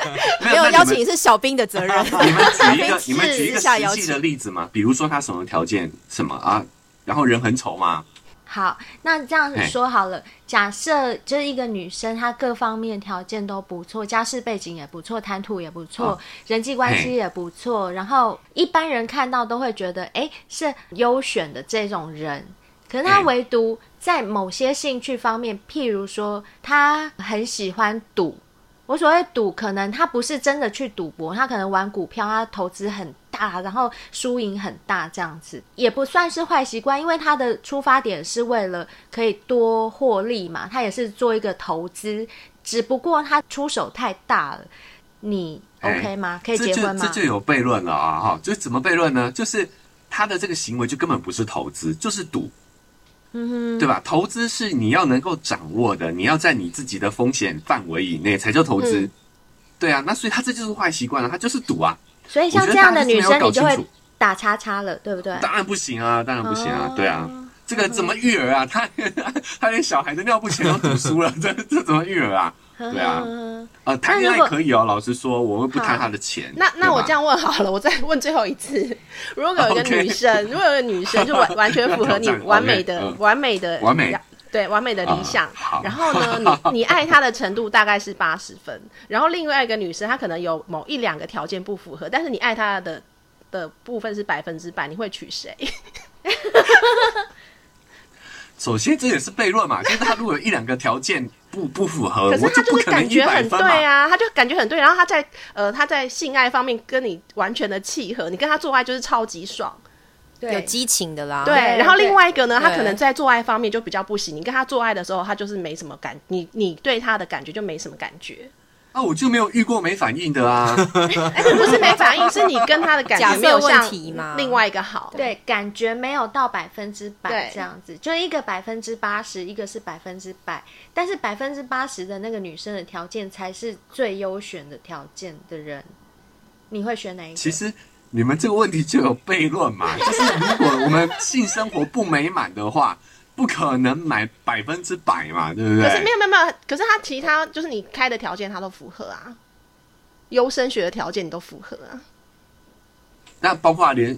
Speaker 5: 没有
Speaker 6: 那
Speaker 5: 邀
Speaker 6: 你们
Speaker 5: 请是小兵的责任。
Speaker 6: 你们 举
Speaker 5: 小
Speaker 6: 一个，你们
Speaker 5: 兵
Speaker 6: 举一
Speaker 5: 私
Speaker 6: 个
Speaker 5: 下邀
Speaker 6: 实际
Speaker 5: 请
Speaker 6: 的。例子嘛，比如说他什么条件什么啊，然后人很丑嘛，
Speaker 3: 好，那这样子说好了，假设就是一个女生，她各方面条件都不错，家世背景也不错，谈吐也不错，
Speaker 6: 哦
Speaker 3: 人际关系
Speaker 6: 嘿
Speaker 3: 也不错，然后一般人看到都会觉得，哎、是优选的这种人。可是她
Speaker 6: 嗯
Speaker 3: 唯独在某些兴趣方面，譬如说，她很喜欢赌。我所谓赌，可能她不是真的去赌博，她可能玩股票，她投资很大，然后输赢很大这样子，也不算是坏习惯，因为她的出发点是为了可以多获利嘛，她也是做一个投资，只不过她出手太大了。你
Speaker 6: 哎
Speaker 3: OK 吗？可以
Speaker 6: 这
Speaker 3: 结
Speaker 6: 就
Speaker 3: 婚
Speaker 6: 这
Speaker 3: 吗
Speaker 6: 就？有悖论了啊！哈，这怎么悖论呢？就是他的这个行为就根本不是投资，就是赌。嗯，对吧？投资是你要能够掌握的，你要在你自己的风险范围以内才叫投
Speaker 3: 嗯
Speaker 6: 资。对啊，那所以他这就是坏习惯了，他就是赌啊。
Speaker 3: 所以
Speaker 6: 我
Speaker 3: 像
Speaker 6: 觉
Speaker 3: 这
Speaker 6: 得大
Speaker 3: 样
Speaker 6: 家
Speaker 3: 的
Speaker 6: 就是没
Speaker 3: 女
Speaker 6: 有
Speaker 3: 生，
Speaker 6: 搞
Speaker 3: 你就
Speaker 6: 清
Speaker 3: 会
Speaker 6: 楚。
Speaker 3: 打叉叉了，对不对？
Speaker 6: 当然不行啊，当然不行啊，
Speaker 3: 哦
Speaker 6: 对啊，这个怎么育儿啊？他 他连小孩的尿布钱都读书了，这这怎么育 儿啊？对啊，啊，谈恋爱
Speaker 3: 那如果
Speaker 6: 可以哦，老实说，我们不贪他的钱。
Speaker 2: 那那我
Speaker 6: 对吧
Speaker 2: 这样问好了，我再问最后一次。 如果有一个
Speaker 6: OK
Speaker 2: 女生如果有一个女生就 完完全符合你
Speaker 6: 挑战
Speaker 2: 完美的、
Speaker 6: OK，嗯
Speaker 2: 完美的
Speaker 6: 完美
Speaker 2: 对完美的理想，
Speaker 6: 啊好
Speaker 2: 然后 呢，你你爱她的程度大概是八十分，然后另外一个女生她可能有某一两个条件不符合，但是你爱她的的部分是百分之百，你会娶谁？
Speaker 6: 首先这也是悖论嘛，就是他如果有一两个条件不 不符 合，
Speaker 2: 可是
Speaker 6: 呃我
Speaker 2: 她
Speaker 6: 就不
Speaker 2: 是
Speaker 6: 可能
Speaker 2: 感
Speaker 6: 一
Speaker 2: 觉
Speaker 6: 百
Speaker 2: 很
Speaker 6: 分
Speaker 2: 对
Speaker 6: 嘛。
Speaker 2: 啊，她就感觉很对，然后她在呃她在性爱方面跟你完全的契合，你跟她做爱就是超级爽。
Speaker 6: 啊
Speaker 5: 有激情的啦。
Speaker 2: 对，
Speaker 3: 对
Speaker 2: 然后另外一个呢，
Speaker 5: 啊对
Speaker 2: 他可能在做爱方面就比较不行。你跟他做爱的时候，他就是没什么感，你你对他的感觉就没什么感觉。
Speaker 6: 啊，我就没有遇过没反应的啊。
Speaker 2: 哎，不是没反应，是你跟他的感
Speaker 5: 假
Speaker 2: 觉
Speaker 5: 设
Speaker 2: 没有
Speaker 5: 问题嘛
Speaker 2: 像另外一个好。
Speaker 3: 对，感觉没有到百分之百
Speaker 2: 对
Speaker 3: 这样子，就一个百分之八十，一个是百分之百，但是百分之八十的那个女生的条件才是最优选的条件的人，你会选哪一个？
Speaker 6: 其实你们这个问题就有悖论嘛， 就是如果我们性生活不美满的话，不可能买百分之百嘛，对不
Speaker 2: 可是没
Speaker 6: 对？
Speaker 2: 有没有没有，可是他其他就是你开的条件他都符合啊，优生学的条件你都符合啊。
Speaker 6: 那包括连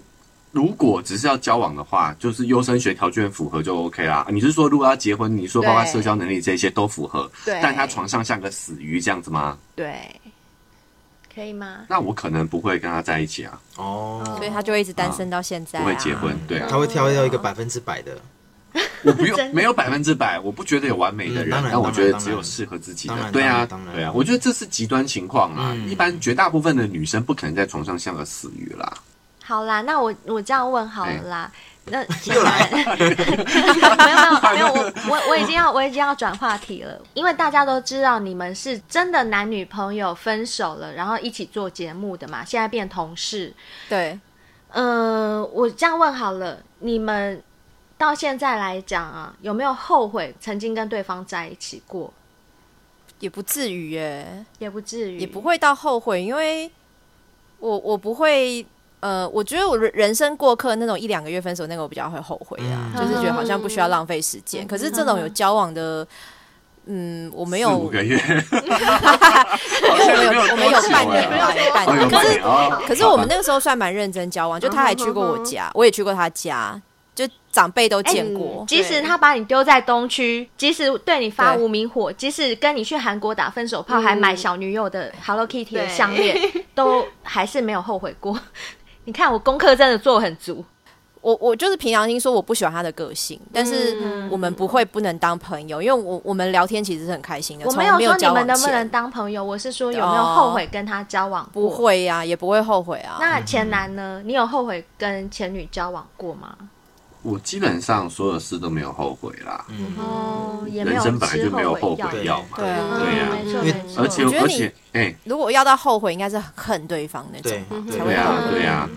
Speaker 6: 如果只是要交往的话，就是优生学条件符合就 OK 啦。你是说如果要结婚，你说包括
Speaker 2: 对
Speaker 6: 社交能力这些都符合，
Speaker 2: 对
Speaker 6: 但他床上像个死鱼这样子吗？
Speaker 5: 对，
Speaker 3: 可以吗？
Speaker 6: 那我可能不会跟他在一起啊，
Speaker 4: 哦，
Speaker 5: 所以他就会一直单身到现在、啊
Speaker 6: 不
Speaker 2: 哦
Speaker 6: 会结婚，对啊
Speaker 4: 他，会挑掉一个百分之百的，
Speaker 6: 我不用
Speaker 3: 真的
Speaker 6: 没有百分之百，我不觉得有完美的
Speaker 4: 嗯
Speaker 6: 人
Speaker 4: 当，然
Speaker 6: 但我觉得
Speaker 4: 当然
Speaker 6: 只有适合自己
Speaker 4: 当
Speaker 6: 的。
Speaker 4: 然
Speaker 6: 对啊，
Speaker 4: 当然当然
Speaker 6: 对啊，我觉得这是极端情况啦。
Speaker 4: 嗯
Speaker 6: 一般绝大部分的女生不可能在床上像个死鱼啦。
Speaker 3: 好啦，那我我这样问好了
Speaker 6: 哎
Speaker 3: 啦。 那既
Speaker 4: 又
Speaker 3: 然 没有没有没有，我我我已经要我已经要转话题了，因为大家都知道你们是真的男女朋友分手了，然后一起做节目的嘛，现在变同事。
Speaker 5: 对，
Speaker 3: 呃，我这样问好了，你们到现在来讲啊，有没有后悔曾经跟对方在一起过？
Speaker 5: 也不至于耶，
Speaker 3: 也不至于，
Speaker 5: 也不会到后悔，因为我我不会。呃，我觉得我人人生过客那种一两个月分手那个我比较会后悔啊，
Speaker 4: 嗯
Speaker 5: 就是觉得好像不需要浪费时间。可是这种有交往的，嗯，我没有，
Speaker 6: 四五个月，
Speaker 5: 因为我们有
Speaker 6: 好像
Speaker 5: 我
Speaker 6: 没
Speaker 5: 们有半年
Speaker 6: 有多久欸
Speaker 5: 吧，有半
Speaker 6: 哦，有
Speaker 5: 年。可
Speaker 6: 半
Speaker 5: 是
Speaker 6: 年哦。
Speaker 5: 可是我们那个时候算蛮认真交往，就他还去过我家，我也去过他家，就长辈都见过。
Speaker 3: 嗯即使他哎把你丢在东区，即使对你发无名火，即使跟你去韩国打分手炮，
Speaker 2: 嗯
Speaker 3: 还买小女友的 Hello Kitty 的
Speaker 2: 对
Speaker 3: 项 链，都还是没有后悔过。 你看我功课真的做很足，
Speaker 5: 我我就是凭良心说，我不喜欢他的个性，但是
Speaker 3: 嗯
Speaker 5: 我们不会不能当朋友，因为我我们聊天其实是很开心的。
Speaker 3: 我
Speaker 5: 从没
Speaker 3: 有说你
Speaker 5: 交
Speaker 3: 们
Speaker 5: 往
Speaker 3: 能不能
Speaker 5: 前，哦
Speaker 3: 当朋友，我是说有没有后悔跟他交往过？
Speaker 5: 不。会呀、也不会后悔啊。
Speaker 3: 那前男呢？你有后悔跟前女交往过吗？
Speaker 6: 我基本上所有事都没有后悔啦，
Speaker 5: 嗯
Speaker 4: 嗯
Speaker 3: 哦，也没
Speaker 6: 人
Speaker 3: 有
Speaker 6: 生本来
Speaker 3: 吃
Speaker 6: 就没有后
Speaker 3: 悔药。
Speaker 6: 悔药嗯嘛。
Speaker 5: 对啊，
Speaker 6: 对
Speaker 3: 嗯
Speaker 6: 啊
Speaker 3: 没错
Speaker 4: 因为
Speaker 3: 没错。
Speaker 6: 而且
Speaker 5: 我觉得
Speaker 6: 而
Speaker 5: 你
Speaker 6: 且，哎，
Speaker 5: 如果要到后悔，应该是恨对方那种
Speaker 4: 对
Speaker 5: 吧，
Speaker 4: 对
Speaker 5: 才
Speaker 6: 对
Speaker 5: 会后
Speaker 6: 啊，
Speaker 5: 悔。
Speaker 6: 对啊。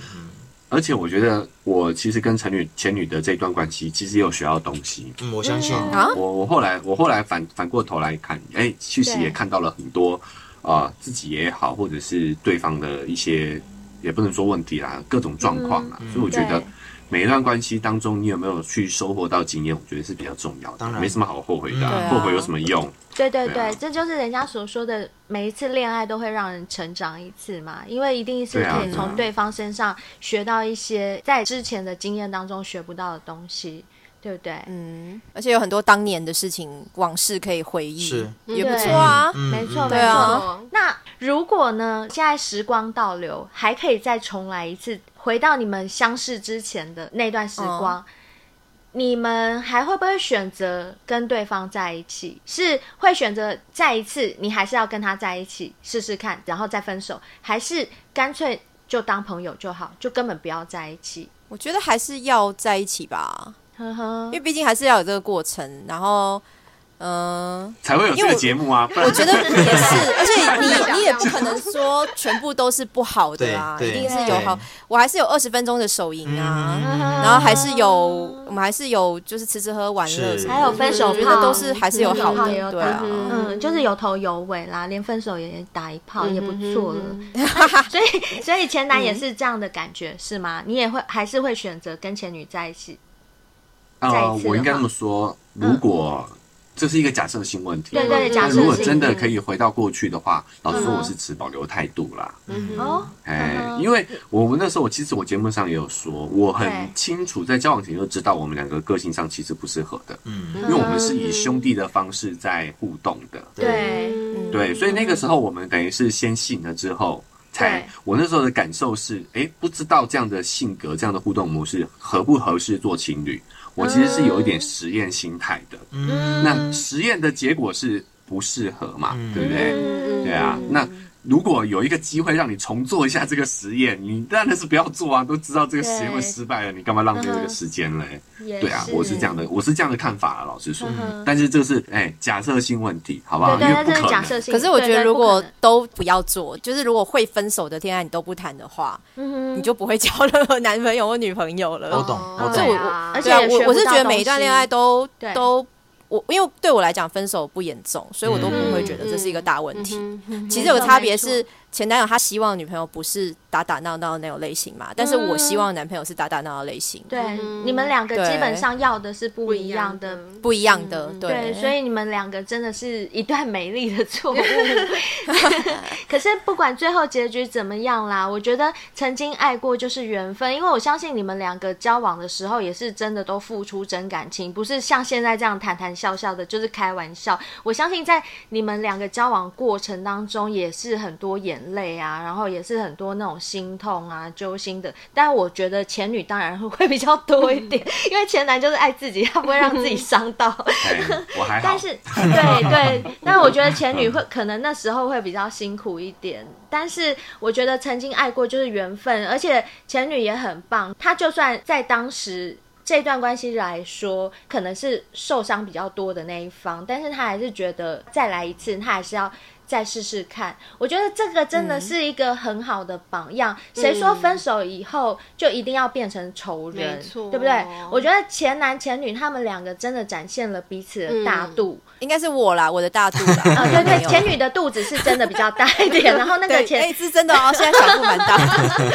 Speaker 6: 而且我觉得，我其实跟前女前女的这段关系，其实也有学到东西。
Speaker 4: 嗯，我相信，
Speaker 5: 啊，
Speaker 6: 我我后来我后来反反过头来看，哎、确实
Speaker 3: 对
Speaker 6: 也看到了很多，啊，自己也好，或者是对方的一些，也不能说问题啦，各种状况啦。所以我觉得
Speaker 3: 对
Speaker 6: 每一段关系当中，你有没有去收获到经验，我觉得是比较重要的。
Speaker 4: 当然
Speaker 6: 没什么好后悔的啊、
Speaker 5: 嗯对啊
Speaker 6: 后悔有什么用？
Speaker 3: 对对对，
Speaker 6: 对啊
Speaker 3: 这就是人家所说的，每一次恋爱都会让人成长一次嘛，因为一定是
Speaker 6: 对啊
Speaker 3: 可以
Speaker 6: 对啊
Speaker 3: 从对方身上学到一些在之前的经验当中学不到的东西，对不对？
Speaker 5: 嗯，而且有很多当年的事情、往事可以回忆，
Speaker 4: 是
Speaker 5: 也不错啊。
Speaker 4: 嗯，
Speaker 3: 没错，
Speaker 4: 嗯
Speaker 3: 没
Speaker 5: 对
Speaker 3: 错。
Speaker 5: 啊
Speaker 3: 那如果呢，现在时光倒流，还可以再重来一次，回到你们相识之前的那段时光。你们还会不会选择跟对方在一起？是会选择再一次，你还是要跟他在一起试试看，然后再分手，还是干脆就当朋友就好，就根本不要在一起？
Speaker 5: 我觉得还是要在一起吧，
Speaker 3: 呵呵
Speaker 5: 因为，毕竟还是要有这个过程。然后，嗯、嗯，
Speaker 6: 才会有这个节目啊。不然
Speaker 5: 我觉得也 是，而且你你也不可能说全部都是不好的啊，
Speaker 4: 对
Speaker 5: 一
Speaker 4: 对
Speaker 5: 定是有好
Speaker 4: 对。
Speaker 5: 我还是有二十分钟的手淫啊，
Speaker 4: 嗯
Speaker 5: 然后还是有我们还是有就是吃吃喝玩乐
Speaker 4: 是
Speaker 5: 什么的，
Speaker 3: 还有分手
Speaker 5: 我觉得
Speaker 3: 炮
Speaker 5: 都是还是有好
Speaker 3: 分手炮也
Speaker 5: 的，
Speaker 3: 有
Speaker 5: 对
Speaker 3: 打
Speaker 5: 啊。
Speaker 3: 嗯，就是有头有尾啦，连分手也打一炮也不错了。 所以，所以前男也是这样的感觉、是吗？你也会还是会选择跟前女在一起？再一
Speaker 6: 啊，
Speaker 3: 次的
Speaker 6: 我应该
Speaker 3: 话
Speaker 6: 这么说，如果这是一个假设性问题，
Speaker 3: 对对对
Speaker 6: 那
Speaker 3: 假设
Speaker 6: 如果
Speaker 3: 性
Speaker 6: 真的可以回到过去的话，老实说我是持保留态度啦。
Speaker 3: 哦，
Speaker 6: 哎
Speaker 3: 嗯，哼
Speaker 6: 因为我们那时候，我其实我节目上也有说，我很
Speaker 3: 对
Speaker 6: 清楚在交往前就知道我们两个个性上其实不适合的，
Speaker 4: 嗯，
Speaker 6: 因为我们是以兄弟的方式在互动的，
Speaker 3: 嗯对，
Speaker 6: 对，所以那个时候我们等于是先信了之后，才
Speaker 3: 对
Speaker 6: 我那时候的感受是，哎，不知道这样的性格、这样的互动模式合不合适做情侣，我其实是有一点实验心态的。
Speaker 4: 嗯
Speaker 6: 那实验的结果是不适合嘛，
Speaker 4: 嗯
Speaker 6: 对不对？
Speaker 3: 嗯
Speaker 6: 对啊，那。如果有一个机会让你重做一下这个实验，你当然是不要做啊！都知道这个实验会
Speaker 3: 对
Speaker 6: 失败了，你干嘛浪
Speaker 3: 嗯
Speaker 6: 费这个时间嘞？
Speaker 3: 也
Speaker 6: 对啊，我是这样的，我是这样的看法啊，老实说。
Speaker 3: 嗯哼
Speaker 6: 但是这是哎、假设性问题，好不好？
Speaker 3: 对
Speaker 6: 因
Speaker 3: 对，那
Speaker 6: 为不
Speaker 3: 这
Speaker 6: 可
Speaker 3: 是
Speaker 6: 能。
Speaker 3: 假设性。
Speaker 5: 可是我觉得，如果
Speaker 3: 对
Speaker 5: 都不要做，就是如果会分手的恋爱你都不谈的话，
Speaker 3: 嗯
Speaker 5: 你就不会交任何男朋友或女朋友了。
Speaker 4: 我哦懂，我
Speaker 3: 哦
Speaker 5: 所以
Speaker 4: 懂
Speaker 5: 我
Speaker 2: 对啊
Speaker 5: 我
Speaker 3: 而且
Speaker 5: 对啊
Speaker 3: 也学
Speaker 5: 我我是
Speaker 3: 不到
Speaker 5: 觉得每
Speaker 3: 东
Speaker 5: 一段
Speaker 3: 西
Speaker 5: 恋爱都
Speaker 3: 对
Speaker 5: 都我，因为对我来讲分手不严重，所以我都不
Speaker 3: 嗯
Speaker 5: 会觉得这是一个大问题。其实有个差别
Speaker 3: 没
Speaker 5: 是，前男友他希望女朋友不是打打闹闹的那种类型嘛，但是我希望男朋友是打打闹闹的类型，
Speaker 3: 嗯对你们两个基本上要的是不一样的
Speaker 5: 不一样的。
Speaker 3: 嗯对，所以你们两个真的是一段美丽的错误。可是不管最后结局怎么样啦，我觉得曾经爱过就是缘分，因为我相信你们两个交往的时候也是真的都付出真感情，不是像现在这样谈谈笑笑的，就是开玩笑。我相信在你们两个交往过程当中，也是很多眼泪啊，然后也是很多那种心痛啊、揪心的。但我觉得前女当然会会比较多一点，因为前男就是爱自己，他不会让自己伤到。
Speaker 6: 哎、我还好。
Speaker 3: 但是， 对对，但我觉得前女会可能那时候会比较辛苦一点，但是我觉得曾经爱过就是缘分，而且前女也很棒，她就算在当时。这段关系来说，可能是受伤比较多的那一方，但是她还是觉得再来一次，她还是要再试试看。我觉得这个真的是一个很好的榜样。谁说分手以后就一定要变成仇人，
Speaker 2: 没错
Speaker 3: 对不对？我觉得前男前女他们两个真的展现了彼此的大度。
Speaker 5: 应该是我啦，我的大肚
Speaker 3: 啊，
Speaker 5: 啦。
Speaker 3: 对对，前
Speaker 5: 女
Speaker 3: 女的肚子是真的比较大一 点，然后那个
Speaker 5: 对，
Speaker 3: 前
Speaker 5: 哎，是真的哦，现在小腹蛮大的。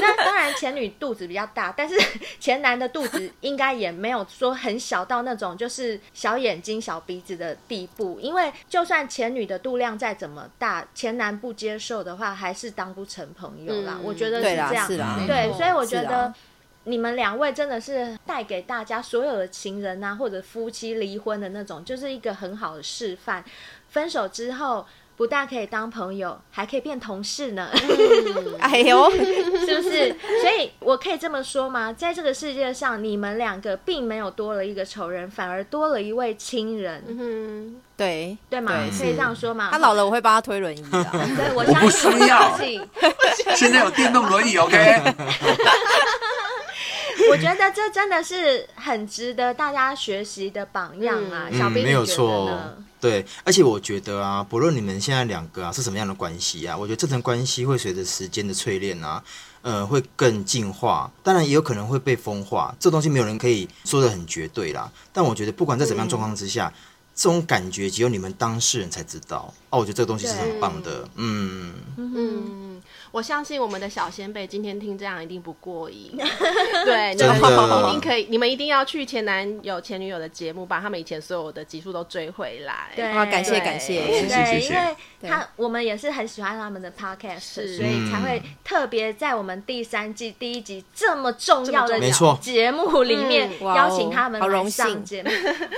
Speaker 3: 那当然前女肚子比较大，但是前男的肚子应该也没有说很小到那种就是小眼睛、小鼻子的地步，因为就算前女的肚量再怎么大，前男不接受的话，还是当不成朋友啦。
Speaker 2: 嗯
Speaker 3: 我觉得
Speaker 5: 对啦
Speaker 3: 这，样
Speaker 5: 是，啦，
Speaker 3: 对，
Speaker 2: 错
Speaker 3: 所以我
Speaker 5: 是
Speaker 3: 觉得
Speaker 5: 啊
Speaker 3: 你们两位真的是带给大家所有的情人啊，或者夫妻离婚的那种，就是一个很好的示范。分手之后。不但可以当朋友，还可以变同事 呢，
Speaker 5: 哎呦，
Speaker 3: 是不是？所以我可以这么说吗？在这个世界上，你们两个并没有多了一个仇人，反而多了一位亲人，
Speaker 2: 嗯，
Speaker 5: 对，
Speaker 3: 对吗？
Speaker 5: 对
Speaker 3: 可以这样说吗？
Speaker 5: 他老了我会帮他推轮椅 的。
Speaker 3: 对我
Speaker 6: 我
Speaker 3: 相
Speaker 6: 不
Speaker 3: 信，
Speaker 6: 需要
Speaker 3: 相信。
Speaker 6: 现在有电动轮椅，OK？
Speaker 3: 我觉得这真的是很值得大家学习的榜样啊！小
Speaker 4: 嗯，
Speaker 3: 兵，
Speaker 4: 没有
Speaker 3: 你觉得
Speaker 4: 错
Speaker 3: 呢？，
Speaker 4: 对，而且我觉得啊，不论你们现在两个啊是什么样的关系啊，我觉得这层关系会随着时间的淬炼啊，呃，会更进化，当然也有可能会被风化，这东西没有人可以说的很绝对啦。但我觉得不管在怎么样状况之下，
Speaker 3: 嗯
Speaker 4: 这种感觉只有你们当事人才知道。哦、我觉得这个东西是很棒的，嗯，
Speaker 2: 嗯，我相信我们的小先辈今天听这样一定不过瘾，对，你
Speaker 4: 真
Speaker 2: 们
Speaker 4: 的
Speaker 2: 一定可以，你们一定要去前男友、前女友的节目，把他们以前所有的集数都追回来。
Speaker 3: 对，
Speaker 5: 哇感谢
Speaker 3: 对
Speaker 5: 感谢
Speaker 3: 对，
Speaker 6: 谢谢谢谢
Speaker 3: 因为他我们也是很喜欢他们的 podcast，
Speaker 2: 是
Speaker 3: 所以才会特别在我们第三季第一集这么重要
Speaker 2: 这么重要
Speaker 3: 的
Speaker 4: 没错
Speaker 3: 节目里面
Speaker 5: 嗯哇哦
Speaker 3: 邀请他们
Speaker 5: 好荣
Speaker 3: 来上
Speaker 5: 幸
Speaker 3: 节目，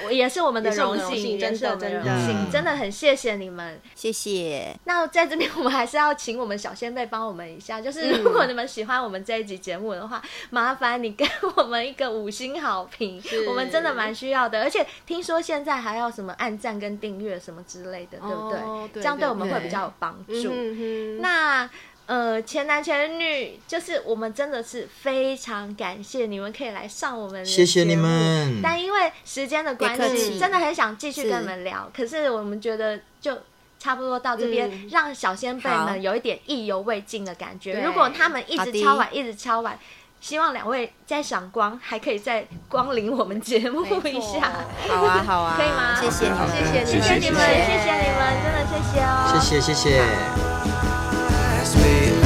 Speaker 3: 我也是我们的
Speaker 2: 也是我
Speaker 3: 荣
Speaker 2: 们的荣
Speaker 3: 幸，
Speaker 2: 幸
Speaker 3: 也是我们
Speaker 2: 真的真
Speaker 3: 荣
Speaker 2: 的
Speaker 3: 幸
Speaker 4: 嗯
Speaker 3: 真的很谢谢你们。
Speaker 5: 谢谢。
Speaker 3: 那在这边，我们还是要请我们小先辈帮我们一下，就是
Speaker 2: 嗯
Speaker 3: 如果你们喜欢我们这一集节目的话，麻烦你给我们一个五星好评，我们真的蛮需要的。而且听说现在还要什么按赞跟订阅什么之类的，对不对？
Speaker 2: 哦对嗯
Speaker 3: 这样对我们
Speaker 5: 对
Speaker 3: 会比较有帮助。
Speaker 2: 嗯哼，
Speaker 3: 那。呃，前男前女，就是我们真的是非常感谢你们可以来上我们的
Speaker 4: 谢谢
Speaker 3: 节
Speaker 4: 你
Speaker 3: 目
Speaker 4: 们
Speaker 3: 但因为时间的关
Speaker 5: 别客
Speaker 3: 系，
Speaker 5: 气
Speaker 3: 真的很想继续跟
Speaker 5: 是
Speaker 3: 你们聊，可是我们觉得就。差不多到这边，
Speaker 2: 嗯
Speaker 3: 让小先辈
Speaker 5: 好
Speaker 3: 们有一点意犹未尽的感觉。
Speaker 5: 对
Speaker 3: 如果他们一
Speaker 5: 好
Speaker 3: 直
Speaker 5: 的
Speaker 3: 敲碗，一直敲碗，希望两位在赏光，还可以再光临我们节目一下，
Speaker 5: 好啊，好啊，
Speaker 3: 可以吗
Speaker 5: 谢谢你们，
Speaker 2: 谢谢
Speaker 3: 谢谢
Speaker 6: 谢
Speaker 3: 你们，谢谢你们，真的谢谢哦，
Speaker 4: 谢谢谢谢。
Speaker 1: Sweet